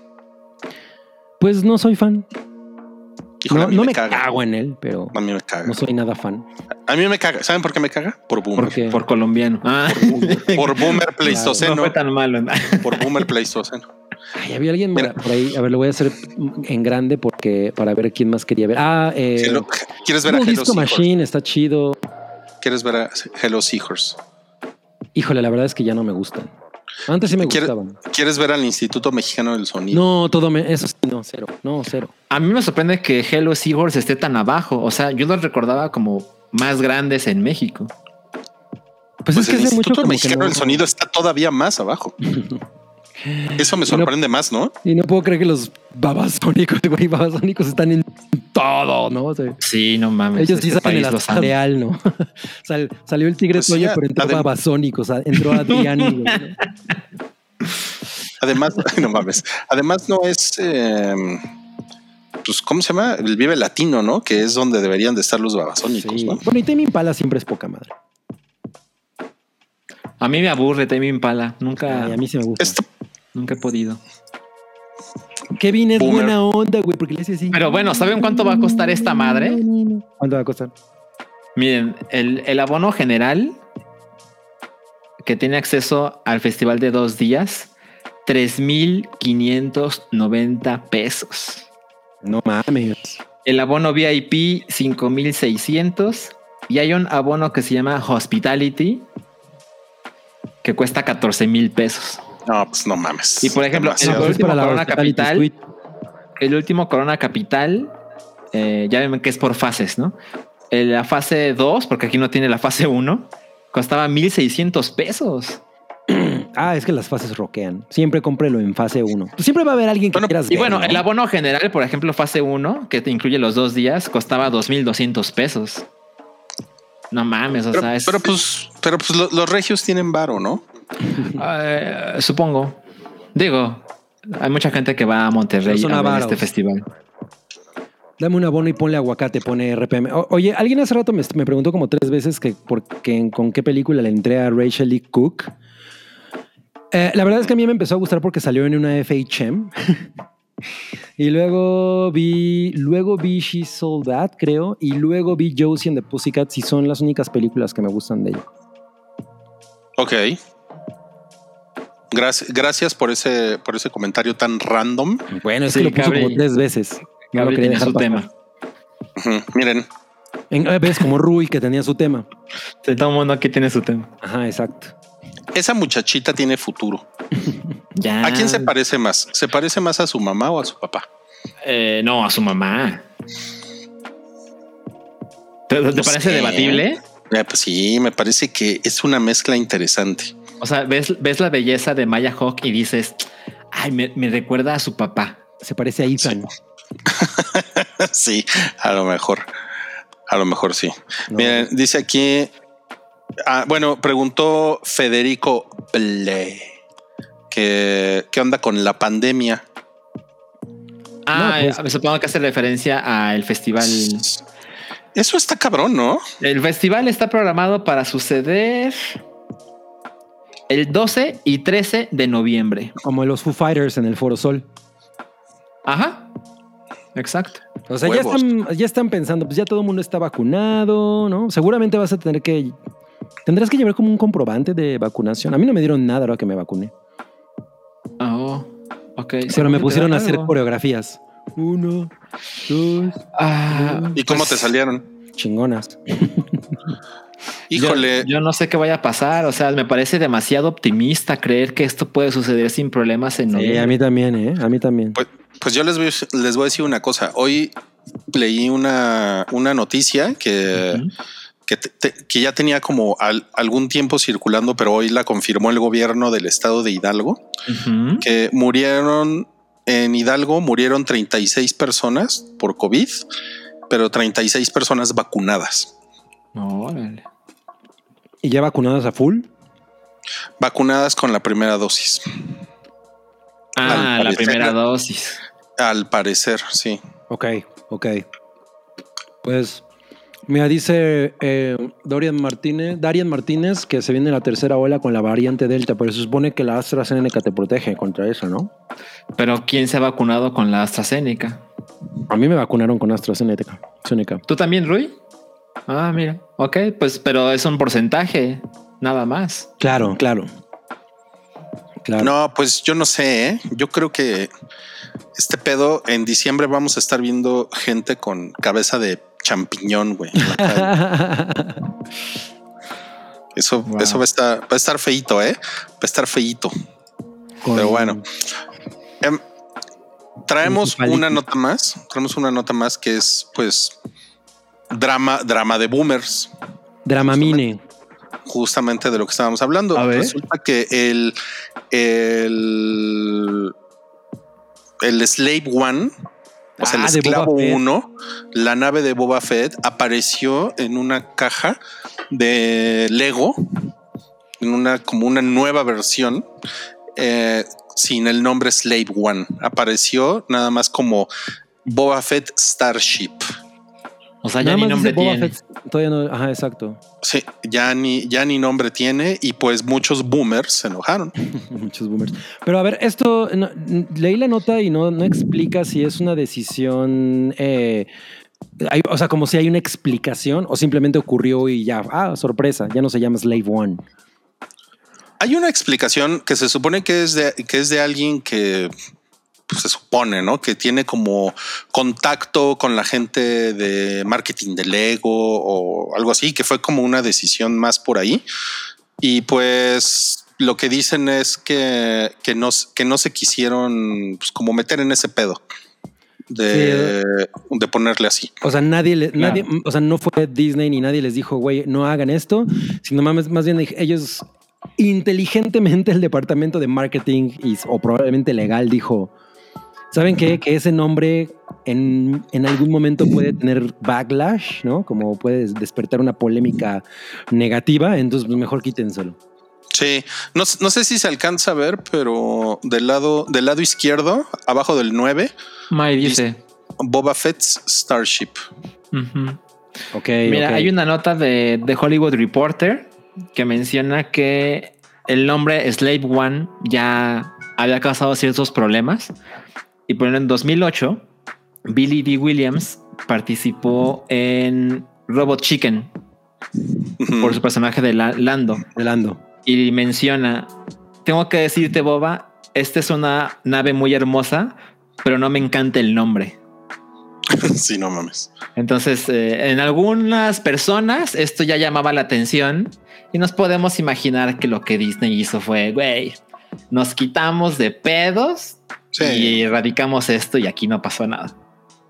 C: pues no soy fan.
B: Híjole,
C: no
B: a mí
C: no
B: me
C: me
B: caga.
C: cago en él, pero
B: A mí me caga.
C: no soy nada fan.
B: A mí me caga. ¿Saben por qué me caga? Por boomer.
C: Porque
D: Por colombiano. Ah,
B: Por boomer
D: no
B: pleistoceno.
D: fue tan malo.
B: por boomer pleistoceno.
C: ay, había alguien
B: Mira.
C: por ahí. A ver, lo voy a hacer en grande porque para ver quién más quería ver. Ah, eh,
B: Hello- ¿Quieres ver a
C: Blue
B: Hello
C: Disco
B: Seahorse?
C: Machine está chido.
B: ¿Quieres ver a Hello Seahorse?
C: Híjole, la verdad es que ya no me gustan. Antes sí me
B: ¿Quieres-
C: gustaban.
B: ¿Quieres ver al Instituto Mexicano del Sonido?
C: No, todo me, eso sí, no, cero, no, cero.
D: A mí me sorprende que Hello Seahorse esté tan abajo. O sea, yo los recordaba como más grandes en México.
C: Pues,
B: Pues
C: es que
B: el
C: hace mucho
B: Instituto
C: como que
B: Mexicano
C: no-
B: del Sonido está todavía más abajo. Eso me sorprende más, ¿no?
C: Y no puedo creer que los babasónicos, güey, babasónicos están en todo, ¿no? O sea,
D: Sí, no mames.
B: Pues
C: ellos sí
D: este
C: sacan el
D: país los ama.
C: real, ¿no? Sal- salió el tigre
B: Pues sí,
C: Toño,
B: a-
C: pero entró
B: adem-
C: babasónicos, o sea, entró Adriani, güey. ¿no?
B: Además, no mames. Además, no es. eh, pues, ¿cómo se llama? El Vive Latino, ¿no? Que es donde deberían de estar los babasónicos,
C: Sí.
B: ¿no?
C: Bueno, y Tame Impala siempre es poca madre.
D: A mí me aburre Tame Impala. Nunca,
C: Ay,
B: Ah,
C: a mí sí me gusta.
B: Esto-
D: nunca he podido.
C: Kevin es
B: Boomer.
C: buena onda, güey, porque le hace así.
D: Pero bueno, ¿saben cuánto va a costar esta madre?
C: ¿Cuánto va a costar?
D: Miren, el, el abono general que tiene acceso al festival de dos días 3.590 pesos.
C: No mames.
D: El abono VIP 5600 y hay un abono que se llama Hospitality que cuesta 14 mil pesos.
B: No, pues no mames.
D: Y por ejemplo, el
B: Demasiado.
C: Es
D: último
C: para la
D: Corona
C: Hospitality
D: Capital,
C: Suite.
D: el último Corona Capital, eh, ya ven que es por fases, ¿no? En La fase 2, porque aquí no tiene la fase 1, costaba 1600 pesos.
C: Ah, es que las fases roquean. Siempre cómprelo en fase 1. Siempre va a haber alguien que
B: Bueno,
C: quieras
D: Y
C: ver,
D: bueno,
C: ¿no?
D: el abono general, por ejemplo, fase 1, que te incluye los dos días, costaba 2.200 pesos. No mames, o
B: Pero,
D: sea, es,
B: pero pues, pero pues lo- los regios tienen varo, ¿no?
D: eh, supongo. Digo, hay mucha gente que va a Monterrey
C: Son
D: a ver
C: avaros.
D: este festival.
C: Dame un abono y ponle aguacate, pone RPM. O- oye, alguien hace rato me, me preguntó como tres veces que por qué- con qué película le entré a Rachel E. Cook. Eh, la verdad es que a mí me empezó a gustar porque salió en una FHM. y luego vi, luego vi She Sold That, creo. Y luego vi Josie and the Pussycats y son las únicas películas que me gustan de ella.
B: Ok. Gracias, gracias por ese, por ese comentario tan random.
C: Bueno, es
D: Sí,
C: que lo puso
D: Gabri-
C: como tres veces. No lo
D: Gabriel
C: quería
D: tiene
C: dejar
D: su
C: pasar.
D: tema.
B: Ujú, Miren,
C: En- eh, ves como Rui que tenía su tema.
D: Sí, Todo el mundo aquí tiene su tema.
C: Ajá, exacto.
B: esa muchachita tiene futuro.
D: Ya.
B: ¿A quién
D: Ah.
B: se parece más? ¿Se parece más a su mamá o a su papá?
D: Eh, no, a su mamá. ¿Te, te
B: No
D: parece
B: sé.
D: debatible?
B: Eh, pues sí, me parece que es una mezcla interesante.
D: O sea, ves, ves la belleza de Maya Hawk y dices, ay, me, me recuerda a su papá.
C: Se parece a Ethan.
B: sí, a lo mejor. A lo mejor sí.
C: No.
B: Miren, dice aquí. ah, bueno, preguntó Federico Ble que qué onda con la pandemia.
D: Ah,
C: No, pues-
D: eh, supongo que hace referencia al festival.
B: Eso está cabrón, ¿no?
D: El festival está programado para suceder el 12 y 13 de noviembre.
C: Como los Foo Fighters en el Foro Sol.
D: Ajá. Exacto.
C: O sea, ya
B: Huevos.
C: están, ya están pensando, pues ya todo el mundo está vacunado, ¿no? Seguramente vas a tener que. Tendrás que llevar como un comprobante de vacunación. A mí no me dieron nada ahora que me vacuné.
D: Oh, ok.
C: Pero me
D: Te
C: pusieron a
D: dan
C: hacer
D: algo.
C: coreografías. Uno, dos,
D: Ah,
B: ¿Y cómo
D: pues,
B: te salieron?
C: chingonas.
B: Híjole,
D: Yo, yo no sé qué vaya a pasar. O sea, me parece demasiado optimista creer que esto puede suceder sin problemas en
C: Sí,
D: noviembre.
C: a mí también, ¿eh? A mí también.
B: Pues, pues yo les voy, les voy a decir una cosa. Hoy leí una, una noticia que,
D: Ujú.
B: que, te- te- que ya tenía como al- algún tiempo circulando, pero hoy la confirmó el gobierno del estado de Hidalgo,
D: Ujú.
B: que murieron en Hidalgo, murieron 36 personas por COVID, pero 36 personas vacunadas.
D: Órale.
C: ¿Y ya vacunadas a full?
B: Vacunadas con la primera dosis,
D: Ah,
B: Al
D: la
B: parecer-
D: primera dosis.
B: al parecer, sí.
C: Ok, ok. Pues, mira, dice eh, Dorian Martínez, Darian Martínez que se viene la tercera ola con la variante Delta, pero se supone que la AstraZeneca te protege contra eso, ¿no?
D: Pero ¿quién se ha vacunado con la AstraZeneca?
C: A mí me vacunaron con AstraZeneca. Zeneca.
D: ¿Tú también, Rui? Ah, mira. Ok, pues, pero es un porcentaje, nada más.
C: Claro, claro. Claro.
B: No, pues yo no sé. ¿eh? Yo creo que este pedo en diciembre vamos a estar viendo gente con cabeza de champiñón, güey. en la calle. Eso,
D: Wow.
B: eso va a estar, va a estar feíto, eh. Va a estar feíto.
C: Con-
B: Pero bueno. Em, traemos
C: Principalito.
B: una nota más. Traemos una nota más que es, pues, drama, drama de boomers.
C: Dramamine.
B: justamente de lo que estábamos hablando.
D: A ver.
B: Resulta que el, el, el Slave One, o sea,
C: Ah,
B: el
C: de Boba
B: esclavo
C: Fett.
B: 1, la nave de Boba Fett, apareció en una caja de Lego, en una como una nueva versión. eh, sin el nombre Slave One apareció nada más como Boba Fett Starship.
D: O sea,
C: Nada
D: ya ni
C: más
D: nombre
C: dice Boba
D: tiene.
C: Fett. Todavía no. Ajá, exacto.
B: Sí, ya ni, ya ni nombre tiene y pues muchos boomers se enojaron.
C: Muchos boomers. Pero a ver, esto no, n- leí la nota y no, no explica si es una decisión. eh, hay- o sea, como si hay una explicación o simplemente ocurrió y ya. Ah, sorpresa, ya no se llama Slave One.
B: hay una explicación que se supone que es de, que es de alguien que pues, se supone, ¿no? Que tiene como contacto con la gente de marketing de Lego o algo así, que fue como una decisión más por ahí. Y pues lo que dicen es que, que, no, que no se quisieron pues, como meter en ese pedo de, de ponerle así.
C: O sea, nadie, le-
D: Claro.
C: nadie, o sea, no fue Disney ni nadie les dijo, güey, no hagan esto, sino más, más bien dije, ellos inteligentemente el departamento de marketing y, o probablemente legal dijo, ¿saben qué? Que ese nombre en, en algún momento puede tener backlash, ¿no? Como puede despertar una polémica negativa, entonces pues, mejor quítenselo.
B: Sí, no, no sé si se alcanza a ver, pero del lado, del lado izquierdo, abajo del 9,
D: May dice.
B: Boba Fett's Starship.
D: Ujú.
C: Ok.
D: Mira,
C: ok.
D: hay una nota de, de Hollywood Reporter que menciona que el nombre Slave One ya había causado ciertos problemas. Y por ejemplo, en 2008, Billy D. Williams participó en Robot Chicken
B: Ujú.
D: por su
C: Mm.
D: personaje de La- Lando.
C: De Lando.
D: y menciona, tengo que decirte, Boba, esta es una nave muy hermosa, pero no me encanta el nombre.
B: sí, no mames.
D: Entonces, eh, en algunas personas esto ya llamaba la atención y nos podemos imaginar que lo que Disney hizo fue, güey, nos quitamos de pedos
B: Sí,
D: y erradicamos esto y aquí no pasó nada.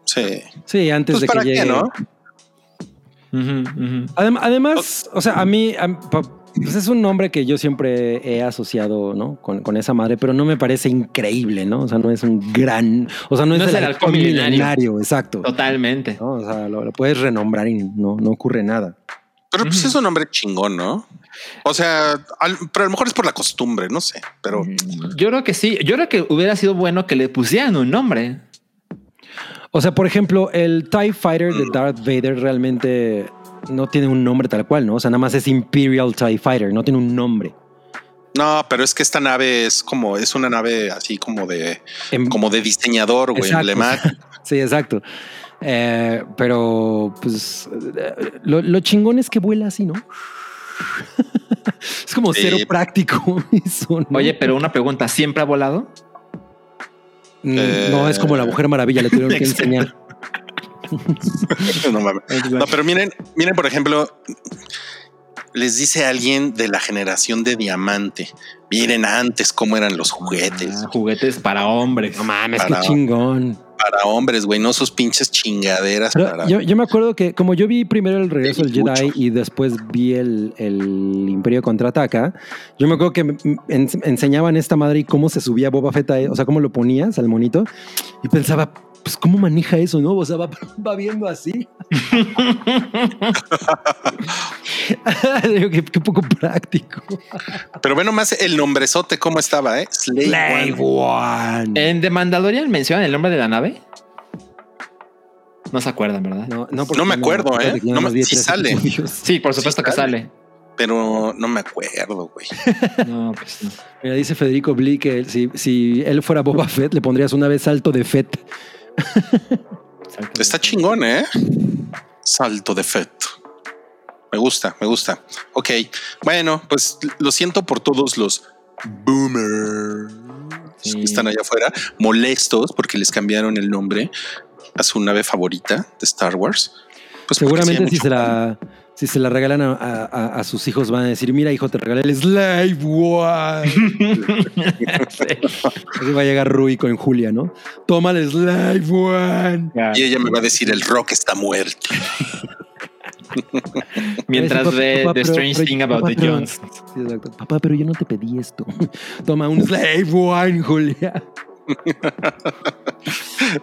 B: sí.
C: Sí, antes
B: Pues
C: de
B: para
C: que
B: qué,
C: llegue.
B: ¿no?
D: Ujú, ujú.
C: Adem- además, o sea, a mí a- pa- pues es un nombre que yo siempre he asociado, ¿no? Con, con esa madre, pero no me parece increíble, ¿no? O sea, no es un gran, o sea, no, es el halcón milenario, exacto.
D: Totalmente.
C: ¿no? O sea, lo, lo puedes renombrar y no, no ocurre nada.
B: Pero pues
D: Ujú.
B: es un hombre chingón, ¿no? O sea, al- pero a lo mejor es por la costumbre, no sé, pero
D: Yo creo que sí. Yo creo que hubiera sido bueno que le pusieran un nombre.
C: O sea, por ejemplo, el TIE Fighter de Darth Vader realmente no tiene un nombre tal cual, ¿no? O sea, nada más es Imperial TIE Fighter, no tiene un nombre.
B: no, pero es que esta nave es como, es una nave así como de,
C: En-
B: como de diseñador, güey,
C: Exacto.
B: emblemático.
C: Sí, exacto. Eh, pero, pues, eh, lo, lo chingón es que vuela así, ¿no? es como
B: Sí.
C: cero práctico eso, ¿no?
D: Oye, pero una pregunta, ¿siempre ha volado?
C: Mm,
B: eh.
C: No, es como la Mujer Maravilla, le tuvieron que
D: Exacto.
C: enseñar.
B: No mames. No, pero miren, miren, por ejemplo, les dice alguien de la generación de diamante. Miren antes cómo eran los juguetes
D: Ah, juguetes para hombres.
C: No mames,
B: Para-
C: qué chingón.
B: para hombres, güey, no sus pinches chingaderas
C: Pero
B: para.
C: yo, yo me acuerdo que como yo vi primero el regreso del
B: Mucho.
C: Jedi y después vi el, el Imperio Contraataca, yo me acuerdo que me- me ens- enseñaban esta madre y cómo se subía Boba Fett, a- e, o sea, cómo lo ponías al monito y pensaba, pues cómo maneja eso, ¿no? O sea, va, va viendo así. Digo, qué, qué poco práctico.
B: Pero ve nomás el nombrezote, cómo estaba, eh? Slave One.
C: Eh,
D: En The Mandalorian mencionan el nombre de la nave. No se acuerdan, ¿verdad?
C: No,
B: No me acuerdo, ¿eh? No me- sí sale.
D: Sí, por supuesto
B: Sí,
D: que
B: sale.
D: sale.
B: pero no me acuerdo, güey.
D: No, pues no.
C: Mira, dice Federico Blee que él- si, si él fuera Boba Fett, le pondrías una vez salto de Fett.
D: Exactamente.
B: Está chingón, ¿eh? Salto de Fett. Me gusta, me gusta. Ok, bueno, pues lo siento por todos los boomers
D: Sí.
B: que están allá afuera, molestos porque les cambiaron el nombre a su nave favorita de Star Wars. Pues porque sí
C: Seguramente
B: hay
C: si
B: mucho
C: se la si se la regalan a, a- a- a sus hijos van a decir, mira hijo, te regalé el Slave One. Así va a llegar Rui con Julia, ¿no? Toma el Slave One.
B: Y ella me va a decir el rock está muerto.
D: Mientras
C: Papá,
D: ve
C: papá,
D: The
C: pero-
D: Strange
C: pero-
D: Thing About
C: papá,
D: the
C: pero-
D: Jones.
C: Sí, exacto. Papá, pero yo no te pedí esto. Toma un Slave One, Julia.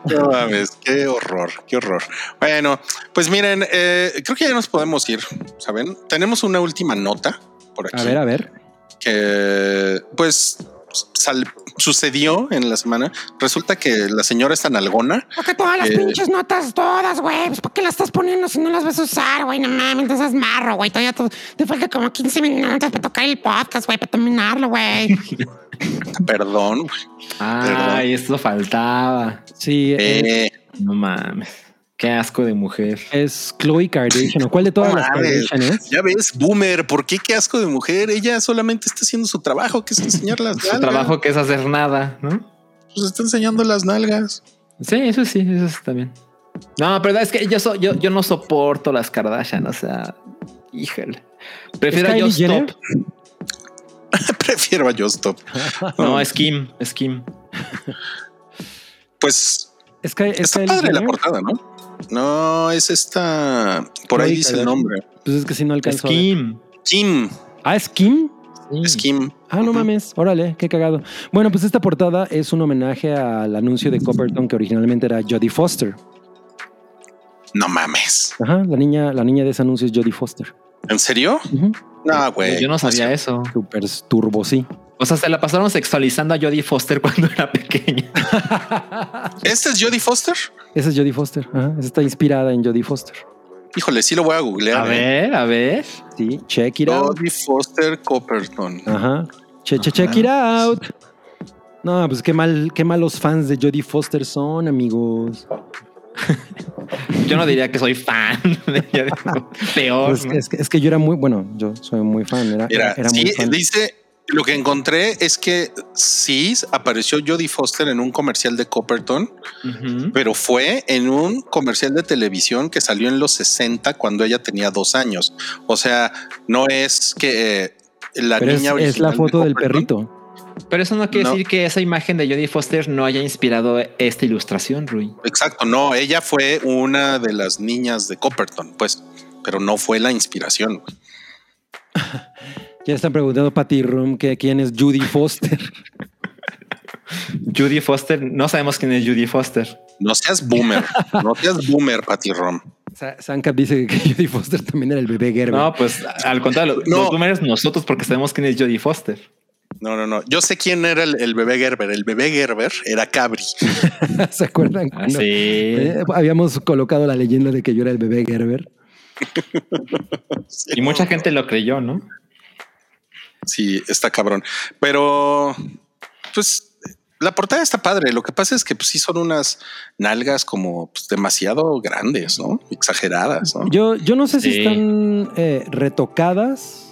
B: No mames, qué horror, qué horror. Bueno, pues miren, eh, creo que ya nos podemos ir, ¿saben? Tenemos una última nota por aquí.
C: A ver, a ver.
B: que pues sal- sucedió en la semana. Resulta que la señora es tan algona.
E: Porque todas las
B: Eh.
E: pinches notas, todas, güey. Pues, ¿Por qué las estás poniendo si no las vas a usar, güey? No mames, te seas marro, güey. Todavía to- te falta como 15 minutos para tocar el podcast, güey, para terminarlo, güey.
B: Perdón. güey.
D: Ay, esto faltaba.
C: Sí, eh,
B: Eh,
D: No mames. Qué asco de mujer.
C: Es Chloe Kardashian. ¿O cuál de todas
B: No
C: las
B: mames.
C: Kardashian es?
B: Ya ves, boomer, ¿por qué qué asco de mujer? Ella solamente está haciendo su trabajo, que es enseñar las
D: Su
B: nalgas.
D: trabajo que es hacer nada, ¿no?
B: Pues está enseñando las nalgas.
D: Sí, eso sí, eso sí también. No, pero es que yo, so- yo, yo no soporto las Kardashian, o sea, híjole. Prefiero
C: ¿Es
D: a
C: Kylie
D: Just
C: Jenner?
D: Stop.
B: Prefiero a Just Stop.
D: No,
B: Ah.
D: es Kim, es Kim.
B: Pues
C: Es que es
B: está
C: Kylie
B: padre la
C: Jenner.
B: portada, ¿no? No, es esta. Por ahí
C: Chloe
B: dice el
C: Kardashian.
B: nombre.
C: Pues es que si no
D: Es
C: alcanzó.
D: Kim.
B: Kim.
C: Ah, es Kim.
B: Es Kim.
C: Ah, no mames, órale, qué cagado. Bueno, pues esta portada es un homenaje al anuncio de Copperton que originalmente era Jodie Foster.
B: No mames.
C: Ajá, la niña, la niña de ese anuncio es Jodie Foster.
B: ¿En serio?
C: Ujú.
B: No, güey.
D: Yo no sabía eso.
C: Súper turbo, sí.
D: O sea, se la pasaron sexualizando a Jodie Foster cuando era pequeña.
B: ¿Este es Jodie Foster?
C: Esa es Jodie Foster. Ajá, esa está inspirada en Jodie Foster.
B: Híjole, sí lo voy a
D: A
B: googlear. eh.
D: ver, a ver.
C: Sí, check it out.
B: Jodie Foster Copperton.
C: Ajá. Che, che, check
D: Ajá.
C: it out. No, pues qué mal, qué malos fans de Jodie Foster son, amigos.
D: Yo no diría que soy fan. de Jodie Foster. Peor.
C: Pues
D: ¿no?
C: es, que, es que yo era muy, bueno, yo soy muy fan. Era,
B: Ah, Mira,
C: era- era
B: sí,
C: muy fan.
B: dice. Lo que encontré es que sí apareció Jodie Foster en un comercial de Copperton,
D: Ujú.
B: pero fue en un comercial de televisión que salió en los 60 cuando ella tenía dos años. O sea, no es que eh, la
C: Pero es,
B: niña
C: es la
B: original de
C: foto del
B: Copperton-
C: perrito.
D: Pero eso no quiere
B: No.
D: decir que esa imagen de Jodie Foster no haya inspirado esta ilustración, Rui.
B: Exacto, no, ella fue una de las niñas de Copperton, pues, pero no fue la inspiración. güey.
C: Ya están preguntando Patty Room que quién es Judy Foster.
D: Jodie Foster, no sabemos quién es Jodie Foster.
B: No seas boomer, no seas boomer, Patty Rom.
C: Sa- Sancap dice que Judy Foster también era el bebé Gerber.
D: No, pues al contrario, los-
B: No.
D: los números nosotros porque sabemos quién es Jodie Foster.
B: No, no, no. Yo sé quién era el, el bebé Gerber. El bebé Gerber era Cabri.
C: ¿Se acuerdan?
D: Ah,
C: cuando,
D: Así.
C: eh, habíamos colocado la leyenda de que yo era el bebé Gerber.
D: Y mucha gente lo creyó, ¿no?
B: Sí, está cabrón. Pero, pues, la portada está padre. Lo que pasa es que pues, sí son unas nalgas como pues, demasiado grandes, ¿no? Exageradas, ¿no?
C: Yo, yo no sé si
D: Sí.
C: están eh, retocadas.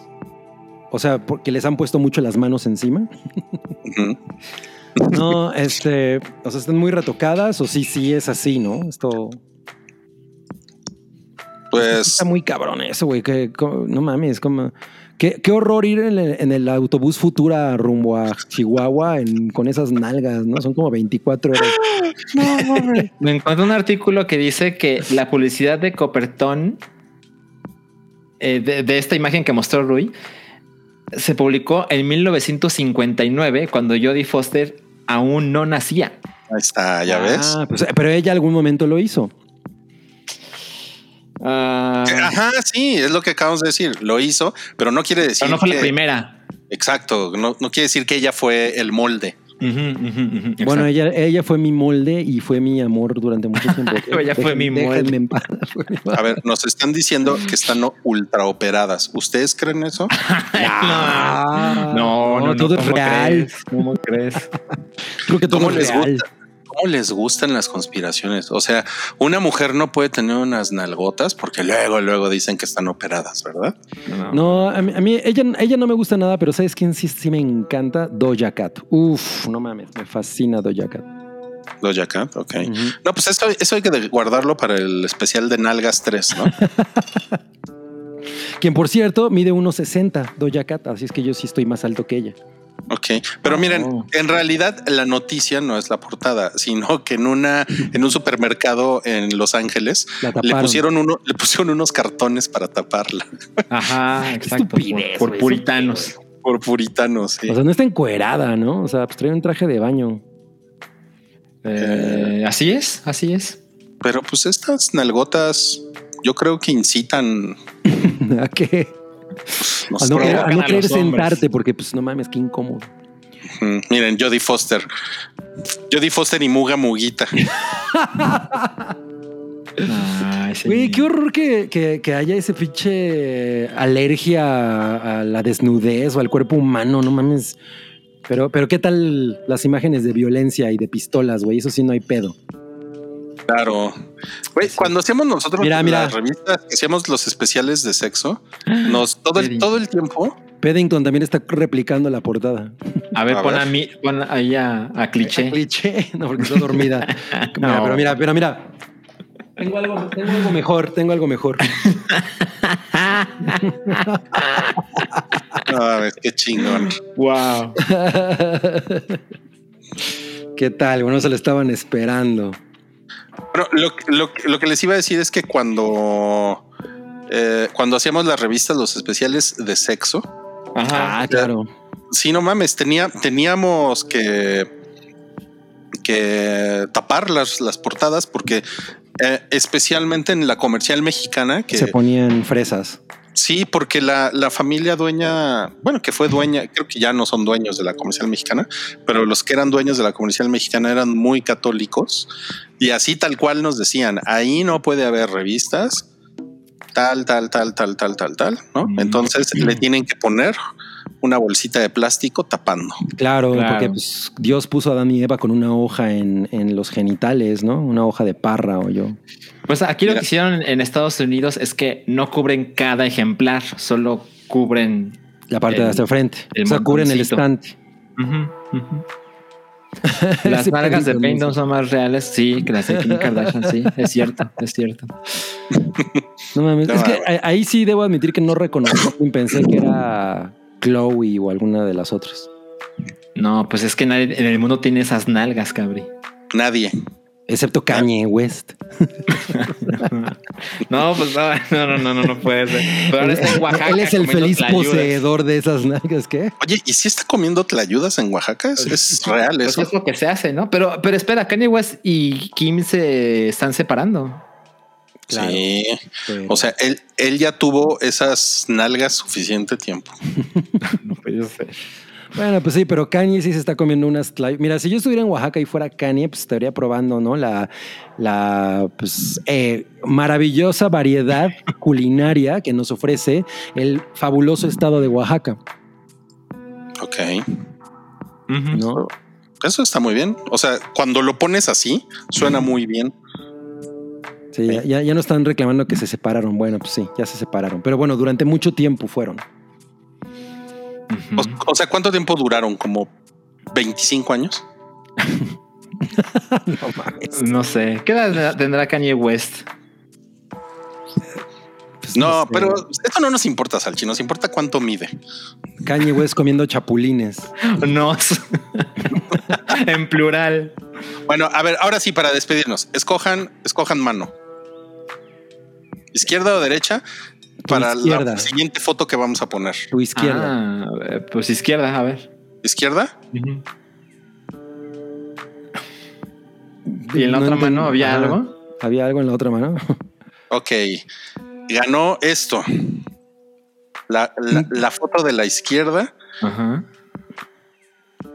C: O sea, porque les han puesto mucho las manos encima.
B: Ujú.
C: No, este, o sea, están muy retocadas o sí, sí es así, ¿no? Esto
B: Pues
C: está muy cabrón eso, güey. que- co- No mames, como qué, qué horror ir en el, en el autobús futura rumbo a Chihuahua en- con esas nalgas, ¿no? Son como 24 horas.
E: No, hombre.
D: Me encontré un artículo que dice que la publicidad de Coppertón, eh, de, de esta imagen que mostró Rui, se publicó en 1959, cuando Jodie Foster aún no nacía.
B: ahí está, ya ves.
C: Ah, pues, eh, pero ella algún momento lo hizo.
D: Ah,
B: Que- Ajá, sí, es lo que acabamos de decir. Lo hizo, pero no quiere decir
D: pero no fue la
B: que-
D: primera.
B: Exacto, no, no quiere decir que ella fue el molde.
D: Ujú, ujú, ujú,
C: Bueno,
D: exacto.
C: ella, ella fue mi molde y fue mi amor durante mucho tiempo.
D: Ella fue mi
C: Déjenme
D: molde.
C: en paz.
B: A ver, nos están diciendo que están ultra operadas. ¿Ustedes creen eso?
D: No, Ah, no, no, no,
C: Ah, todo es
D: ¿cómo
C: real.
D: crees? ¿Cómo crees?
C: Creo que todo
B: ¿Cómo
C: es
B: les
C: real.
B: gusta? ¿Cómo les gustan las conspiraciones? O sea, una mujer no puede tener unas nalgotas porque luego, luego dicen que están operadas, ¿verdad?
C: No, a mí, a mí ella, ella no me gusta nada, pero ¿sabes quién sí, sí me encanta? Doja Cat. Uf, no mames, me fascina Doja Cat.
B: Doja Cat, ok.
C: Ujú.
B: No, pues esto, eso hay que de- guardarlo para el especial de Nalgas 3, ¿no?
C: Quien, por cierto, mide 1,60 Doja Cat, así es que yo sí estoy más alto que ella.
B: Ok, pero miren,
D: Oh.
B: en realidad la noticia no es la portada, sino que en una en un supermercado en Los Ángeles
C: La
B: le
C: taparon.
B: pusieron uno le pusieron unos cartones para taparla
D: Ajá, exacto. por-
F: estupidez,
D: por
F: güey,
D: puritanos.
B: por puritanos. sí.
C: O sea, no está encuerada, ¿no? O sea, pues trae un traje de baño.
D: Eh, así es, así es.
B: Pero pues estas nalgotas yo creo que incitan
C: ¿A qué?
B: no
C: A
B: sé,
C: no,
D: provocan
C: querer- a no
D: a
C: querer
D: los hombres.
C: sentarte, porque pues no mames, qué incómodo.
B: Mm, Miren, Jodie Foster. Jodie Foster y Muga Muguita.
D: Ay, sí.
C: Güey, qué horror que, que- que haya ese pinche alergia a, a la desnudez o al cuerpo humano, no mames. Pero, pero qué tal las imágenes de violencia y de pistolas, güey. Eso sí no hay pedo.
B: Claro. Güey, cuando hacíamos nosotros
C: Mira,
B: las
C: mira.
B: revistas, que hacíamos los especiales de sexo, nos todo el, todo el tiempo.
C: Paddington también está replicando la portada.
D: A ver,
B: A
D: pon
B: ver.
D: a mí, pon ahí a, a cliché.
C: Cliché. No, porque está dormida. Mira,
D: No.
C: pero mira, pero mira. Tengo algo, tengo algo mejor, tengo algo mejor.
B: No, es que chingón.
D: Wow.
C: ¿Qué tal? Bueno, se lo estaban esperando.
B: Bueno, lo, que- lo que- lo que les iba a decir es que cuando, eh, cuando hacíamos las revistas, los especiales de sexo,
D: Ajá.
C: Ah, claro.
B: sí, no mames, tenía, teníamos que, que tapar las, las portadas porque eh, especialmente en la comercial mexicana, que
C: Se ponían fresas.
B: sí, porque la, la familia dueña, bueno, que fue dueña, creo que ya no son dueños de la comercial mexicana, pero los que eran dueños de la comercial mexicana eran muy católicos y así tal cual nos decían, ahí no puede haber revistas, tal, tal, tal, tal, tal, tal, tal, ¿no?
D: Mm.
B: Entonces le tienen que poner una bolsita de plástico tapando.
C: Claro,
D: Claro.
C: porque pues, Dios puso a Adán y Eva con una hoja en, en los genitales, ¿no? Una hoja de parra o yo.
D: Pues aquí lo
B: Mira.
D: que hicieron en Estados Unidos es que no cubren cada ejemplar, solo cubren.
C: La parte
D: El-
C: de hasta el frente.
D: el
C: o sea, cubren el
D: montoncito.
C: estante.
D: Ujú, ujú. Las
C: Ese
D: largas de
C: Paddington
D: Paddington
C: es-
D: son más reales, sí, que las de Kim Kardashian, sí, es cierto, es cierto.
C: No mames.
B: No
C: es que
B: mames.
C: ahí- ahí sí debo admitir que no reconocí ni pensé que era Chloe o alguna de las otras.
D: No, pues es que nadie en el mundo tiene esas nalgas, cabri.
B: Nadie.
C: Excepto Kanye West.
D: No, pues no, no, no, no, no, no puede ser. Pero ahora está en Oaxaca.
C: Él es el
D: comiendo
C: feliz
D: tlayudas.
C: poseedor de esas nalgas, ¿qué?
B: Oye, ¿y si está comiendo tlayudas en Oaxaca? Es, es real
D: Pues
B: eso.
D: es lo que se hace, ¿no? Pero, pero espera, Kanye West y Kim se están separando.
C: claro.
B: Sí. O sea, él, él ya tuvo esas nalgas suficiente tiempo.
D: No puede ser.
C: Bueno, pues sí, pero Kanye sí se está comiendo unas tlayudas. Mira, si yo estuviera en Oaxaca y fuera Kanye, pues estaría probando, ¿no? La, la pues, eh, maravillosa variedad culinaria que nos ofrece el fabuloso estado de Oaxaca,
B: Ok.
C: ¿no?
B: Eso está muy bien. O sea, cuando lo pones así, suena muy bien.
C: Sí, ya, ya- ya no están reclamando que se separaron. Bueno, pues sí, ya se separaron. Pero bueno, durante mucho tiempo fueron.
B: O, o sea, ¿cuánto tiempo duraron? ¿Como 25 años?
C: No mames.
D: No sé. ¿Qué edad tendrá Kanye West?
C: Pues
B: No,
C: sé.
B: pero esto no nos importa, Salchi. Nos importa cuánto mide.
C: Kanye West comiendo chapulines.
D: Nos. en plural.
B: Bueno, a ver, ahora sí, para despedirnos, escojan, escojan mano. ¿Izquierda o derecha? Para
C: izquierda.
B: la siguiente foto que vamos a poner.
C: Tu izquierda.
D: Ah, eh, pues izquierda, a ver.
B: ¿Izquierda?
D: Ah, ¿Y en la
C: No
D: otra
C: entendí-
D: mano había
C: Ajá.
D: algo?
C: Había algo en la otra mano.
B: Ok. Ganó esto. La, la-
C: Mm.
B: la foto de la izquierda.
D: Ajá.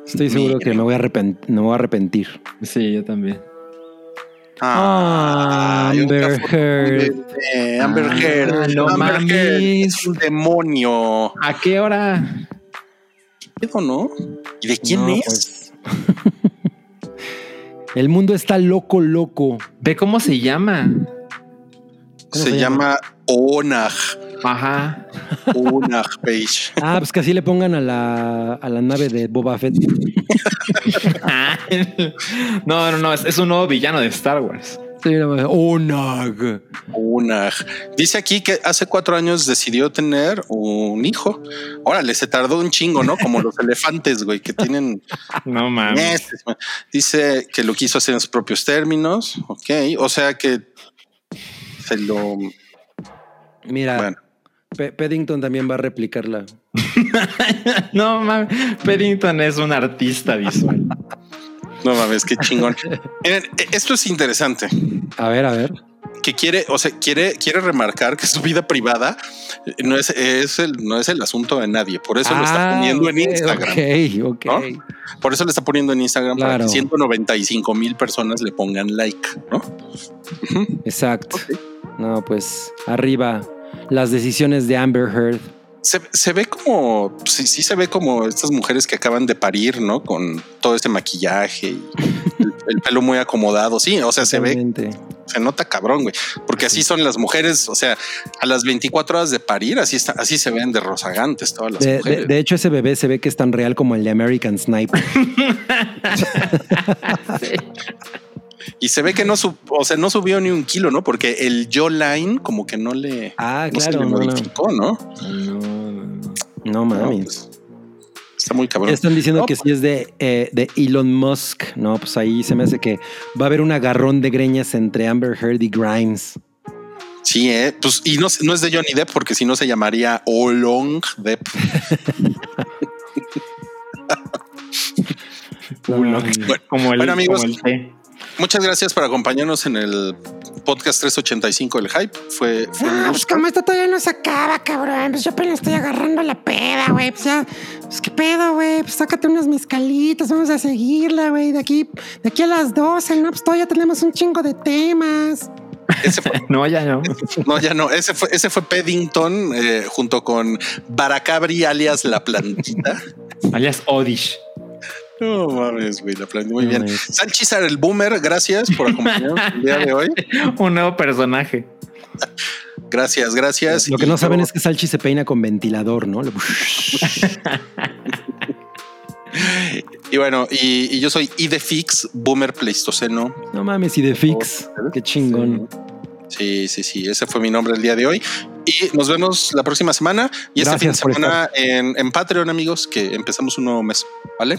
C: Estoy
B: Mira.
C: seguro que me voy a arrepentir. Me voy a arrepentir.
D: Sí, yo también.
C: Ah,
B: Ay,
C: Amber
B: otra foto
C: Heard.
B: de- de Amber
D: Ah,
B: Heard.
D: no
B: Amber Heard
D: mames.
B: es un demonio.
D: ¿A qué hora?
B: ¿Qué pedo, no? ¿Y de quién
C: No,
B: es?
C: pues. El mundo está loco, loco.
D: Ve cómo se llama.
B: se,
C: se
B: llama Onaj.
D: Ajá.
B: Onaj Page.
C: Ah, pues que así le pongan a la, a la nave de Boba Fett.
D: no, no, no. Es, es un nuevo villano de Star Wars.
C: Sí, no mames. Oh, no.
B: Onaj. Dice aquí que hace cuatro años decidió tener un hijo. Órale, se tardó un chingo, ¿no? Como los elefantes, güey, que tienen
D: No mames.
B: meses. man. Dice que lo quiso hacer en sus propios términos. Ok. O sea que se lo.
C: Mira,
B: Bueno.
C: Pe- Paddington también va a replicarla.
D: No mames. Paddington es un artista visual.
B: No mames, qué chingón. Miren, e- esto es interesante.
C: A ver, a ver.
B: Que quiere, o sea, quiere, quiere remarcar que su vida privada eh, no es, es el, no es el asunto de nadie. Por eso lo está
C: Ah,
B: poniendo
C: ok,
B: en Instagram.
C: Ok, ok.
B: ¿no? Por eso lo está poniendo en Instagram para
C: Claro.
B: que 195 mil personas le pongan like, ¿no?
C: Exacto. No, pues arriba las decisiones de Amber Heard.
B: Se, se ve como, sí, sí se ve como estas mujeres que acaban de parir, ¿no? Con todo ese este maquillaje y el el pelo muy acomodado. Sí, o sea, se ve,
C: Totalmente.
B: se nota cabrón, güey. Porque así son las mujeres, o sea, a las 24 horas de parir, así está, así se ven de rozagantes todas las
C: De,
B: mujeres.
C: de- de hecho, ese bebé se ve que es tan real como el de American Sniper.
B: Y se ve que no, sub- o sea, no subió ni un kilo, ¿no? Porque el jawline como que no le,
C: Ah,
B: no se
C: claro.
B: le
C: No, no.
B: modificó, ¿no?
D: No, no, no.
C: No
B: No,
C: mames.
B: pues, está muy
C: Ya
B: cabrón.
C: están diciendo
B: No, pues.
C: que sí es de, eh, de Elon Musk. No, pues ahí se me hace que va a haber un agarrón de greñas entre Amber Heard y Grimes.
B: Sí, eh. Pues, y no, no es de Johnny Depp, porque si no se llamaría Olong Depp.
D: como el,
B: bueno, amigos.
D: como el té.
B: Muchas gracias por acompañarnos en el podcast 385 El Hype. Fue, fue un
E: Ah, pues
B: gusto.
E: como esto todavía no se acaba, cabrón. Pues yo apenas estoy agarrando la peda, güey. Pues ya, pues qué pedo, güey. Pues sácate unas mezcalitas, vamos a seguirla, güey. De aquí, de aquí a las 12, ¿no? Pues todavía tenemos un chingo de temas.
B: Ese fue-
D: No, ya no.
B: no, ya no. Ese fue, ese fue Paddington eh, junto con Baracabri alias La Plantita.
D: Alias Odish.
B: No mames, güey, La Plantita. Muy
C: No
B: bien.
C: mames.
B: Sanchizar el Boomer, gracias por acompañarnos el día de hoy.
D: Un nuevo personaje.
B: Gracias, gracias.
C: Lo que
B: Y
C: no
B: yo-
C: saben es que Salchi se peina con ventilador, ¿no?
B: Y bueno, y, y yo soy Idefix, Boomer Pleistoceno.
C: No mames, y de Fix. Qué chingón.
B: Sí, sí, sí. Ese fue mi nombre el día de hoy. Y nos vemos la próxima semana. Y
C: Gracias
B: este fin
C: por
B: de semana en, en Patreon, amigos, que empezamos un nuevo mes. ¿Vale?